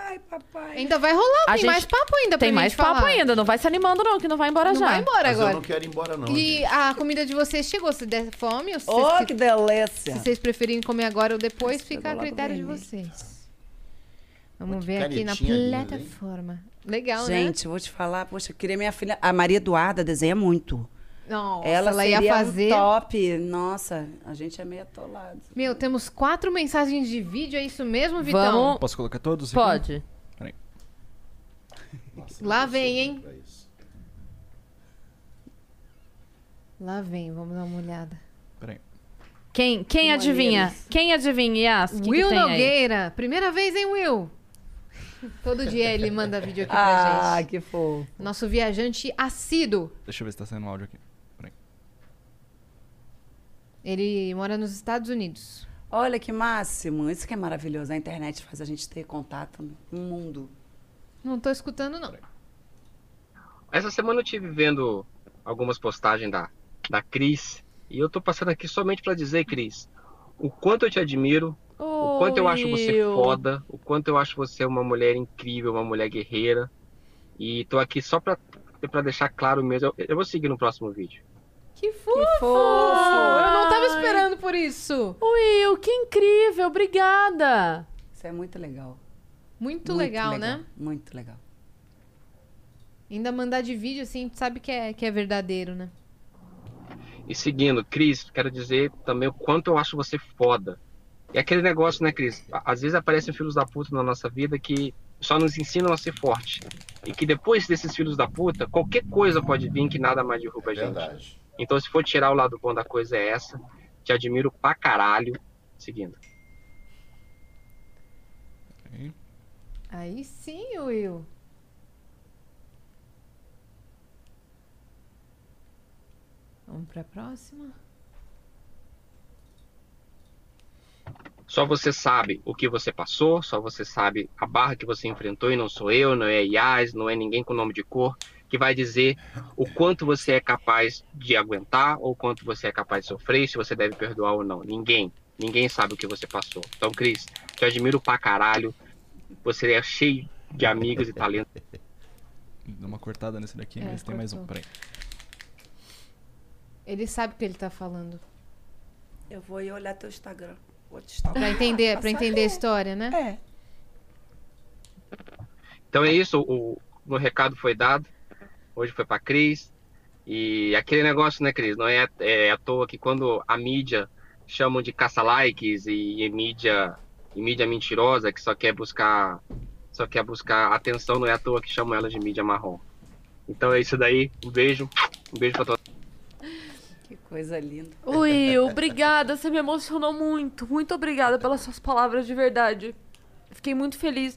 Ai, papai.
Ainda vai rolar,
A
tem
gente-
mais papo ainda pra
Tem
gente
mais papo
falar.
ainda, não vai se animando, não, que não vai embora
Não
já.
vai embora
Mas eu
agora.
não quero ir embora, não.
E
gente.
a comida de vocês chegou? Se der fome, ou se vocês,
Oh,
que-
que delícia.
se vocês preferirem comer agora ou depois,
Esse
fica a
pegou lá do
critério de
vermelho.
vocês. Vamos
Muito
ver aqui na
canetinha linda, hein?
plataforma. Legal, né?
Gente, vou te falar, poxa, eu queria minha filha. A Maria Eduarda desenha muito.
Nossa,
ela
ela,
seria
ia fazer.
um top. Nossa, a gente é meio atolado.
Meu, temos quatro mensagens de vídeo, é isso mesmo, Vitão?
Vamos.
Posso colocar todos? aqui?
Pode.
Lá vem, hein?
É isso.
Lá vem, vamos dar uma olhada.
Peraí.
Quem, quem adivinha? Quem adivinha, Yas? Que
Will
que tem aí?
Nogueira, primeira vez, hein, Will? Todo dia ele manda vídeo aqui pra
*laughs* Ah,
gente.
que fofo.
Nosso viajante assíduo.
Deixa eu ver se tá saindo o áudio aqui. Peraí.
Ele mora nos Estados Unidos.
Olha que máximo. Isso que é maravilhoso. A internet faz a gente ter contato com o mundo.
Não tô escutando, não.
Essa semana eu tive vendo algumas postagens da, da Cris e eu tô passando aqui somente pra dizer, Cris, o quanto eu te admiro, o quanto eu acho você
Will.
foda, o quanto eu acho você uma mulher incrível, uma mulher guerreira. E tô aqui só pra, pra deixar claro mesmo. Eu, eu vou seguir no próximo vídeo.
Que fofo! Eu não tava esperando por isso.
Will, que incrível, obrigada.
Isso é muito legal.
Muito, legal, né?
Muito legal.
Ainda mandar de vídeo, assim, a gente sabe que é, que é verdadeiro, né?
E seguindo, Cris, quero dizer também o quanto eu acho você foda. É aquele negócio, né, Cris? A- Às vezes aparecem filhos da puta na nossa vida que só nos ensinam a ser forte. E que depois desses filhos da puta, qualquer coisa pode vir que nada mais derruba a gente.
É Verdade.
Então, se for tirar o lado bom da coisa, é essa. Te admiro pra caralho. Seguindo.
Peraí.
Aí sim, Will. Vamos pra próxima.
Só você sabe o que você passou, só você sabe a barra que você enfrentou e não sou eu, não é Iaz, não é ninguém com nome de cor que vai dizer o quanto você é capaz de aguentar ou o quanto você é capaz de sofrer, se você deve perdoar ou não. Ninguém, ninguém sabe o que você passou. Então, Cris, te admiro pra caralho. Você é cheio de amigos e talentos.
Dá uma cortada nesse daqui,
É,
mas tem mais um.
cortou.
Peraí.
Ele sabe o que ele tá falando.
Eu vou ir olhar teu Instagram. Vou te
Pra *laughs*
stalkear.
entender, pra entender a história, né?
É.
Então é isso, o, o recado foi dado. Hoje foi pra Cris. E aquele negócio, né, Cris? Não é, é à toa que quando a mídia chamam de caça-likes e, e mídia, e mídia mentirosa que só quer buscar só quer buscar atenção, não é à toa que chamam ela de mídia marrom. Então é isso daí, um beijo, um beijo pra todos.
Que coisa linda.
Ui, obrigada, você me emocionou muito. Muito obrigada pelas suas palavras de verdade. Fiquei muito feliz.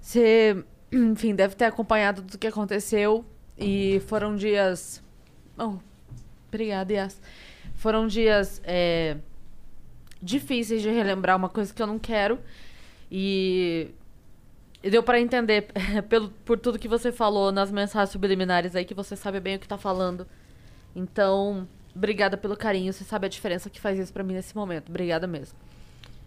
Você, *clears throat* enfim, deve ter acompanhado tudo que aconteceu. E foram dias. Oh, obrigada, Yas. Foram dias é, difíceis de relembrar uma coisa que eu não quero. E e deu pra entender *laughs* pelo, por tudo que você falou nas mensagens subliminares aí que você sabe bem o que tá falando. Então, obrigada pelo carinho. Você sabe a diferença que faz isso pra mim nesse momento. Obrigada mesmo.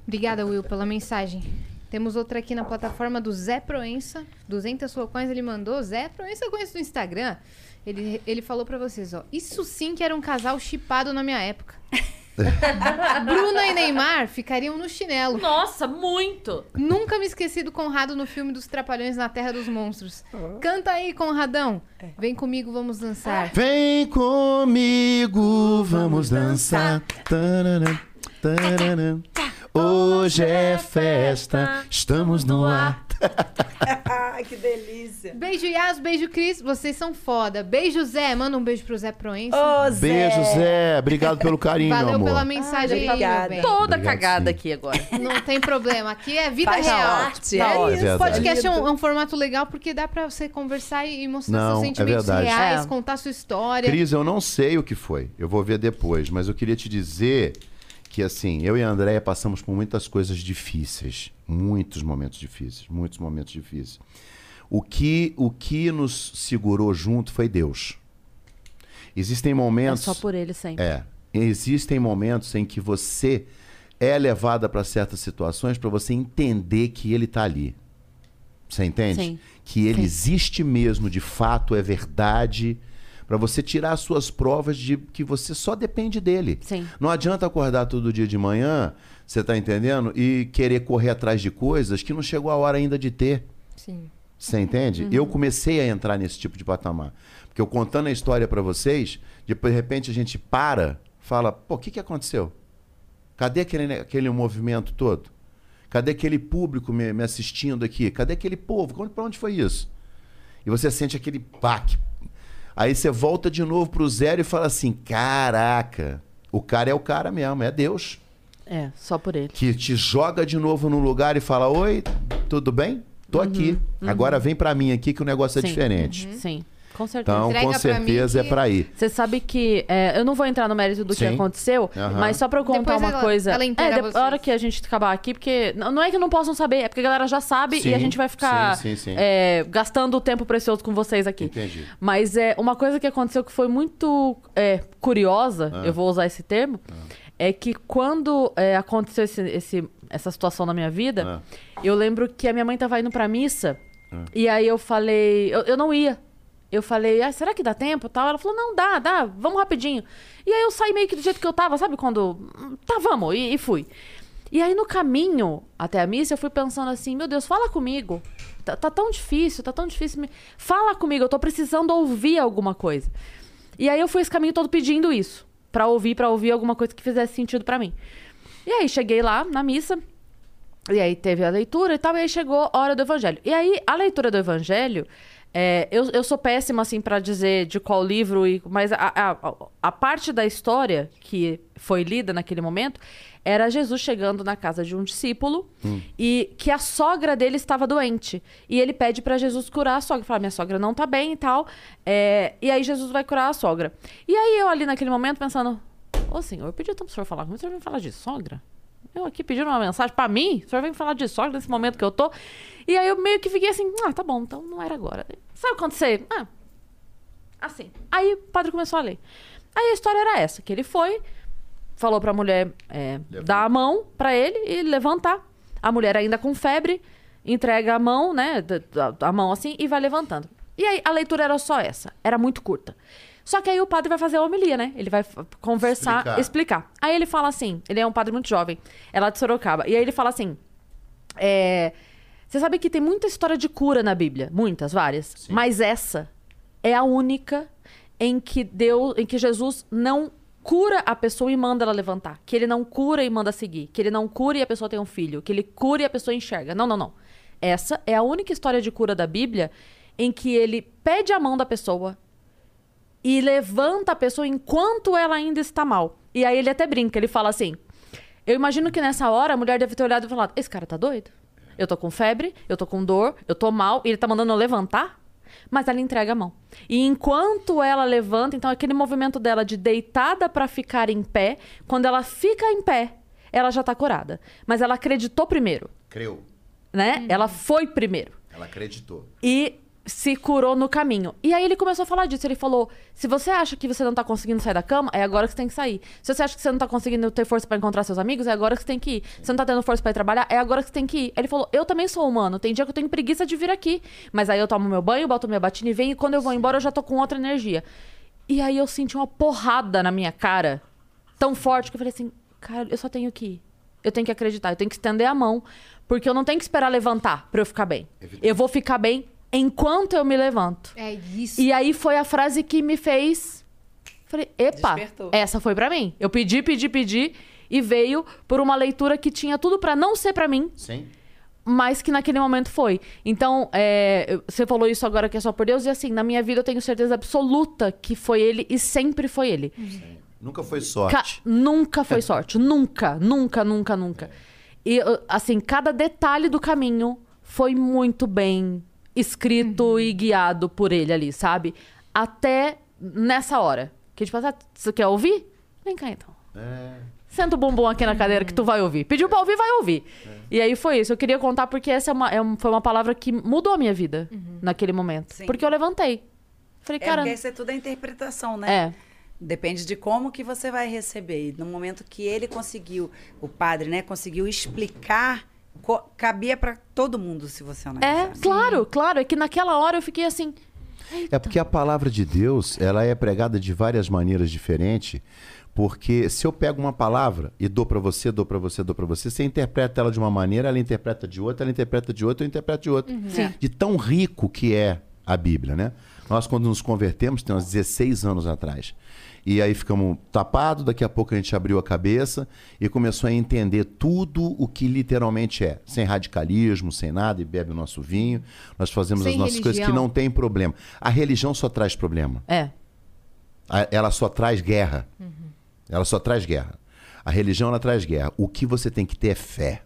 Obrigada, Will, pela mensagem. Temos outra aqui na plataforma do Zé Proença. 200 flocões ele mandou. Zé Proença eu conheço do Instagram. Ele, ele falou pra vocês, ó. Isso sim que era um casal chipado na minha época. Bruna e Neymar ficariam no chinelo.
Nossa, muito!
Nunca me esqueci do Conrado no filme dos Trapalhões na Terra dos Monstros. Canta aí, Conradão. Vem comigo, vamos dançar.
Vem comigo, vamos dançar. Tarará, tarará. Hoje é festa, estamos no ar.
Ai, que delícia.
Beijo, Yas. Beijo, Cris. Vocês são foda. Beijo, Zé. Manda um beijo pro Zé Proença.
Ô, Zé.
Beijo, Zé. Obrigado pelo carinho, meu
Valeu
amor.
pela mensagem aí, meu
obrigada.
bem.
Toda
Obrigado,
cagada
sim.
aqui agora. *laughs*
Não tem problema. Aqui é vida
Faz
real.
parte.
Tá
é
ótimo.
isso.
É verdade.
Podcast é um, é um formato legal porque dá pra você conversar e e mostrar
Não,
seus
é
sentimentos
verdade.
reais,
É.
contar sua história.
Cris, eu não sei o que foi. Eu vou ver depois, mas eu queria te dizer que assim, eu e a Andréia passamos por muitas coisas difíceis, muitos momentos difíceis, muitos momentos difíceis. O que o que nos segurou junto foi Deus. Existem
É
momentos
só por ele sempre.
é. Existem momentos em que você é levada para certas situações para você entender que ele tá ali. Você entende?
Sim.
Que ele
Sim.
existe mesmo, de fato, é verdade. Para você tirar as suas provas de que você só depende dele.
Sim.
Não adianta acordar todo dia de manhã, você tá entendendo? E querer correr atrás de coisas que não chegou a hora ainda de ter.
Sim.
Você entende? Eu comecei a entrar nesse tipo de patamar. Porque eu contando a história pra vocês, de de repente a gente para, fala, pô, o que, que aconteceu? Cadê aquele, ne- aquele movimento todo? Cadê aquele público me, me assistindo aqui? Cadê aquele povo? Quando- Pra onde foi isso? E você sente aquele baque. Aí você volta de novo pro zero e fala assim, caraca, o cara é o cara mesmo, é Deus
É, só por ele.
que te joga de novo no lugar e fala: Oi, tudo bem? Tô
Uhum,
aqui. Agora vem pra mim aqui que o negócio
Sim. Uhum.
é diferente.
Sim, com certeza.
Então,
Entrega
com
pra
certeza
mim que-
é pra ir.
Você sabe que. é, eu não vou entrar no mérito do que
Sim.
aconteceu,
Aham.
mas só pra eu contar
Depois
uma
ela-
coisa.
ela entrega
é,
a vocês.
a hora que a gente acabar aqui, porque. n- Não é que não possam saber, é porque a galera já sabe e
Sim,
a gente vai ficar
sim, sim, sim.
é, gastando o tempo precioso com vocês aqui.
Entendi.
Mas é uma coisa que aconteceu que foi muito é, curiosa,
Ah.
eu vou usar esse termo, é que quando é, aconteceu esse- esse- essa situação na minha
Ah.
Tá.
vida, eu lembro que a minha mãe tava indo pra missa e aí eu falei, eu, eu não ia. Eu falei, ah, será que dá tempo? Tal. Ela falou, não, dá, dá, vamos rapidinho. E aí eu saí meio que do jeito que eu tava, sabe? Quando. "Hum, Tá, vamos, e, e fui. E aí no caminho até a missa, eu fui pensando assim, meu Deus, fala comigo. Tá, tá tão difícil, tá tão difícil. me- Fala comigo, eu tô precisando ouvir alguma coisa. E aí eu fui esse caminho todo pedindo isso. Pra ouvir, pra ouvir alguma coisa que fizesse sentido pra mim. E aí cheguei lá na missa, e aí teve a leitura e tal, e aí chegou a hora do evangelho. E aí, a leitura do evangelho, é, eu, eu sou péssima, assim, pra dizer de qual livro, e, mas a, a, a parte da história que foi lida naquele momento era Jesus chegando na casa de um discípulo e que a sogra dele estava doente. E ele pede pra Jesus curar a sogra. Fala, minha sogra não tá bem e tal. É, e aí Jesus vai curar a sogra. E aí eu ali naquele momento pensando, ô senhor, eu pedi tanto pro senhor falar comigo, o senhor vai falar de sogra? Eu aqui pedindo uma mensagem pra mim? O senhor vem falar de sogra nesse momento que eu tô? E aí eu meio que fiquei assim, ah, tá bom, então não era agora. Sabe quando você... Ah, assim. Aí o padre começou a ler. Aí a história era essa, que ele foi, falou pra mulher é, dar a mão pra ele e levantar. A mulher ainda com febre, entrega a mão, né, d- d- a mão assim e vai levantando. E aí a leitura era só essa, era muito curta. Só que aí o padre vai fazer a homilia, né? Ele vai f- conversar,
Explicar.
explicar. Aí ele fala assim, ele é um padre muito jovem, é lá de Sorocaba. E aí ele fala assim, é, Você sabe que tem muita história de cura na Bíblia, muitas, várias. Mas essa é a única em que Deus, em que Jesus não cura a pessoa e manda ela levantar, que ele não cura e manda seguir, que ele não cura e a pessoa tem um filho, que ele cura e a pessoa enxerga. Não, não, não. Essa é a única história de cura da Bíblia em que ele pede a mão da pessoa e levanta a pessoa enquanto ela ainda está mal. E aí ele até brinca, ele fala assim: Eu imagino que nessa hora a mulher deve ter olhado e falado: Esse cara tá doido? Eu tô com febre, eu tô com dor, eu tô mal, e ele tá mandando eu levantar? Mas ela entrega a mão. E enquanto ela levanta, então aquele movimento dela de deitada para ficar em pé, quando ela fica em pé, ela já tá curada. Mas ela acreditou primeiro,
Creu.
né? Ela foi primeiro
Ela acreditou.
e se curou no caminho. E aí ele começou a falar disso. Ele falou: se você acha que você não tá conseguindo sair da cama, é agora que você tem que sair. Se você acha que você não tá conseguindo ter força pra encontrar seus amigos, é agora que você tem que ir. Se você não tá tendo força pra ir trabalhar, é agora que você tem que ir. Ele falou: eu também sou humano. Tem dia que eu tenho preguiça de vir aqui. Mas aí eu tomo meu banho, boto minha batina e venho. E quando eu vou embora, eu já tô com outra energia. E aí eu senti uma porrada na minha cara tão forte que eu falei assim: cara, eu só tenho que ir. Eu tenho que acreditar, eu tenho que estender a mão, porque eu não tenho que esperar levantar pra eu ficar bem. Eu vou ficar bem enquanto eu me levanto.
É isso.
E aí foi a frase que me fez. Falei, epa,
Despertou.
essa foi pra mim. Eu pedi, pedi, pedi e veio por uma leitura que tinha tudo pra não ser pra mim,
Sim.
mas que naquele momento foi. Então, é, eu- você falou isso agora que é só por Deus, e assim, na minha vida eu tenho certeza absoluta que foi ele e sempre foi ele.
Nunca foi
Ca-
sorte.
nunca foi sorte. nunca, nunca, nunca, nunca. E, uh, assim, cada detalhe do caminho foi muito bem escrito
Uhum.
e guiado por ele ali, sabe? Até nessa hora. Que tipo, ah, você quer ouvir? Vem cá então.
É.
Senta o bumbum aqui na cadeira que tu vai ouvir. Pediu pra ouvir, vai ouvir. E aí foi isso. Eu queria contar porque essa é uma, é um- foi uma palavra que mudou a minha vida naquele momento.
Sim.
Porque eu levantei. Falei,
Uhum. É, porque
cara.
isso é tudo a interpretação, né?
É.
Depende de como que você vai receber. E no momento que ele conseguiu, o padre, né, conseguiu explicar, co- cabia pra todo mundo, se você analisar.
É, claro, claro. É que naquela hora eu fiquei assim.
então.
É porque a palavra de Deus, ela é pregada de várias maneiras diferentes, porque se eu pego uma palavra e dou para você, dou para você, dou para você, você interpreta ela de uma maneira, ela interpreta de outra, ela interpreta de outra, eu interpreto de outra.
Uhum. É.
De tão rico que é a Bíblia, né? Nós quando nos convertemos, tem uns 16 anos atrás, e aí ficamos tapados, daqui a pouco a gente abriu a cabeça e começou a entender tudo o que literalmente é. Sem radicalismo, sem nada, e bebe o nosso vinho. Nós fazemos
Sem
as nossas coisas que
religião.
não tem problema. A religião só traz problema.
É.
A- Ela só traz guerra.
Uhum.
Ela só traz guerra. A religião ela traz guerra. O que você tem que ter é fé.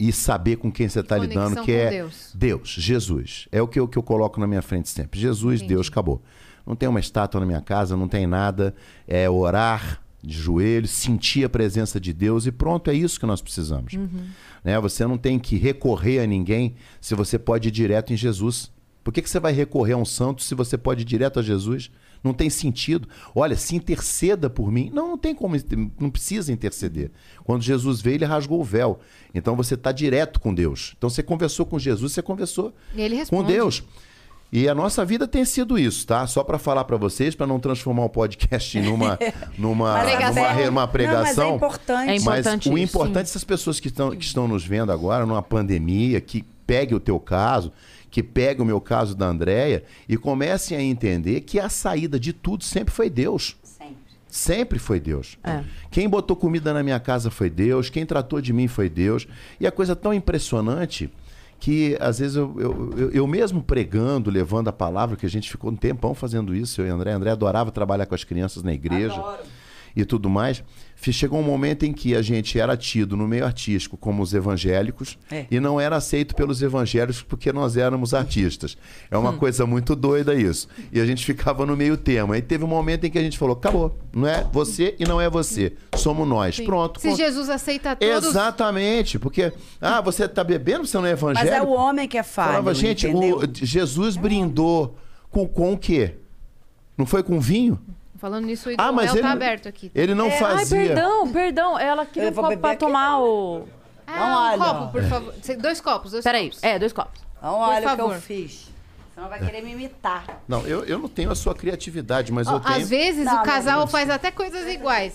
E saber com quem você está
conexão
lidando, que
com
é
Deus.
Deus, Jesus. É o que eu, que eu coloco na minha frente sempre. Jesus, Deus, acabou. Não tem uma estátua na minha casa, não tem nada. É orar de joelho, sentir a presença de Deus e pronto, é isso que nós precisamos.
Uhum.
Né? Você não tem que recorrer a ninguém se você pode ir direto em Jesus. Por que, que você vai recorrer a um santo se você pode ir direto a Jesus? Não tem sentido. Olha, se interceda por mim. Não, não tem como, não precisa interceder. Quando Jesus veio, ele rasgou o véu. Então você está direto com Deus. Então você conversou com Jesus, você conversou
E ele responde.
com Deus. E a nossa vida tem sido isso, tá? Só para falar para vocês, para não transformar o
*laughs*
podcast numa numa
Pregação.
numa, re- numa
Não, mas é
pregação.
importante.
É importante.
Mas
isso,
o importante é essas pessoas que estão, que estão nos vendo agora, numa pandemia, que pegue o teu caso, que pegue o meu caso da Andréia e comecem a entender que a saída de tudo sempre foi Deus.
Sempre.
Sempre foi Deus.
É.
Quem botou comida na minha casa foi Deus, quem tratou de mim foi Deus. E a coisa é tão impressionante que às vezes eu, eu, eu- eu mesmo pregando, levando a palavra, que a gente ficou um tempão fazendo isso, eu e André. André adorava trabalhar com as crianças na igreja e tudo mais. Fe- Chegou um momento em que a gente era tido no meio artístico como os evangélicos
É.
e não era aceito pelos evangélicos porque nós éramos artistas. É uma
Hum.
coisa muito doida isso. E a gente ficava no meio termo. Aí teve um momento em que a gente falou: acabou, não é você e não é você. Somos nós. Pronto.
Se
con-
Jesus aceita todos.
Exatamente, porque ah, você tá bebendo, você não é
Mas
evangélico.
é o homem que é falho,
Falava, gente,
entendeu?
o- Jesus brindou com, com o quê? Não foi com vinho?
Falando nisso, o
Ah, mas
Noel
ele
tá
não-
aberto aqui.
Ele
É,
não
Ai,
fazia.
perdão, perdão. Ela queria
Eu
um
vou
copo
beber
pra
aqui.
tomar o.
Ah, um
Não olha.
copo, por favor. Cê- Dois copos, dois
Peraí.
copos.
É, dois copos.
Então olha o que
favor.
eu fiz. Senão vai querer me imitar. Tá
Não, eu, eu não tenho a sua criatividade, mas eu
Ó,
tenho.
Às vezes
Não,
o
não,
casal faz até coisas iguais.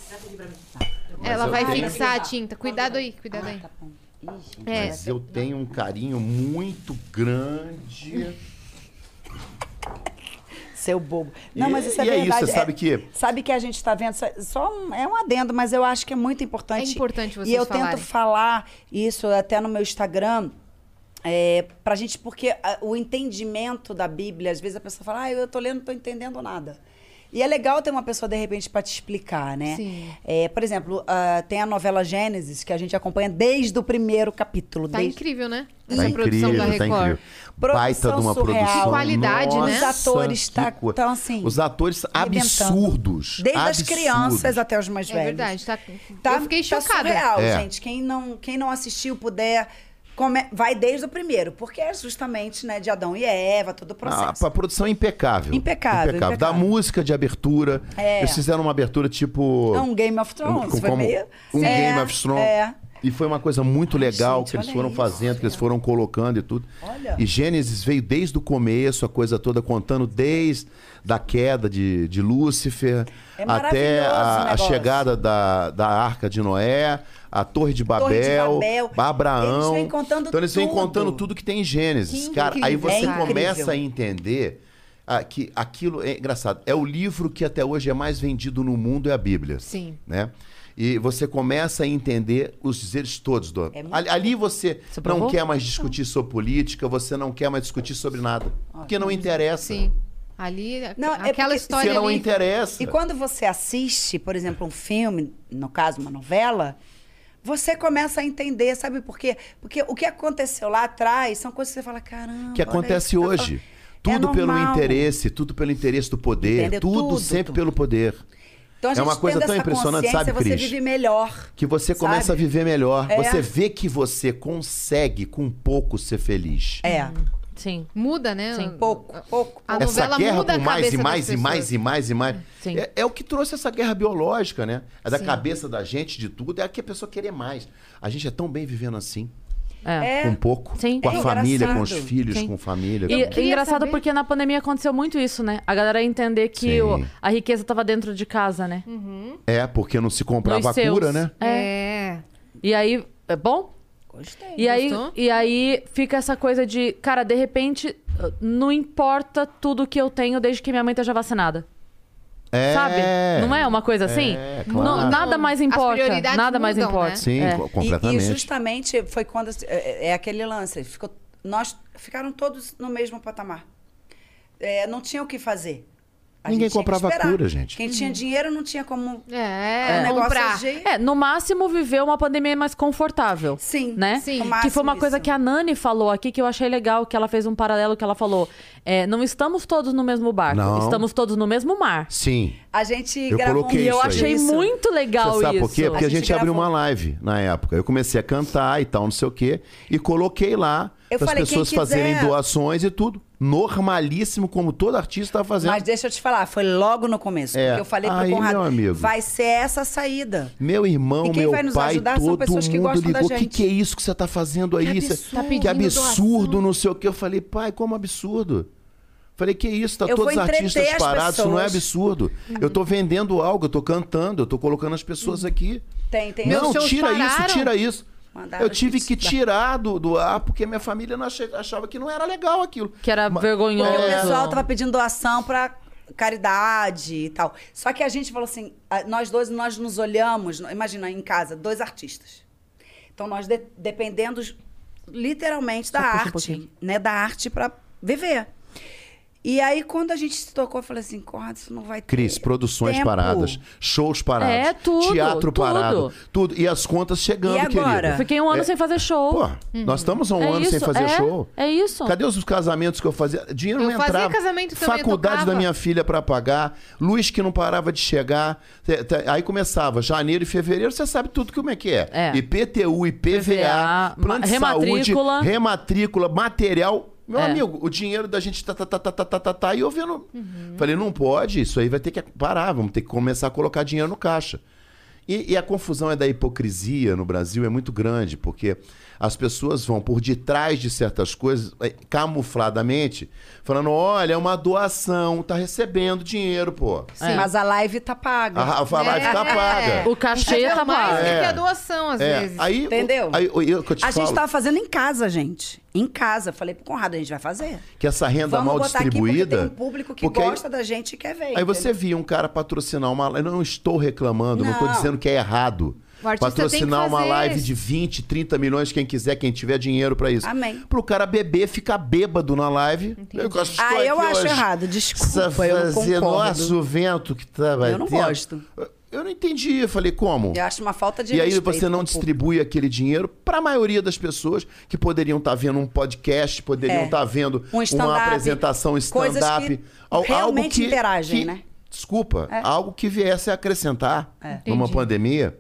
Ela
eu
vai
tenho-
fixar a tinta. Cuidado aí, cuidado aí.
Tá bom. Ih, gente.
É,
Mas eu tenho um carinho muito grande.
Seu bobo. Não,
E-
mas isso é
e é isso,
verdade.
você sabe que-
Sabe que a gente está vendo. só- Só um- é um adendo, mas eu acho que é muito importante.
É importante vocês
E eu
falarem.
tento falar isso até no meu Instagram. É, pra gente, porque a- o entendimento da Bíblia, às vezes a pessoa fala, ah, eu tô lendo, não tô entendendo nada. E é legal ter uma pessoa, de repente, pra te explicar, né?
Sim.
É, por exemplo, ah, tem a novela Gênesis, que a gente acompanha desde o primeiro capítulo.
Tá
desde...
incrível, né?
Tá
Essa produção
incrível,
da
tá
Record.
incrível. Baita
Produção
de uma
surreal.
produção.
Qualidade, né?
Nossa,
Os atores
que
tá-
coisa.
tão assim,
Os atores
arrebentando.
absurdos.
Desde as
absurdos.
crianças até os mais
É
velhos.
verdade, tá.
Tá,
eu fiquei
tá
chocada.
surreal,
É.
gente. Quem não, quem não assistiu, puder... come- Vai desde o primeiro, porque é justamente né, de Adão e Eva, todo o processo.
A, a produção é impecável.
Impecável,
Da
impecável.
música de abertura.
É.
Eles fizeram uma abertura tipo.
É um Game of Thrones,
um-
foi
como
meio...
um
É,
Game of Thrones.
É.
E foi uma coisa muito legal
gente,
que eles
olha
foram
isso,
fazendo, que eles foram colocando e tudo.
Olha.
E Gênesis veio desde o começo, a coisa toda contando desde da queda de, de Lúcifer
É
até
maravilhoso o
a, a
negócio.
chegada da, da Arca de Noé, a Torre de Babel,
Torre de Babel.
Abraão.
Eles vêm contando
então eles vêm
tudo.
contando tudo que tem em Gênesis.
Que
Cara, aí
incrível,
você
cara.
começa
Incrível.
a entender ah, que aquilo é engraçado. É o livro que até hoje é mais vendido no mundo é a Bíblia
Sim.
né? E você começa a entender os dizeres todos do.
É muito
ali, ali você
Você
não
provou?
quer mais discutir sobre política, você não quer mais discutir sobre nada, porque não interessa.
Sim. Ali, a-
Não, é
aquela
porque-
Porque
história
não
ali.
interessa.
E quando você assiste, por exemplo, um filme, no caso, uma novela, você começa a entender, sabe por quê? Porque o que aconteceu lá atrás são coisas que você fala, caramba.
que
olha
acontece
isso tá
hoje?
falando." É
Tudo pelo
normal.
interesse, tudo pelo interesse do poder,
Entendeu?
tudo,
Tudo,
sempre
tudo.
pelo poder.
Então, a
É
gente
uma coisa
tendo
tão
essa
impressionante, sabe,
consciência,
Cris?
Você vive melhor.
Que você começa
Sabe?
a viver melhor.
É.
Você vê que você consegue com pouco ser feliz.
É,
Sim.
Muda, né?
Sim.
pouco, pouco.
A
essa
novela
guerra
muda
com
a
mais
cabeça
e
das
mais e mais
pessoas.
e mais e mais.
Sim.
É, é o que trouxe essa guerra biológica, né? É da
Sim.
cabeça da gente, de tudo, é que a pessoa querer mais. A gente é tão bem vivendo assim,
É.
É.
com pouco,
Sim.
com a
É
família,
engraçado.
com os filhos,
Sim.
com família.
E
com-
é engraçado
saber-
porque na pandemia aconteceu muito isso, né? A galera entender que
Sim.
o- a riqueza tava dentro de casa, né?
É, porque não se comprava
Nos
a
seus.
cura, né?
É.
É.
E aí, é bom?
Gostei.
E aí,
Gostou?
e aí fica essa coisa de, cara, de repente, não importa tudo que eu tenho desde que minha mãe esteja vacinada.
É.
Sabe? Não é uma coisa assim?
É,
Não-
claro.
nada mais
As
importa.
prioridades
Nada mais
mudam,
importa.
né?
Sim,
É.
co-
E-
completamente.
E, justamente foi quando é, é aquele lance, ficou, nós ficaram todos no mesmo patamar. É, não tinha o que fazer. A
Ninguém
gente tinha que
comprava
esperar.
cura, gente.
Quem tinha dinheiro não tinha como
É,
o negócio
comprar.
de-
Uhum. É, no máximo viver uma pandemia mais confortável.
Sim,
né?
sim. O
Que
máximo
foi uma coisa
isso.
que a Nani falou aqui que eu achei legal, que ela fez um paralelo que ela falou. é, não estamos todos no mesmo barco,
Não.
estamos todos no mesmo mar.
Sim.
A gente
Eu
gravou
coloquei
um
E eu
isso aí.
achei
isso.
muito legal
Você sabe
isso.
por quê? Porque a
A gente
gente, abriu
gravou.
uma live na época. Eu comecei a cantar e tal, não sei o quê. E coloquei lá
Eu
para as
falei, quem
pessoas
quiser-
fazerem doações e tudo. Normalíssimo, como todo artista está fazendo.
Mas deixa eu te falar, foi logo no começo.
É.
Porque eu falei pro
Aí,
Conrado,
meu amigo.
vai ser essa a saída.
Meu irmão,
E quem
meu
vai nos
pai,
ajudar são
todo
pessoas que
mundo
gostam da
ligou. Que
gente."
que é isso que você tá fazendo aí? Você-
Tá
que
pedindo
absurdo, não sei o quê. Eu falei, pai, como absurdo. Falei, que isso, tá
Eu vou
todos os artistas
entreter as
parados, isso não é
pessoas. Uhum.
absurdo. Eu tô vendendo algo, eu tô cantando, eu tô colocando as pessoas aqui.
Tem, Uhum. tem.
não,
shows
tira
pararam.
isso, tira isso.
Mandaram
eu tive
Tá, isso
que
da-
tirar do, do ar, porque minha família não ache- achava que não era legal aquilo.
Que era
Ma-
vergonhoso.
Porque o
É.
pessoal tava pedindo doação pra caridade e tal. Só que a gente falou assim, a- nós dois, nós nos olhamos, no- imagina, em casa, dois artistas. Então nós de- dependendo literalmente da
puxa um
arte,
pouquinho.
né? Da arte pra viver. E aí, quando a gente se tocou, eu falei assim, Conrado, isso não vai ter
Cris, produções
tempo."
paradas, shows parados,
É, tudo,
teatro
tudo.
parado, tudo. E as contas chegando,
E agora?
querida.
Fiquei um ano sem fazer show.
É. Pô, nós estamos há um
É
ano sem
isso,
fazer
é,
show.
é isso.
Cadê os casamentos que eu fazia? Dinheiro
Eu
não
fazia
entrava.
casamento também, eu
Faculdade da
tocava.
minha filha pra pagar, luz que não parava de chegar. Te- te- Aí começava janeiro e fevereiro, você sabe tudo como é que é.
É.
IPTU, IPVA,
IPVA, ma-
plano de saúde,
rematrícula.
rematrícula, material. Meu
É.
amigo, o dinheiro da gente tá, tá, tá, tá, tá, tá, tá, tá e eu vendo. Falei, não pode, isso aí vai ter que parar, vamos ter que começar a colocar dinheiro no caixa. E, e a confusão é da hipocrisia no Brasil é muito grande, porque as pessoas vão por detrás de certas coisas, eh, camufladamente, falando: olha, é uma doação, tá recebendo dinheiro, pô.
Sim,
É.
Mas a live tá paga.
A, a live tá
É.
paga.
O cachê
Até
tá
mais
pago.
do que
É.
a doação, às
É,
vezes.
aí,
Entendeu?
Aí, eu, eu, que eu te
A
falo
gente tava fazendo em casa, gente. Em casa. Falei pro Conrado, a gente vai fazer.
que essa renda
Vamos
mal
botar aqui porque
distribuída.
tem um público que
porque aí-
gosta da gente e quer ver.
Aí você via um cara patrocinar uma. Eu não estou reclamando, não, estou
Não.
dizendo que é errado.
O artista tem que
patrocinar uma
fazer
live
isso.
de 20, 30 milhões, quem quiser, quem tiver dinheiro pra isso.
Amém.
Pro cara beber, ficar bêbado na live. Eu gosto
Ah, eu
aqui
acho
é hoje.
errado,
Essa
desculpa, eu não
fazer,
concordo.
Nossa, o vento que tá
Eu não
batendo.
gosto.
Eu não entendi. Eu falei, como?
Eu acho uma falta de
E aí
respeito
você não
com o público.
distribui aquele dinheiro para a maioria das pessoas que poderiam estar vendo um podcast, poderiam
É.
estar vendo
Um stand-up,
uma apresentação
coisas
stand-up.
que
al- algo
realmente
que-
interagem,
que-
né?
Desculpa, algo que viesse a acrescentar numa
Entendi.
pandemia.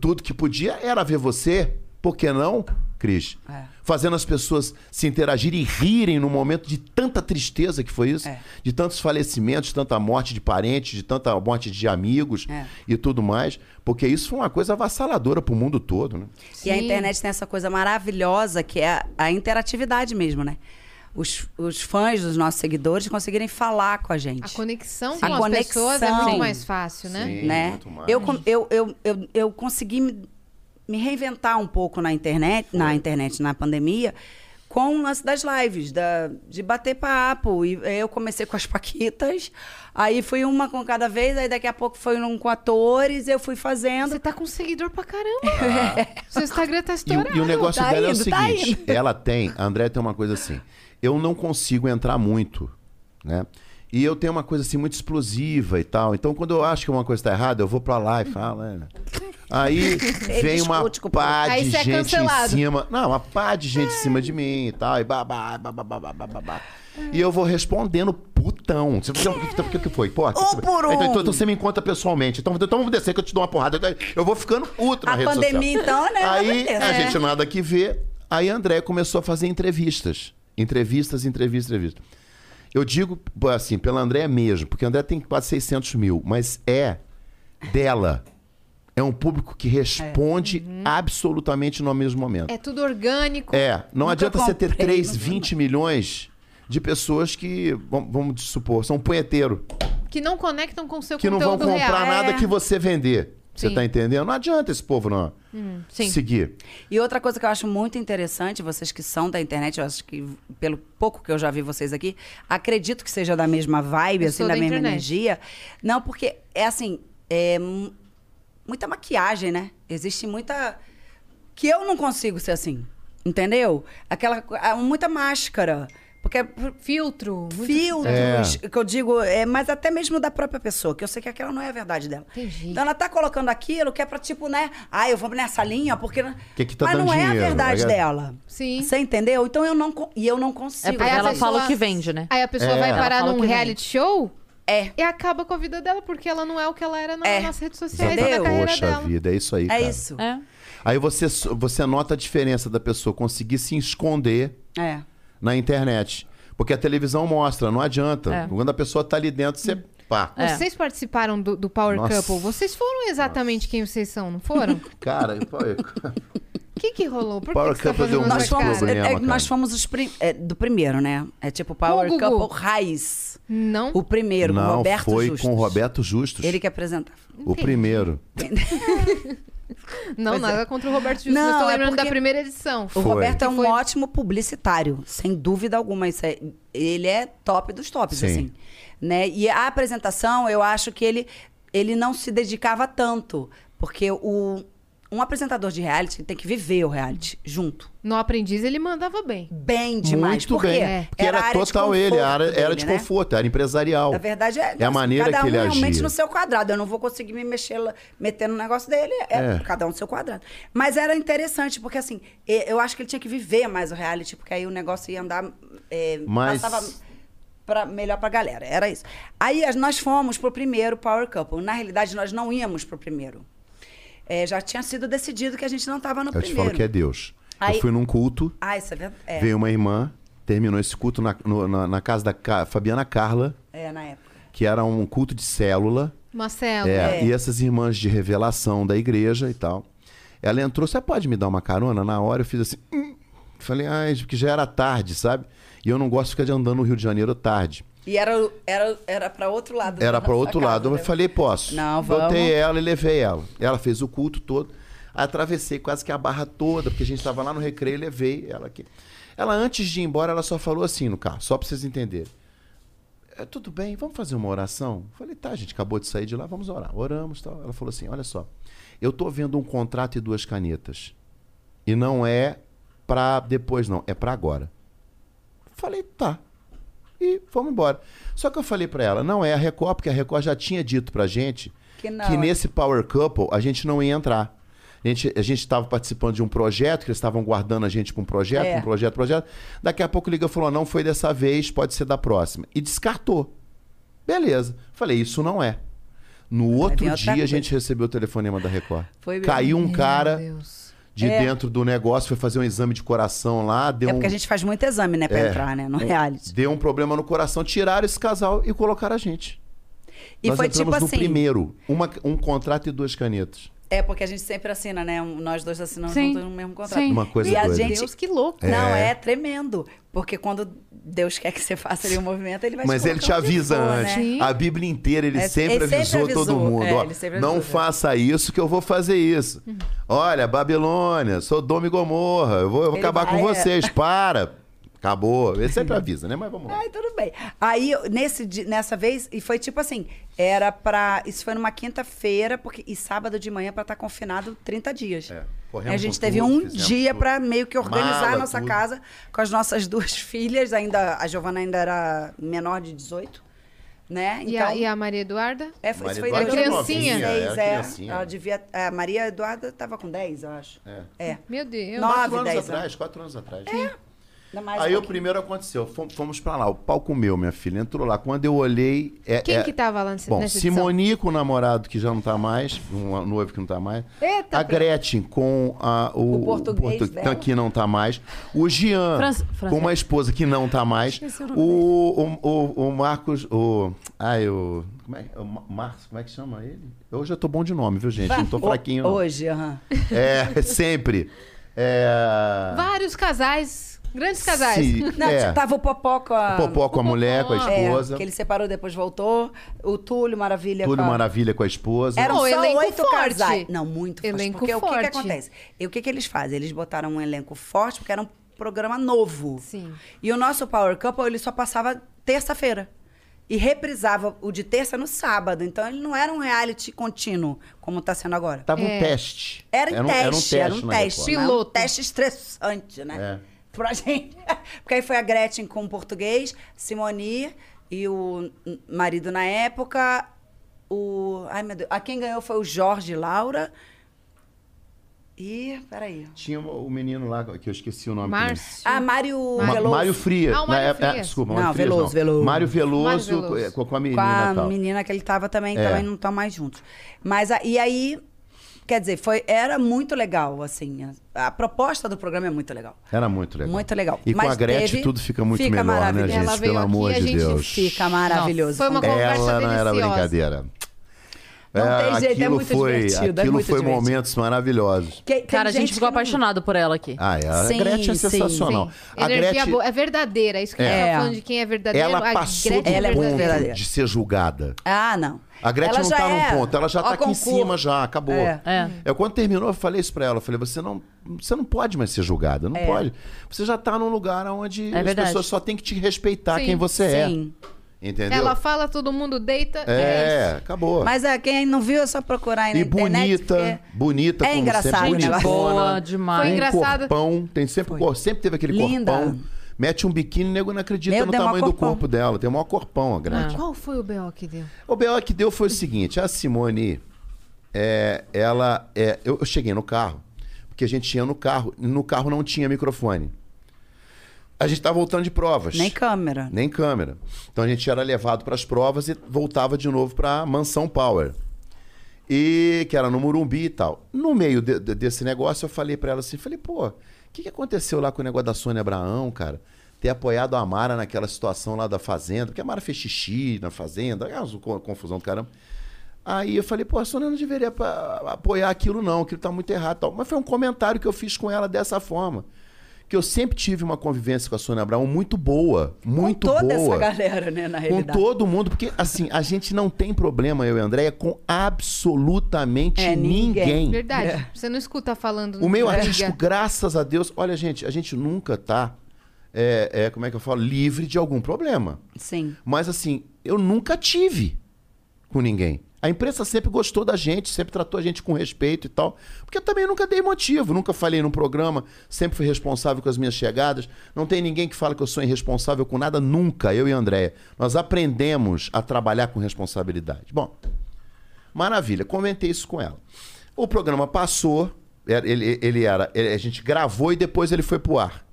Tudo que podia era ver você, por que não, Cris? Fazendo as pessoas se interagirem e rirem num momento de tanta tristeza que foi isso, de tantos falecimentos, tanta morte de parentes, de tanta morte de amigos e tudo mais, porque isso foi uma coisa avassaladora pro mundo todo, né?
E a
Sim.
internet tem essa coisa maravilhosa que é a, a interatividade mesmo, né? Os, os fãs dos nossos seguidores conseguirem falar com a gente.
A conexão
Sim.
com
A
as pessoas é
conexão.
muito mais fácil, né?
Sim.
né?
muito mais.
Eu, com- eu, eu, eu, eu consegui me, me reinventar um pouco na internet, na internet, na pandemia, com o lance das lives, da, de bater papo. E eu comecei com as Paquitas, aí fui uma com cada vez, aí daqui a pouco foi um com atores, eu fui fazendo.
Você tá com seguidor pra
*laughs*
caramba. Seu Instagram tá
É. E, o-
estourado.
e o negócio
tá
dela é o
indo, *laughs* tá
seguinte: ela tem, a André tem uma coisa assim. Eu não consigo entrar muito, né? E eu tenho uma coisa assim muito explosiva e tal. Então, quando eu acho que uma coisa tá errada, eu vou pra lá e falo. é. Aí vem uma
discute com o
pá
público. Aí
de
você é
gente em
cancelado.
cima. Não, uma pá de gente em cima de mim e tal. E babá, babá, babá, babá. E eu vou respondendo putão. Você você- então, o que que foi? Pô,
Um por um.
Então, então você me encontra pessoalmente. Então, então vamos descer que eu te dou uma porrada. Eu vou ficando ultra
A
na rede social.
pandemia, então, né?
Aí
É.
a gente nada que vê. Aí a André começou a fazer entrevistas. Entrevistas, entrevistas, entrevistas. Eu digo pô, assim, pela André mesmo, porque a André tem quase 600 mil, mas é dela. É um público que responde
É. Uhum.
absolutamente no mesmo momento.
É tudo orgânico.
É, não
Nunca
adianta você ter
comprei,
3,
nunca-
20 milhões de pessoas que, vamos vamos supor, são punheteiro
Que não conectam com o seu
que não vão
conteúdo
comprar
real.
nada
É.
que você vender. Você
Sim.
tá entendendo? Não adianta esse povo não
Hum,
sim.
seguir.
E outra coisa que eu acho muito interessante, vocês que são da internet, eu acho que pelo pouco que eu já vi vocês aqui, acredito que seja da mesma vibe,
Eu
assim,
sou
da,
da
mesma
internet.
energia. Não, porque é assim, é mu- muita maquiagem, né? Existe muita que eu não consigo ser assim, entendeu? Aquela co- ah, muita máscara, porque é
Filtro. muito-
filtros, que eu digo, é, mas até mesmo da própria pessoa, que eu sei que aquela não é a verdade dela.
Entendi.
Então ela tá colocando aquilo que é pra tipo, né? Ah, eu vou nessa linha porque.
Que que tá
mas
dando
não é
dinheiro,
a verdade
né?
dela.
Sim.
Você entendeu? Então eu não. con- E eu não consigo.
É porque
Aí a
ela
pessoa-
fala o que vende, né?
Aí a pessoa
É.
vai
Ela
parar
fala
num
que
reality show
É.
e acaba com a vida dela, porque ela não é o que ela era na-
É.
nas redes sociais e na
Entendeu?
carreira
Poxa
dela.
vida, é isso aí,
É
cara.
isso.
É.
Aí você, so- você nota a diferença da pessoa conseguir se esconder
É.
na internet. Porque a televisão mostra, não adianta.
É.
Quando a pessoa tá ali dentro, você pá.
É.
Vocês participaram do, do Power
Nossa.
Couple, vocês foram exatamente quem vocês são, não foram? O
*laughs* Cara,
*laughs*
eu- pô, eu-
que que rolou? Por
Power
que que você tá
Couple deu
fazendo
muito
essa
Nós fomos,
cara?
problema.
é, é,
cara.
nós fomos os prim- é, do primeiro, né? É tipo Power
Com o Gugu.
Couple Raiz.
Não?
O primeiro, com o
não,
Roberto
foi
Justus.
com o Roberto Justus.
Ele que apresentava.
O primeiro.
Não, nada contra o Roberto Justus.
Não,
eu tô
é
lembrando da
porque-
primeira edição.
O
Foi.
Roberto é um
Foi.
ótimo publicitário, sem dúvida alguma. Isso é- ele é top dos tops,
Sim.
assim. Né? E a apresentação, eu acho que ele, ele não se dedicava tanto. Porque o, um apresentador de reality tem que viver o reality junto.
No Aprendiz ele mandava bem.
Bem demais.
Muito
Por quê?
bem.
É.
Porque era,
a área de
total ele, a área-
conforto
era
dele,
de
né?
conforto, era empresarial.
Na verdade, é,
É a maneira
cada
que
um
ele
realmente
agia.
no seu quadrado. Eu não vou conseguir me mexer, lá- meter no negócio dele. É,
É.
cada um no seu quadrado. Mas era interessante, porque assim, e- eu acho que ele tinha que viver mais o reality, porque aí o negócio ia andar. é,
Mas-
Passava pra, melhor pra galera. Era isso. Aí as- nós fomos pro primeiro Power Couple. Na realidade, nós não íamos pro primeiro. É, já tinha sido decidido que a gente não tava no
eu te
primeiro.
falo que é Deus.
Aí-
Eu fui num culto,
Ah, isso é verdade. É,
veio uma irmã, terminou esse culto na, no- na, na casa da Ca- Fabiana Carla,
é, na época.
que era um culto de célula.
Marcelo.
É,
É.
e essas irmãs de revelação da igreja e tal. Ela entrou, você pode me dar uma carona? Na hora eu fiz assim. "Hum." Falei, ai, porque já era tarde, sabe? E eu não gosto de ficar de andando no Rio de Janeiro tarde.
E era, o- era, era pra outro lado.
Era
da
para
nossa
outro
casa,
lado. Eu
né?
falei, posso.
Não,
Botei
vamos.
ela e levei ela. Ela fez o culto todo. Atravessei quase que a barra toda, porque a gente estava lá no recreio e levei ela aqui. Ela, antes de ir embora, ela só falou assim no carro, só para vocês entenderem. "É, tudo bem, vamos fazer uma oração? Eu Falei, tá, a gente acabou de sair de lá, vamos orar. Oramos tal. Ela falou assim: olha só, eu tô vendo um contrato e duas canetas. E não é pra depois, não, é pra agora. Falei, tá. E fomos embora. Só que eu falei pra ela, não é a Record, porque a Record já tinha dito pra gente
Que não. é
que nesse Power Couple a gente não ia entrar. A gente a estava participando de um projeto, que eles estavam guardando a gente com um projeto,
É.
um projeto, projeto. Daqui a pouco liga e falou: não foi dessa vez, pode ser da próxima. E descartou. Beleza. Falei, isso não é. No outro
outra
dia a
coisa.
gente recebeu o telefonema da Record.
Foi mesmo.
Caiu um cara
Deus.
de dentro do negócio, foi fazer um exame de coração lá, deu
É
um
porque a gente faz muito exame, né, pra
É.
entrar, né, no reality.
deu um problema no coração, tiraram esse casal e colocaram a gente.
E
Nós
foi
entramos
tipo
no
assim,
primeiro, uma- um contrato e duas canetas.
é porque a gente sempre assina, né, um- nós dois assinamos
Sim.
juntos no mesmo contrato.
Sim.
Uma coisa
e a
doida.
gente
Deus, que louco.
Não, é tremendo. Porque quando Deus quer que você faça ali um movimento, ele vai
Mas
te
ele te
colocar onde
avisa
for,
antes.
Né?
A Bíblia inteira ele,
É,
sempre,
ele sempre
avisou todo
avisou.
mundo.
É,
ó,
ele sempre
não
avisou. Uhum.
faça isso que eu vou fazer isso. Olha, Babilônia, Sodoma e Gomorra, eu vou, eu vou
Ele
acabar com
vai, é.
vocês, para. Acabou. Ele sempre avisa, né? Mas vamos lá.
Ai, tudo bem. Aí, eu- nesse, di- nessa vez, e foi tipo assim, era pra... Isso foi numa quinta-feira, porque e sábado de manhã pra estar confinado 30 dias.
É, corremos
a gente
com
teve
tudo,
um
fizemos
dia
tudo.
pra meio que organizar
Mala,
a nossa
tudo.
casa com as nossas duas *laughs* filhas. Ainda, a Giovana ainda era menor de 18, né?
E, a, e a Maria Eduarda?
É, foi,
Maria
isso foi
Eduarda
era
2016,
novinha,
era
é.
criancinha.
Ela devia, a Maria Eduarda estava com 10, eu acho.
É.
É.
Meu Deus.
Nossa.
Quatro anos
10 anos. É,
atrás, quatro anos atrás.
Ainda mais
Aí
um
o primeiro aconteceu. Fom- Fomos pra lá, o palco meu, minha filha. Entrou lá. Quando eu olhei. É,
Quem
é-
que tava lá nesse,
Bom,
nessa edição?
Simonico, o namorado que já não tá mais, um noivo que não tá mais.
Eita,
a Gretchen com a- o,
O português dela.
que não tá mais. O Jean
Fran- Fran-
com uma esposa que não tá mais. O, o, o, o Marcos. O, ai, o. Como é, o Ma- Marcos, como é que chama ele? Hoje eu tô bom de nome, viu, gente? Não tô
O-
fraquinho. não.
Ah, Hoje, aham.
É, *laughs* sempre. É.
Vários casais, grandes casais.
se-
Não,
é,
tava o Popó com a...
Popó com a mulher, com a
É,
esposa.
que ele separou, depois voltou. O Túlio Maravilha
Túlio
com a...
Maravilha com a esposa.
Eram
Não,
só
elenco
oito
forte.
casais. Não, muito forte.
Elenco
porque o que,
forte.
que acontece? E o que, que eles fazem? Eles botaram um elenco forte porque era um programa novo.
Sim.
E o nosso Power Couple, ele só passava terça-feira. E reprisava o de terça no sábado. Então ele não era um reality contínuo, como tá sendo agora.
Tava
É.
um teste.
Era, um teste,
Era um teste.
era um
na
teste.
Record. É.
né? Um
Piloto.
teste estressante, né? Pra gente. *laughs* Porque aí foi a Gretchen com o português, Simoni e o n- marido na época. O. Ai, meu Deus. A quem ganhou foi o Jorge Laura. E. Peraí.
Tinha o o menino lá, que eu esqueci o nome. também.
Márcio.
Ah, Mário
Ma-
Veloso.
Mário Fria.
Ah, o
na
Mário
época- é,
Frias.
desculpa,
Não,
Mário Frias,
Veloso, Veloso.
Mário Veloso,
Mário Veloso.
eh, Com, com a
com
menina
a
e tal.
menina que ele tava também,
É.
também não estão mais juntos. Mas a- e aí, quer dizer, foi, era muito legal, assim. A, a proposta do programa é muito legal.
Era muito legal.
Muito legal.
E com
Mas
a Gretchen
teve-
tudo fica muito
fica
melhor, né,
maravilhoso.
gente?
Ela veio
Pelo
aqui,
amor
a
de
gente
Deus.
Fica maravilhoso.
Nossa, foi uma
também.
conversa
Ela não era
deliciosa.
brincadeira.
Não tem jeito, é
aquilo
muito
foi,
divertido, é
Aquilo
muito
foi
divertido.
momentos maravilhosos.
Que- tem
Cara, a gente ficou
que não-
apaixonado por ela aqui.
Ah, é, a
Sim,
Gretchen é
sim,
sensacional. A
Energia
Gretchen,
boa. É verdadeira. Isso que a
É.
gente tá falando de quem é verdadeiro.
ela
a
passou
Gretchen
Ela
é
do
verdadeira.
ponto
verdadeira.
de ser julgada.
Ah, não.
A Gretchen
Ela
não
já
tá
é.
num ponto, ela já
Ó,
tá aqui em
concurso.
cima já, acabou.
É.
É.
Eu, quando terminou, eu falei isso pra ela. Eu falei, você não, você não pode mais ser julgada, não
É.
pode. Você já tá num lugar onde as
verdade.
pessoas só têm que te respeitar
Sim,
quem você
Sim.
é. Entendeu?
Ela fala, todo mundo deita.
É, acabou.
Mas ah, quem não viu é só procurar aí na
e
internet.
bonita,
porque
bonita,
É
como
engraçado
sempre,
o
bonitona.
negócio.
Boa demais.
Foi
um
engraçado.
corpão, tem sempre, cor- sempre teve aquele
Linda.
corpão. Mete um biquíni, nego não acredita
Meu,
no
deu maior
tamanho do
corpão.
corpo dela. Tem o maior corpão, a Gretchen.
Qual foi o B.O. que deu?
O B.O. que deu foi o seguinte: a Simone, é, ela. é, eu, eu cheguei no carro, porque a gente ia no carro, e no carro não tinha microfone. A gente tava voltando de provas.
Nem câmera.
Nem câmera. Então a gente era levado para as provas e voltava de novo para Mansão Power. E que era no Murumbi e tal. No meio de- de- desse negócio, eu falei para ela assim: falei, pô, o que, que aconteceu lá com o negócio da Sônia Abraão, cara? Ter apoiado a Mara naquela situação lá da Fazenda, porque a Mara fez xixi na Fazenda, é uma co- confusão do caramba. Aí eu falei, pô, a Sônia não deveria pa- apoiar aquilo, não, aquilo tá muito errado e tal. Mas foi um comentário que eu fiz com ela dessa forma. Que eu sempre tive uma convivência com a Sônia Abraão muito boa. Muito
com toda
boa.
essa galera, né, na
Com
realidade.
todo mundo, porque assim, a gente não tem problema, eu e a Andréia, com absolutamente
É, ninguém.
ninguém.
Verdade. Você não escuta falando.
O meio
briga.
artístico, graças a Deus. Olha, gente, a gente nunca tá é, é, como é que eu falo? Livre de algum problema.
Sim.
Mas assim, eu nunca tive com ninguém. A imprensa sempre gostou da gente, sempre tratou a gente com respeito e tal. Porque eu também nunca dei motivo, nunca falei num programa, sempre fui responsável com as minhas chegadas. Não tem ninguém que fala que eu sou irresponsável com nada, nunca, eu e a Andréia. Nós aprendemos a trabalhar com responsabilidade. Bom, maravilha, comentei isso com ela. O programa passou, era- ele, ele era. ele- a gente gravou e depois ele foi pro ar.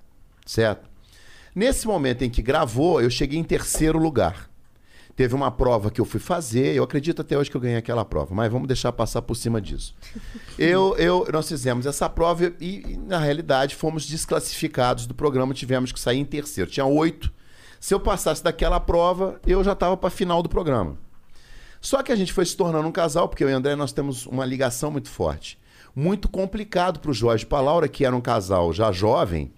Certo? Nesse momento em que gravou, eu cheguei em terceiro lugar. Teve uma prova que eu fui fazer, eu acredito até hoje que eu ganhei aquela prova, mas vamos deixar passar por cima disso. Eu, eu, nós fizemos essa prova e, e, na realidade, fomos desclassificados do programa, tivemos que sair em terceiro. Tinha oito. Se eu passasse daquela prova, eu já estava para final do programa. Só que a gente foi se tornando um casal, porque eu e o André nós temos uma ligação muito forte. Muito complicado para o Jorge e para Laura, que era um casal já jovem,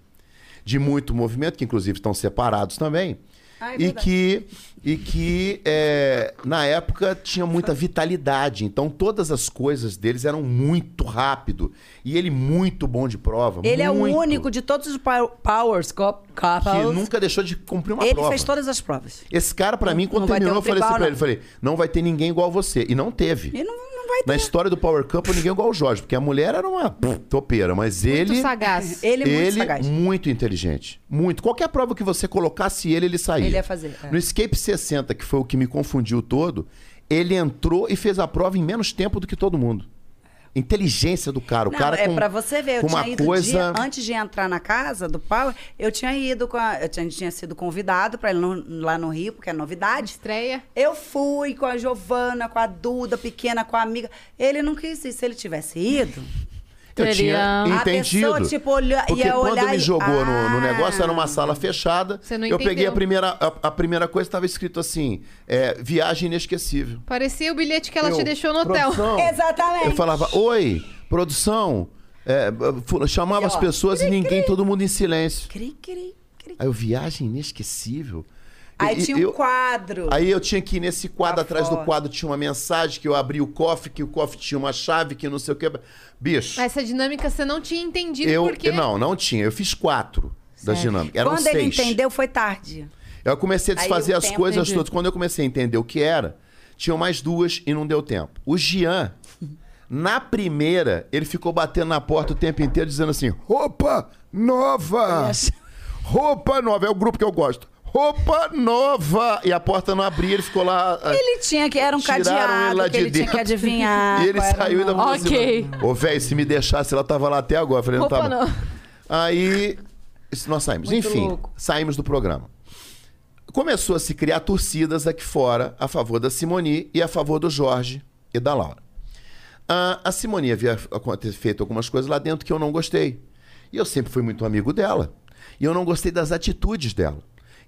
de muito movimento, que inclusive estão separados também.
Ah, é
e
verdade.
que, e que é, na época tinha muita vitalidade, então todas as coisas deles eram muito rápido. E ele muito bom de prova.
Ele é o
muito,
único de todos os pow- Powers Cop-
que
Couples.
nunca deixou de cumprir uma
Ele
prova.
fez todas as provas.
Esse cara, pra mim, quando
Não vai ter
terminou,
um
eu falei assim
tribal,
pra
não.
ele, falei, não vai ter ninguém igual você. E não teve.
E não, não vai ter.
Na história do Power Couple, ninguém é igual o Jorge, porque a mulher era uma pff, topeira, mas ele.
Muito sagaz.
Ele é muito
ele um
sagaz.
muito inteligente. Muito. Qualquer prova que você colocasse ele, ele saía.
Ele ia fazer, é.
No Escape 60, que foi o que me confundiu todo, ele entrou e fez a prova em menos tempo do que todo mundo. Inteligência do cara. O
Não,
cara
é
com,
pra você ver, eu
com
tinha
uma
ido um
coisa.
dia, antes de entrar na casa do Power, eu tinha ido com a, eu tinha, tinha sido convidado pra ir no- lá no Rio, porque é novidade.
Estreia.
Eu fui com a Giovana, com a Duda, pequena, com a amiga. Ele não quis ir. Se ele tivesse ido,
Eu
Teria-
tinha
A
entendido.
pessoa, tipo, olhou-
porque
ia
quando
olhar
me
e-
jogou no, no
Ah.
negócio, era uma sala fechada.
Você não
eu peguei
entendeu.
a primeira, a, a primeira coisa, estava escrito assim: é, viagem inesquecível.
Parecia o bilhete que ela te
Eu,
deixou no hotel.
produção,
*laughs* Exatamente.
Eu falava, oi, produção. É, fu- chamava as pessoas e ninguém, todo mundo em silêncio.
cri, cri, cri.
Aí eu, viagem inesquecível.
Aí
E-
tinha
e
um
eu-
quadro.
Aí eu tinha que ir nesse quadro,
Pra
atrás do
fora.
quadro tinha uma mensagem que eu abri o cofre, que o cofre tinha uma chave, que não sei o que. Bicho,
Essa dinâmica você não tinha entendido
eu.
porque...
Não, não tinha. Eu fiz quatro das dinâmicas. Eram
Quando
seis.
ele entendeu, foi tarde.
Eu comecei a
Aí
desfazer
o
as
tempo,
coisas
entendi.
todas. Quando eu comecei a entender o que era, tinham mais duas e não deu tempo. O
*laughs*
Gian, na primeira, ele ficou batendo na porta o tempo inteiro dizendo assim: roupa nova! Roupa nova, é o grupo que eu gosto. Roupa nova! E a porta não abria, ele ficou lá. ah,
Ele tinha que. Era um
Tiraram
cadeado,
ele lá
que
de
ele tinha que
dentro.
adivinhar.
*laughs* E ele
qual era o
saiu ainda
nome.
falou assim,
Ok.
Ô, velho, se me deixasse, ela tava lá até agora. Eu Falei, não
Opa,
tá bom.
não.
Aí, isso nós saímos.
Muito
Enfim,
louco.
saímos do programa. Começou a se criar torcidas aqui fora a favor da Simoni e a favor do Jorge e da Laura. Ah, a Simoni havia aconte- feito algumas coisas lá dentro que eu não gostei. E eu sempre fui muito amigo dela. E eu não gostei das atitudes dela.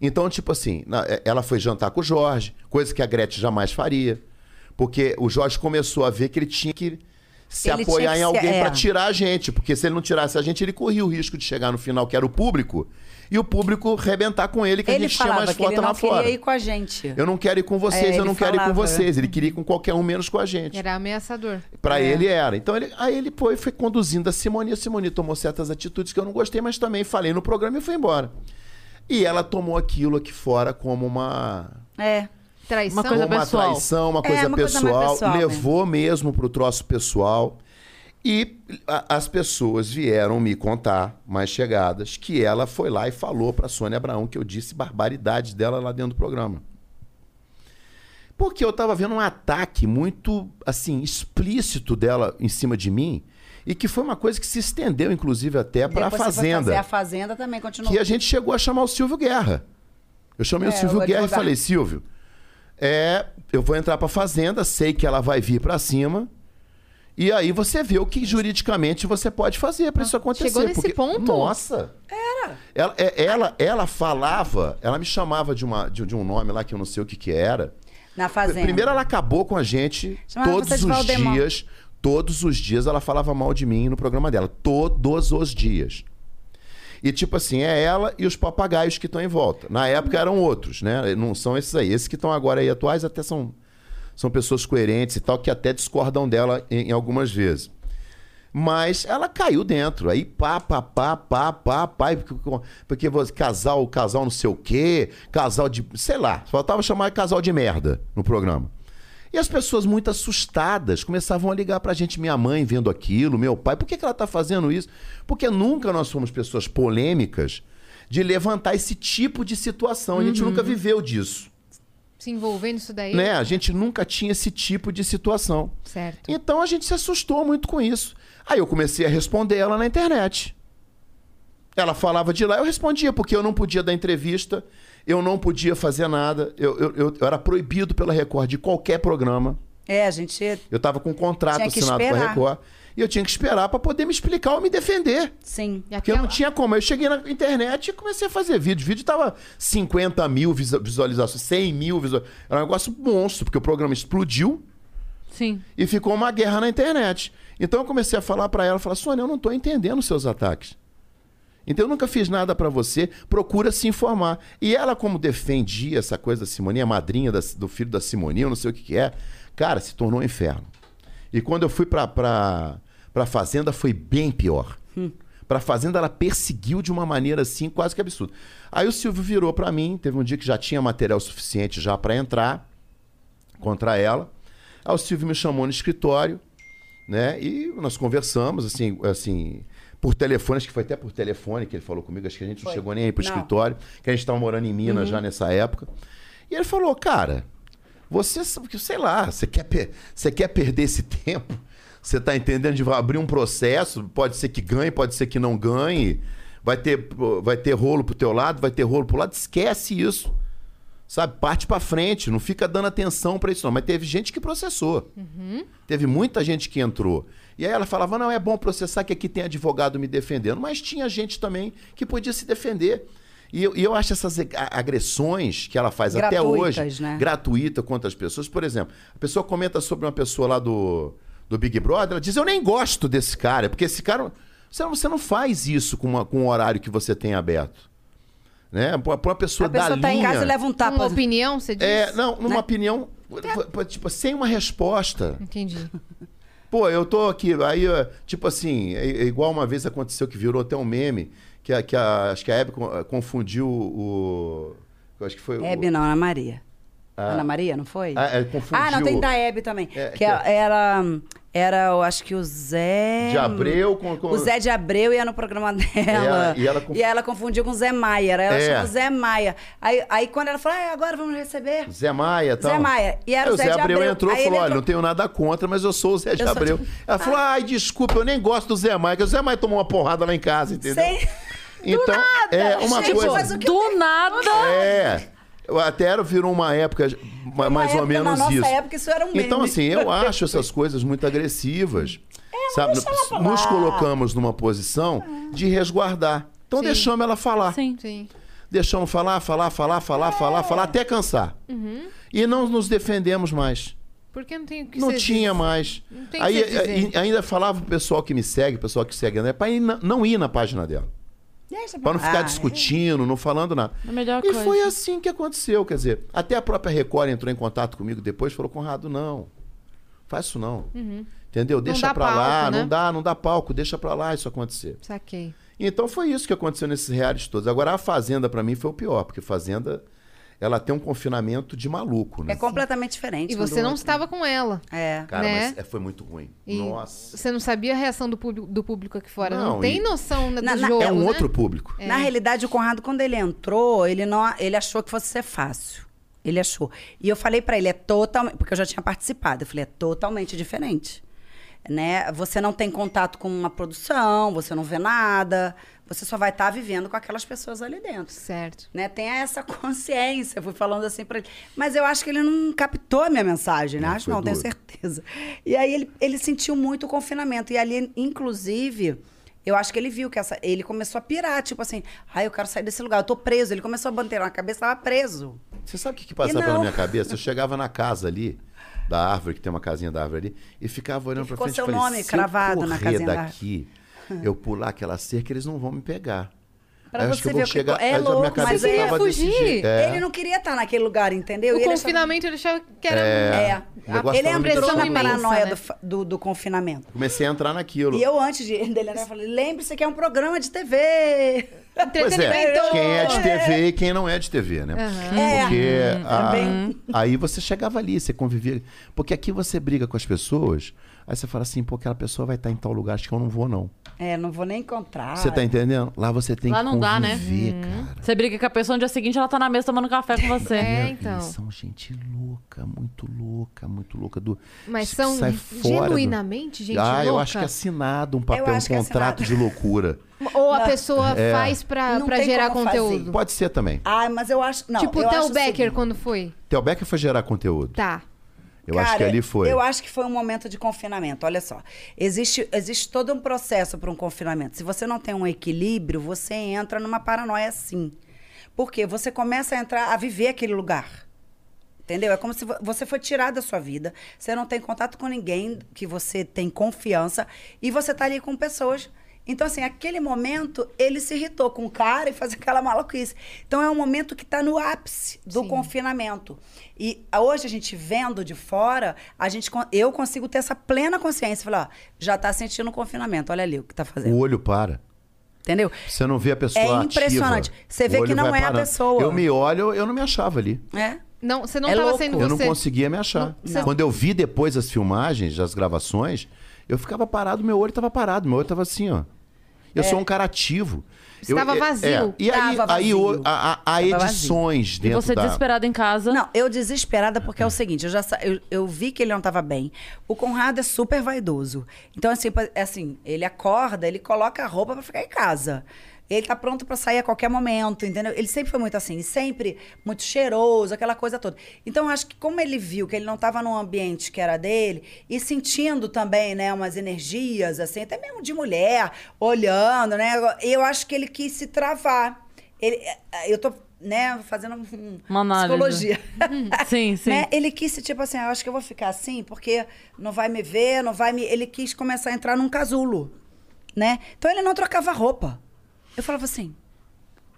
Então, tipo assim, na- eh, ela foi jantar com o Jorge, coisa que a Gretchen jamais faria. Porque o Jorge começou a ver que ele tinha que se
Ele tinha
apoiar
que
em
se-
alguém
é.
pra tirar a gente. Porque se ele não tirasse a gente, ele corria o risco de chegar no final, que era o público, e o público rebentar com ele, que a
Ele
gente tinha
falava
mais
que ele
foto lá
não
fora.
queria ir com a gente.
Eu não quero ir com
É,
vocês, eu
ele
não quero ir com
falava. né?
vocês. Ele queria ir com qualquer um, menos com a gente.
Era ameaçador.
é.
Pra ele era. Então ele, aí ele foi, foi conduzindo a Simone. A Simone tomou certas atitudes que eu não gostei, mas também falei no programa e foi embora. E ela tomou aquilo aqui fora como uma,
É.
Traição.
Uma coisa
uma
pessoal.
traição, uma coisa
uma coisa mais
pessoal.
pessoal mesmo.
levou mesmo pro troço pessoal. E a- as pessoas vieram me contar, mais chegadas, que ela foi lá e falou pra Sônia Abraão que eu disse barbaridade dela lá dentro do programa. Porque eu tava vendo um ataque muito, assim, explícito dela em cima de mim. E que foi uma coisa que se estendeu, inclusive, até pra
Depois você foi fazer
Fazenda.
a Fazenda também continuou.
Que a gente chegou a chamar o Silvio Guerra. Eu chamei
É,
o Silvio
o
Guerra e
advogado.
falei, Silvio, é, eu vou entrar pra Fazenda, sei que ela vai vir pra cima. E aí você vê o que juridicamente você pode fazer pra isso acontecer.
chegou nesse
porque-
ponto?
Nossa! Era! Ela, é- ela, ela falava, ela me chamava de, uma, de, de um nome lá que eu não sei o que que era.
Na Fazenda.
Primeiro ela acabou com a gente
Chamava
todos
você
os
de Valdemar.
dias. Todos os dias ela falava mal de mim no programa dela. Todos os dias. E tipo assim, é ela e os papagaios que estão em volta. Na época eram outros, né? Não são esses aí. Esses que estão agora aí atuais até são, são pessoas coerentes e tal, que até discordam dela em, em algumas vezes. Mas ela caiu dentro. Aí pá, pá, pá, pá, pá, pá. e porque- Porque você- casal, casal não sei o quê, casal de. sei lá. Faltava chamar casal de merda no programa. E as pessoas muito assustadas começavam a ligar pra gente, minha mãe vendo aquilo, meu pai, por que, que ela tá fazendo isso? Porque nunca nós fomos pessoas polêmicas de levantar esse tipo de situação. A gente nunca viveu disso.
Se envolvendo nisso daí.
Né? A gente nunca tinha esse tipo de situação.
Certo.
Então a gente se assustou muito com isso. Aí eu comecei a responder ela na internet. Ela falava de lá, eu respondia, porque eu não podia dar entrevista, eu não podia fazer nada, eu, eu- eu- eu era proibido pela Record de qualquer programa.
É, a gente.
Eu tava com um contrato
Tinha que
assinado com a
esperar. É
Record. E eu tinha que esperar pra poder me explicar ou me defender.
Sim.
E
Porque eu não
aquela-
tinha como. Eu cheguei na internet e comecei a fazer vídeo. O vídeo tava 50 mil visu- visualizações, 100 mil visualizações. Era um negócio monstro, porque o programa explodiu
Sim.
e ficou uma guerra na internet. Então eu comecei a falar pra ela, falar, Sônia, eu não tô entendendo os seus ataques. Então eu nunca fiz nada pra você, procura se informar. E ela, como defendia essa coisa da Simonia, a madrinha da- do filho da Simonia, eu não sei o que, que é, cara, se tornou um inferno. E quando eu fui pra, pra, pra Fazenda, foi bem pior. Pra Fazenda, ela perseguiu de uma maneira assim, quase que absurda. Aí o Silvio virou pra mim, teve um dia que já tinha material suficiente já pra entrar contra ela. Aí o Silvio me chamou no escritório, né? E nós conversamos, assim, assim, por telefone, acho que foi até por telefone que ele falou comigo, acho que a gente não
Foi.
chegou nem aí pro
Não.
escritório, que a gente tava morando em Minas já nessa época. E ele falou, cara, você, sei lá, você quer, per- você quer perder esse *laughs* tempo? Você tá entendendo de abrir um processo, pode ser que ganhe, pode ser que não ganhe, vai ter, vai ter rolo pro teu lado, vai ter rolo pro lado, esquece isso sabe? Parte pra frente, não fica dando atenção pra isso não. Mas teve gente que processou. Teve muita gente que entrou. E aí ela falava, não, é bom processar que aqui tem advogado me defendendo. Mas tinha gente também que podia se defender. E eu, e eu acho essas ag- agressões que ela faz até
Gratuitas,
hoje,
né?
gratuita contra as pessoas. Por exemplo, a pessoa comenta sobre uma pessoa lá do, do Big Brother, ela diz, eu nem gosto desse cara, porque esse cara... Você não, você não faz isso com, uma- com o horário que você tem aberto. Né? Pra, pra uma pessoa
A pessoa
da
tá em
linha...
casa e leva um tapa.
Uma opinião, você diz?
É, não, numa
né?
opinião, p- tipo, sem uma resposta.
Entendi.
Pô, eu tô aqui, aí, ó, tipo assim, é- é igual uma vez aconteceu que virou até um meme, que, a, que a- acho que a Hebe con- confundiu o... eu Acho que foi o-
Hebe não, Ana Maria. Ana Maria, não foi?
Ah, é, confundiu.
Ah, não, tem da Hebe também.
É,
que
que-
era, era, eu acho que o Zé...
De Abreu com... com-
né? O Zé de Abreu ia no programa dela.
Ela- e ela conf-
confundiu com o Zé Maia. Ela
É.
chama Zé Maia. Aí, aí quando ela fala, ah, agora vamos receber.
Zé Maia, tal.
Zé Maia. E era
Aí
o
o Zé
Zé de
Abreu,
Abreu.
entrou e
Aí
falou:
ele
olha,
entrou-
não tenho nada contra, mas eu sou o Zé de
Eu sou Ah.
Abreu. Ela falou: ai, desculpa, eu nem gosto do Zé Maia, porque o Zé Maia tomou uma porrada lá em casa, entendeu?
Sem-
Então, é uma
Gente,
coisa.
mas o que
Do nada.
É. Eu até era, virou uma época ma-
Uma
mais ou
época,
menos
na nossa
isso.
época, isso era um meme. É,
Então, assim,
*laughs*
eu acho essas coisas muito agressivas. sabe?
deixa ela falar.
Nos colocamos numa posição de resguardar. Então,
Sim.
deixamos ela falar.
Sim.
Sim.
Deixamos falar, falar, falar, falar,
É.
falar, falar, até cansar.
Uhum.
E não nos defendemos mais.
Porque não tem o que
não
você
tinha
diz.
mais.
Não tem o que
Aí
você dizer.
e- e ainda falava pro pessoal que me segue, o pessoal que segue, né? Pra ir na- não ir na página dela.
Deixa
Pra não ficar
é?
*laughs* Ah,
discutindo, não falando nada.
A melhor
e
coisa.
foi assim que aconteceu, quer dizer, até a própria Record entrou em contato comigo depois, e falou, Conrado, não, faz isso não. Entendeu? Deixa
dá
pra lá,
palco, né?
não dá, não dá palco, deixa pra lá isso acontecer.
Saquei.
Então foi isso que aconteceu nesses reais todos. Agora a Fazenda pra mim foi o pior, porque Fazenda, ela tem um confinamento de maluco,
É
né?
completamente diferente.
E
um do
você não
outro.
estava com ela.
É.
Cara,
né?
mas é, foi muito ruim.
E
Nossa.
Você não sabia a reação do público, do público aqui fora. Não,
Não,
tem
e-
noção na- do
Na- na-
jogo,
é um
né?
outro público.
Na realidade, o Conrado, quando ele entrou, ele, não, ele achou que fosse ser fácil. Ele achou. E eu falei pra ele, é totalmente. Porque eu já tinha participado. Eu falei, é totalmente diferente. Né? Você não tem contato com uma produção, você não vê nada. Você só vai estar vivendo com aquelas pessoas ali dentro.
Certo.
Né? Tenha essa *laughs* consciência. Eu fui falando assim pra ele. Mas eu acho que ele não captou a minha mensagem, né?
Não,
acho
foi
não, tenho
duro.
certeza. E aí ele, ele sentiu muito o confinamento. E ali, inclusive, eu acho que ele viu que essa. Ele começou a pirar, tipo assim, ai, eu quero sair desse lugar, eu tô preso. Ele começou a bater na cabeça, tava preso.
Você sabe o que, que passava
E
pela
não. *laughs*
minha cabeça? Eu chegava na casa ali, da árvore, que tem uma casinha da árvore ali, e ficava olhando
E
pra
ficou
frente
seu
e falei,
nome
se
cravado
eu
na
correr
casinha da *laughs*
daqui, eu pular aquela cerca, eles não vão me pegar. Aí
Pra
eu acho que
você ver
eu vou
o que
chegar.
é
mas a minha
louco,
cabeça
mas é
tava desse
fugir.
jeito. É.
Ele não queria estar naquele lugar, entendeu?
O
E ele achava-
confinamento ele achava que era.
É. O negócio
Ele
tava me
entrou na
deixando louco.
paranoia
né?
do, fa- do, do confinamento.
Comecei a entrar naquilo.
E eu, antes de, *laughs* dele entrar, eu falei: lembre-se que é um programa de TV.
Pois é,
um entretenimento.
quem é de TV e quem não é de TV, né?
É.
Porque a-
Também.
aí você chegava ali, você convivia. Porque aqui você briga com as pessoas, aí você fala assim, pô, aquela pessoa vai estar em tal lugar, acho que eu não vou, não.
É, não vou nem encontrar.
Você tá entendendo? Lá você tem
Lá
que
não
conviver,
dá, né?
cara.
Você briga com a pessoa no dia seguinte, ela tá na mesa tomando café com você.
É,
Eles
então.
são gente louca, muito louca, muito louca. Do,
Mas
que
são
sai fora do-
genuinamente gente
ah,
louca?
eu acho que é assinado um papel,
acho que
um
é
contrato de loucura.
Ou a pessoa
É.
faz pra,
Não
pra
tem
gerar
como fazer.
conteúdo?
Pode ser também.
Ah, mas eu acho. Não,
tipo
eu
o Theo
acho
Becker
seguinte.
quando foi.
Theo Becker foi gerar conteúdo.
Tá.
Eu
Cara,
acho que ali foi.
Eu acho que foi um momento de confinamento. Olha só. Existe, existe todo um processo para um confinamento. Se você não tem um equilíbrio, você entra numa paranoia assim. Porque você começa a entrar, a viver aquele lugar. Entendeu? É como se vo- você foi tirado da sua vida, você não tem contato com ninguém que você tem confiança e você tá ali com pessoas. Então, assim, aquele momento ele se irritou com o cara e faz aquela maluquice. Então, é um momento que tá no ápice do confinamento. E a- hoje a gente vendo de fora, a gente, con- eu consigo ter essa plena consciência. Falar, ó, já tá sentindo o confinamento, olha ali o que tá fazendo.
O olho para.
Entendeu?
Você não vê a pessoa
É
ativa.
impressionante. Você vê
O olho
que não
vai
é a pessoa.
Eu me olho, eu não me achava ali.
É.
Não, você não
É
tava
louco.
sendo
Eu não
você.
conseguia me achar.
Não.
Quando eu vi depois as filmagens, as gravações, eu ficava parado, meu olho tava parado, meu olho tava assim, ó. Eu sou um cara ativo.
Você
Eu- é,
tava vazio.
E aí,
É. Tava
aí o-
vazio.
a- a- há
Tava
edições
E
dentro
você
da...
desesperado em casa.
Não, eu desesperada porque é o seguinte, eu já sa- eu, eu vi que ele não estava bem. O Conrado é super vaidoso. Então assim, pa- é assim, ele acorda, ele coloca a roupa para ficar em casa. Ele tá pronto para sair a qualquer momento, entendeu? Ele sempre foi muito assim, e sempre muito cheiroso, aquela coisa toda. Então eu acho que como ele viu que ele não estava num ambiente que era dele e sentindo também, né, umas energias assim, até mesmo de mulher, olhando, né? Eu acho que ele quis se travar. Ele, é, eu tô, né, fazendo um-
Uma análise.
psicologia.
Sim, Uhum. sim.
Né? Ele quis, tipo assim, ah, eu acho que eu vou ficar assim, porque não vai me ver, não vai me. Ele quis começar a entrar num casulo, né? Então ele não trocava roupa. Eu falava assim.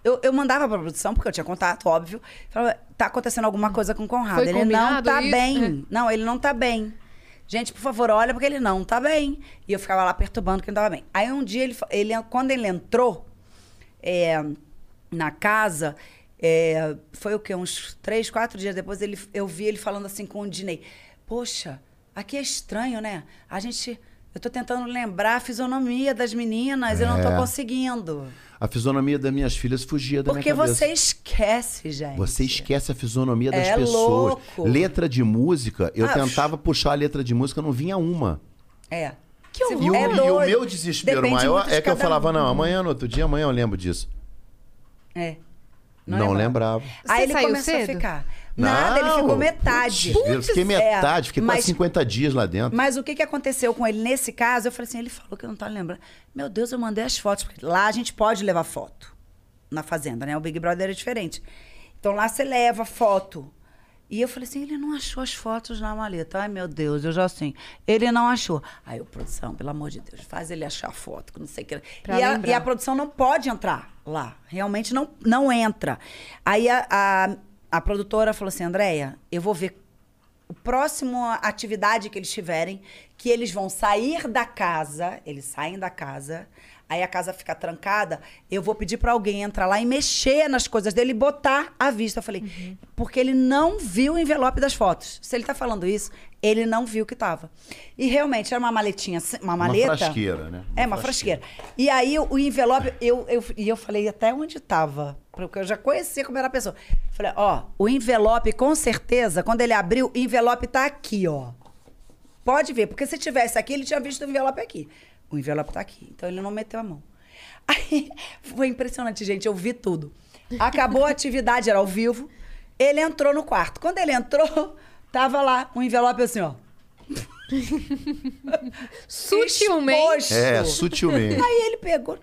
Eu, eu mandava pra produção, porque eu tinha contato, óbvio. Falava, tá acontecendo alguma coisa com o Conrado.
Hum. Foi
ele não
combinado
tá
isso? É.
bem. Não, ele não tá bem. Gente, por favor, olha, porque ele não tá bem. E eu ficava lá perturbando que não tava bem. Aí um dia, ele, fa- ele quando ele entrou, é, na casa, é, foi o quê? Uns três, quatro dias depois, ele, eu vi ele falando assim com o Dinei. Poxa, aqui é estranho, né? A gente. Eu tô tentando lembrar a fisionomia das meninas e não tô
É.
conseguindo.
A fisionomia das minhas filhas fugia da
Porque
minha cabeça.
você esquece, gente.
Você esquece a fisionomia das
É
pessoas.
louco.
Letra de música, eu
Ah,
tentava puxar a letra de música, não vinha uma.
É.
Que
Se-
E o,
É
e o
doido.
meu desespero
Depende
maior
muito de
é que eu
cada
falava,
um.
não, amanhã, no outro dia, amanhã eu lembro disso.
É.
Não,
lembrava.
lembrava.
Você
Aí ele
saiu
começou
cedo?
a ficar. Nada, ele
Não.
ficou metade.
Putz, eu fiquei
É,
metade, fiquei quase
mas
50 dias lá dentro.
Mas o que, que aconteceu com ele nesse caso? Eu falei assim, ele falou que eu não tá lembrando. Meu Deus, eu mandei as fotos. Porque lá a gente pode levar foto. Na fazenda, né? O Big Brother é diferente. Então lá você leva foto. E eu falei assim, ele não achou as fotos na maleta. Ai, meu Deus, eu já assim. Ele não achou. Aí eu, produção, pelo amor de Deus, faz ele achar a foto, que não sei o que.
Pra
E a,
lembrar.
e a produção não pode entrar lá. Realmente não, não entra. Aí a, a, a produtora falou assim, Andréia, eu vou ver o próximo atividade que eles tiverem, que eles vão sair da casa, eles saem da casa, aí a casa fica trancada, eu vou pedir pra alguém entrar lá e mexer nas coisas dele e botar à vista. Eu falei, porque ele não viu o envelope das fotos. Se ele tá falando isso, ele não viu que tava. E realmente era uma maletinha, assim, uma maleta.
Uma frasqueira, né?
É, uma frasqueira. E aí o envelope, eu, eu, e eu falei até onde estava, porque eu já conhecia como era a pessoa. Falei, ó, o envelope, com certeza, quando ele abriu, o envelope tá aqui, ó. Pode ver, porque se tivesse aqui, ele tinha visto o envelope aqui. O envelope tá aqui, então ele não meteu a mão. *laughs* Aí, foi impressionante, gente, eu vi tudo. Acabou a atividade, era ao vivo, ele entrou no quarto. Quando ele entrou, *laughs* tava lá um envelope assim, ó.
Sutilmente.
exposto.
É, sutilmente.
Aí ele pegou.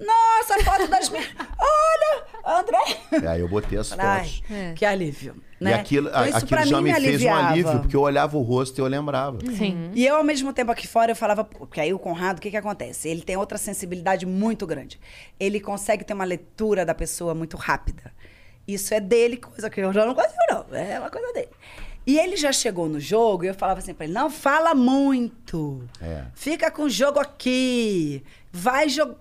Nossa, a foto das
*laughs*
minhas. Olha, André.
Aí eu botei as
Ai,
fotos.
É.
que alívio.
É E
Né?
aquilo,
Então,
a-
isso
aquilo
pra
já
mim
me fez um
aliviava. Uhum.
alívio, porque eu olhava o rosto e eu lembrava.
Sim.
E eu, ao mesmo tempo aqui fora, eu falava. Porque aí o Conrado, o que, que acontece? Ele tem outra sensibilidade muito grande. Ele consegue ter uma leitura da pessoa muito rápida. Isso é dele, coisa que eu já não consigo, não. É uma coisa dele. E ele já chegou no jogo e eu falava assim pra ele: não fala muito.
É.
Fica com o jogo aqui. Vai jo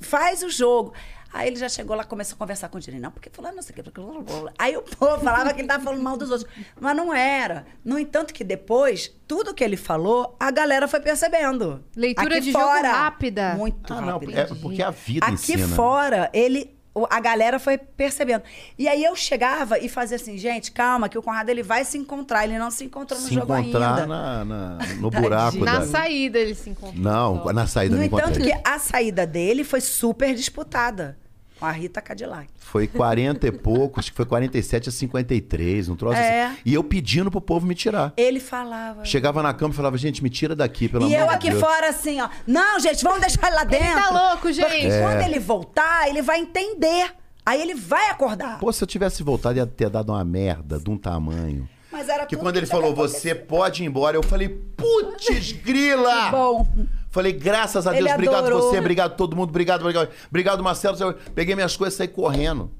faz o jogo. Aí ele já chegou lá, começou a conversar com o Direi. Não, porque fulano, não sei o quê. porque blá, blá, blá. Aí o *laughs* povo falava que ele tava falando mal dos outros. Mas não era. No entanto que depois, tudo que ele falou, a galera foi percebendo.
Leitura de jogo rápida.
Muito
Ah, não,
rápida.
é porque a vida né?
Aqui
ensina.
fora, ele. o- A galera foi percebendo. E aí eu chegava e fazia assim, gente, calma, que o Conrado ele vai se encontrar. Ele não se encontrou no
Se
jogo
encontrar
ainda.
na, na- no buraco
Na
da...
saída ele se encontrou.
Não, na saída eu
No
não
entanto,
encontrei.
que a saída dele foi super disputada com a Rita Cadillac.
Foi 40 e pouco, acho que foi 47 a 53, um troço
É.
assim. E eu pedindo pro povo me tirar.
Ele falava.
Chegava na cama e falava, gente, me tira daqui, pelo
e
amor
eu
de
aqui
Deus.
fora assim, ó. Não, gente, vamos deixar ele lá dentro.
tá louco, gente.
Porque
É.
quando ele voltar, ele vai entender. Aí ele vai acordar.
Pô, se eu tivesse voltado, ia ter dado uma merda de um tamanho.
Mas era
Que
tudo
quando ele
já
falou,
aconteceu.
você pode ir embora, eu falei, putz, grila!
Bom.
Falei, graças a
Ele
Deus, obrigado
adorou.
você, obrigado todo mundo, obrigado, obrigado, obrigado Marcelo. Eu peguei minhas coisas e saí correndo.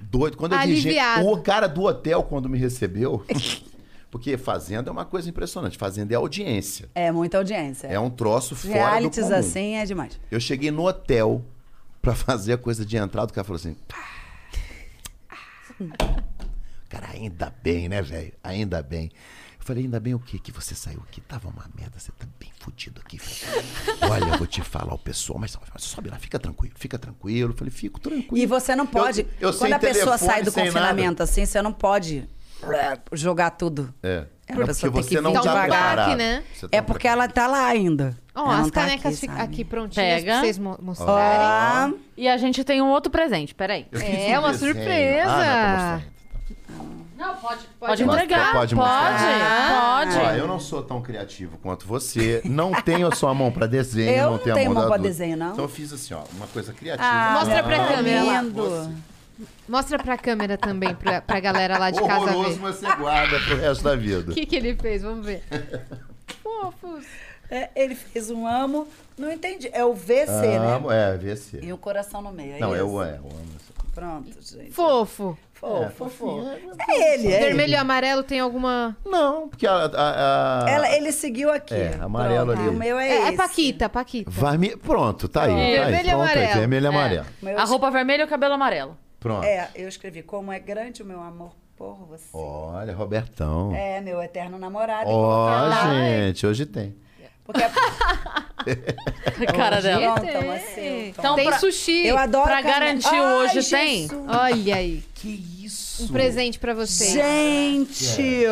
Doido. Quando eu vi gente-
Aliviado.
o cara do hotel, quando me recebeu, *laughs* porque Fazenda é uma coisa impressionante. Fazenda é audiência.
É muita audiência.
É um troço fora do
Realities
comum.
assim é demais.
Eu cheguei no hotel pra *laughs* fazer a coisa de entrada, o cara falou assim. "Pá". Cara, ainda bem, né, velho? Ainda bem. Eu falei, ainda bem o quê? Que você saiu aqui. Tava uma merda, você tá bem fudido aqui. velho. Olha, eu vou te falar, o pessoal, mas mas sobe lá, fica tranquilo, fica tranquilo. Eu falei, fico tranquilo.
E você não pode.
Eu- eu
quando
sem
a pessoa
telefone,
sai do
sem
confinamento assim, você não pode jogar tudo.
É.
É,
É
a
porque
pessoa tem
você
que
não tá
dar um baque,
preparado.
né?
Você tá
É porque ela *laughs* tá lá ainda.
Ó,
Ela não
as
tá
canecas ficam
sabe?
aqui prontinhas
Pega.
pra vocês mo- mostrarem.
Ó.
Ah.
E a gente tem um outro presente, peraí.
Eu fiz
É uma
desenho.
surpresa.
Ah, não, tá mostrando.
Não, pode, pode,
Pode
mostrar,
entregar. Pode,
pode mostrar.
É.
pode.
Ó, eu não sou tão criativo quanto você. Não tenho a sua mão pra desenho.
Eu
não
não
tenho,
tenho
a mão
mão
da
pra
adulta.
desenho, não.
Então eu fiz assim, ó, uma coisa criativa. assim,
Ah,
Mostra pra
Não,
câmera
é
lá.
lindo.
Você.
Mostra pra câmera também, pra, pra galera lá Tá de casa
Horroroso,
ver.
mas você guarda pro resto da vida.
O que, que ele fez? Vamos
*laughs*
ver. Fofos.
É, ele fez um amo, não entendi. É o VC, né?
Amo, é, VC.
E o coração no meio. É
não,
isso?
eu, é, eu amo. É, isso.
Pronto, gente.
Fofo.
Fofo, fofo.
né?
É ele, é ele.
Vermelho e amarelo tem alguma.
Não, porque a. a- a-
Ela, ele seguiu aqui.
Ah. É, amarelo
Pronto,
ali.
E o meu é,
É, é
esse.
Paquita, Paquita.
Varme- Pronto, tá aí.
É,
tá aí,
vermelho e
pronto,
amarelo. É.
Aí, vermelho e amarelo.
O meu-
A roupa vermelha e o cabelo amarelo.
Pronto.
É, eu escrevi como é grande o meu amor por você.
Oh. Olha, Robertão.
É, meu eterno namorado.
Ó,
tá
Colocar lá,
gente, hoje tem.
Porque é
A cara dela.
pronto, toma é seu.
Então,
tem
pra-
sushi.
Eu adoro
Pra
caneca.
garantir o
Ai,
hoje
Jesus.
tem?
Olha aí.
Que isso?
Um presente pra vocês.
Gente!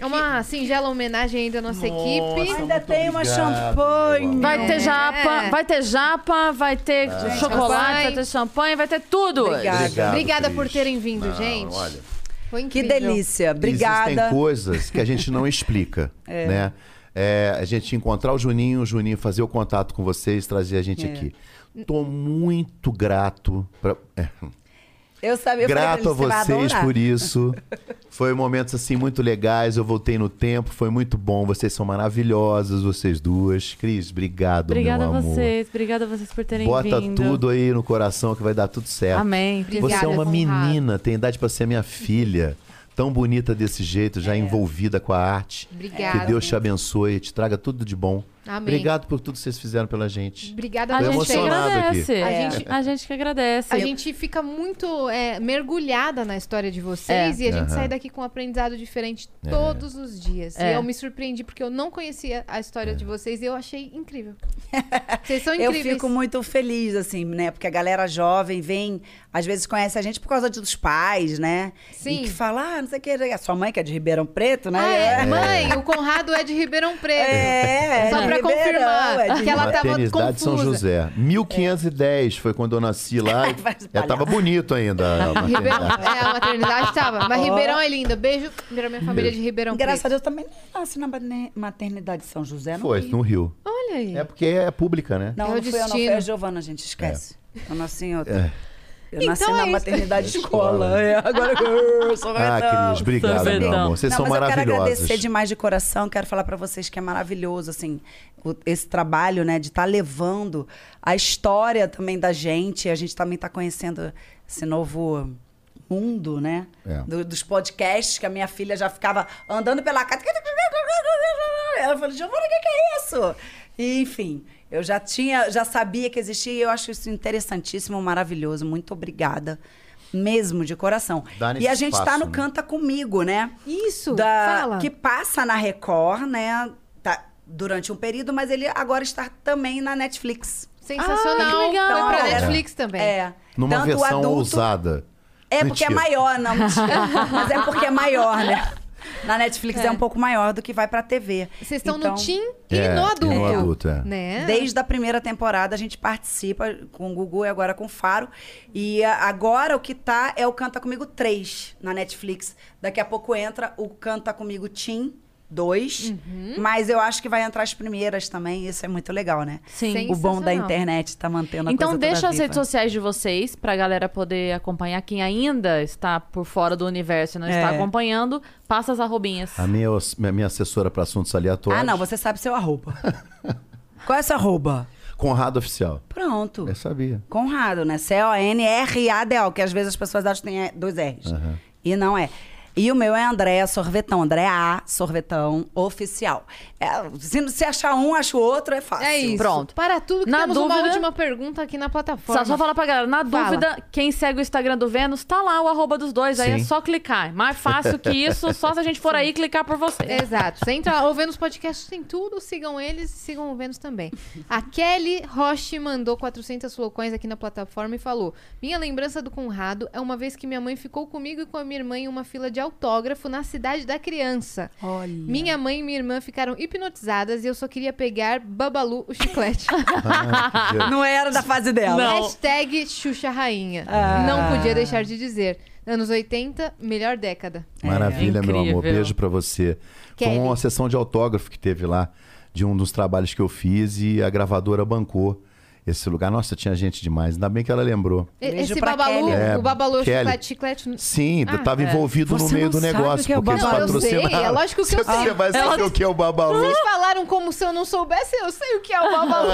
É uma singela homenagem ainda à nossa equipe.
Ainda
muito
tem uma
obrigado, meu
champanhe.
amor.
Vai ter
É.
japa, vai ter japa, vai ter chocolate,
champanhe.
vai ter champanhe, vai ter tudo.
Obrigada.
Ah. Obrigado,
Obrigada
Cris.
por terem vindo,
Não,
gente.
Olha,
Foi
Que
incrível.
delícia. Obrigada.
Existem coisas que a
*laughs*
gente não explica, né? É, a gente encontrar o Juninho, o Juninho fazer o contato com vocês, trazer a gente
É.
aqui. Tô muito grato. pra- é,
Eu sabia eu falei
grato
pra
a
ele, "Você vai
vocês
adorar."
por isso.
*laughs*
Foi momentos assim muito legais. Eu voltei no tempo, foi muito bom. Vocês são maravilhosas, vocês duas. Cris, obrigado,
Obrigada
meu
a
amor.
vocês, obrigada a vocês por terem
Bota
vindo.
tudo aí no coração que vai dar tudo certo.
Amém.
Você é
Obrigada,
uma
Conrado.
menina, tem idade pra ser minha filha. Tão bonita desse jeito,
É.
já envolvida com a arte.
Obrigada.
Que Deus te abençoe, te traga tudo de bom.
Amém.
Obrigado por tudo que vocês fizeram pela gente.
Obrigada
A
Tô
a
gente que
vocês.
é emocionado aqui.
agradece.
É.
A, gente, a gente que agradece.
A gente fica muito é, mergulhada na história de
É.
vocês e a gente sai daqui com um aprendizado diferente todos os dias. E
É.
eu me surpreendi porque eu não conhecia a história de vocês e eu achei incrível.
*laughs*
vocês são
Eu
incríveis.
fico muito feliz, assim, né? Porque a galera jovem vem, às vezes conhece a gente por causa de- dos pais, né?
Sim.
E que fala, ah, não sei o que. A sua mãe, que é de Ribeirão Preto, né?
Ah, é? Mãe, o Conrado é de Ribeirão Preto.
É, é
Só
de
pra
Ribeirão,
confirmar
é de
que ela tava
Maternidade São
confusa.
José. 1510 foi quando eu nasci lá.
*laughs* Vai
eu
espalhar.
tava bonito ainda. a
*laughs*
Ribeirão,
maternidade.
é, a maternidade tava. Mas Ribeirão é linda. Beijo pra minha família de Ribeirão
Graças a
Preto.
Deus também nasci na materne- maternidade de São José, não
Foi, no Rio.
Olha aí.
É porque é pública, né?
Não,
É o
não fui eu, não. Foi
destino.
a Giovana, gente, esquece. Eu nasci em outra.
É.
Eu
Então
nasci
é
na
isso.
maternidade escola.
Escola.
É, agora eu sou mais
Ah, Cris, obrigado, meu
Sorvetão.
amor. Vocês
Não,
são
mas eu quero
maravilhosos.
agradecer demais de coração. Quero falar pra vocês que é maravilhoso, assim, o- esse trabalho, né, de estar levando a história também da gente. A gente também tá conhecendo esse novo mundo, né?
É.
do- dos podcasts, que a minha filha já ficava andando pela casa. Ela falou, Giovana, o que, que é isso? E, enfim, eu já tinha, já sabia que existia e eu acho isso interessantíssimo, maravilhoso. Muito obrigada. Mesmo de coração.
Dá nesse
E a gente tá
espaço,
no
né?
Canta Comigo, né?
Isso,
da-
fala.
que passa na Record, né? Tá, durante um período, mas ele agora está também na Netflix.
Ah, que
Sensacional.
legal.
Foi pra
Então,
Netflix também.
É.
Numa
Tanto
versão
adulto-
ousada.
É porque é
Mentira.
maior,
*laughs*
não. mentira. mas é porque é maior, né? Na Netflix é, um pouco maior do que vai pra TV.
Vocês estão
Então,
no Tim
É,
e no adulto.
e no adulto, é.
Né?
Desde a primeira temporada a gente participa com o Gugu e agora com o Faro. E a- agora o que tá é o Canta Comigo 3 na Netflix. Daqui a pouco entra o Canta Comigo Tim 2.
Uhum.
Mas eu acho que vai entrar as primeiras também. Isso é muito legal, né?
Sim.
O bom da
Sensacional.
internet tá mantendo a
Então
coisa
deixa
toda
as
viva.
redes sociais de vocês pra galera poder acompanhar. Quem ainda está por fora do universo e não está
É.
acompanhando, passa as arrobinhas.
A minha, a minha assessora para assuntos aleatórios.
Ah, não, você sabe
*laughs*
seu arroba. Qual é seu arroba?
Conrado Oficial.
Pronto.
Eu sabia.
Conrado, né? C-O-N-R-A-D-O, que às vezes as pessoas acham que tem é, dois R's. E não é. E o meu é Andréa Sorvetão. Andréa A Sorvetão Oficial. É, se, se achar um, acha o outro, é fácil.
É isso.
Pronto.
Para tudo que
Na
temos uma
dúvida-
última pergunta aqui na plataforma.
Só, só falar pra galera, na
Fala.
dúvida, quem segue o Instagram do Vênus, tá lá o arroba dos dois, aí é
Sim.
só clicar. Mais fácil que isso, só se a gente for aí clicar por você.
É, Exato. Você entra lá, o Vênus Podcast tem tudo, sigam eles e sigam o Vênus também. A Kelly Roche mandou 400 flocões aqui na plataforma e falou: Minha lembrança do Conrado é uma vez que minha mãe ficou comigo e com a minha irmã em uma fila de autógrafo na cidade da criança.
Olha.
Minha mãe e minha irmã ficaram hipnotizadas e eu só queria pegar Babalu o chiclete.
*laughs* Ah, que-
*laughs* Não Ah. era da fase dela.
Não.
*laughs* Hashtag Xuxa Rainha. Não podia deixar de dizer. Anos 80, melhor década.
É,
Maravilha, meu
Incrível.
amor. Beijo pra você.
Kelly.
Foi uma sessão de autógrafo que teve lá, de um dos trabalhos que eu fiz, e a gravadora bancou esse lugar. Nossa, tinha gente demais. Ainda bem que ela lembrou.
E-
Beijo
Esse
pra
babalu,
Kelly.
É,
o babalu
Kelly.
chiclete, chiclete.
Sim,
Ah,
eu tava envolvido no
é. Você
meio
não
do
sabe o
negócio,
que é o
porque eles
Não, eu sei,
patrocinaram.
é lógico que eu sei.
*laughs* Você vai saber o que é
*laughs*
o babalu.
Vocês falaram como se eu não soubesse, eu sei o que é o
*laughs*
babalu.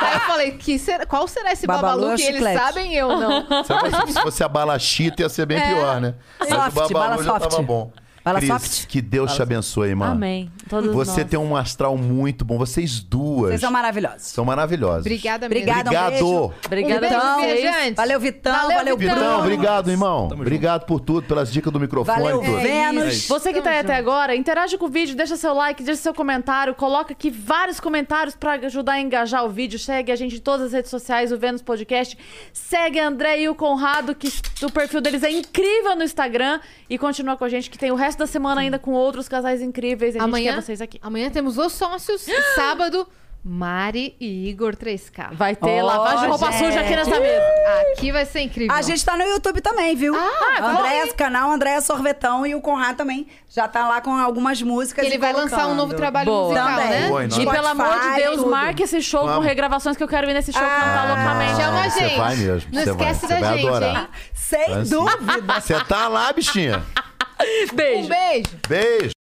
Aí eu falei, que será- qual será esse babalu,
Babalu é
que eles
chiclete.
sabem e eu não?
*laughs*
Sabe, mas se fosse a bala chita, ia ser bem pior, né?
É. Soft,
Mas o
bala
babalu já
soft.
tava bom.
Bala
Cris,
soft.
que Deus te abençoe, mano.
Amém. Todos
Você
nós.
tem um astral muito bom. Vocês duas
Vocês são maravilhosos.
são maravilhosas.
Obrigada mesmo.
Obrigada, um beijo.
Obrigado.
Obrigada
Um beijo,
a vocês.
viajante.
Valeu, Vitão.
Valeu,
Valeu,
Vitão.
Bruno.
Vitão, Então, obrigado, irmão.
Tamo
obrigado por tudo, pelas dicas do microfone.
Valeu,
tudo.
É
Vênus.
isso.
Você que tá aí
Tamo
até
junto.
agora, interage com o vídeo, deixa seu like, deixa seu comentário, coloca aqui vários comentários pra ajudar a engajar o vídeo. Segue a gente em todas as redes sociais, o Vênus Podcast. Segue a André e o Conrado, que o perfil deles é incrível no Instagram. E continua com a gente, que tem o resto da semana ainda com outros casais incríveis. A gente
Amanhã,
quer vocês aqui.
amanhã temos os sócios e sábado, Mari e Igor 3K.
Vai ter
Ó,
lavagem de roupa
gente.
suja aqui nessa mesa.
Aqui vai ser incrível.
A gente tá no YouTube também, viu? Ah, Andréa, canal Andréa Sorvetão e o Conrad também já tá lá com algumas músicas.
Ele
e
vai lançar um
colocando.
novo trabalho
Boa.
musical,
Também.
né?
Boa,
E
Nossa.
pelo amor de
Spotify,
Deus,
tudo.
marque esse show com
Vamos.
regravações que eu quero ir nesse show que não tá
Ah,
loucamente.
Chama a
Você
gente.
vai mesmo,
Não
você vai,
esquece
você
da
vai
gente,
adorar.
hein?
Sem
*laughs*
Então, assim,
dúvida.
Você tá lá, bichinha?
Beijo.
Um beijo.
Beijo.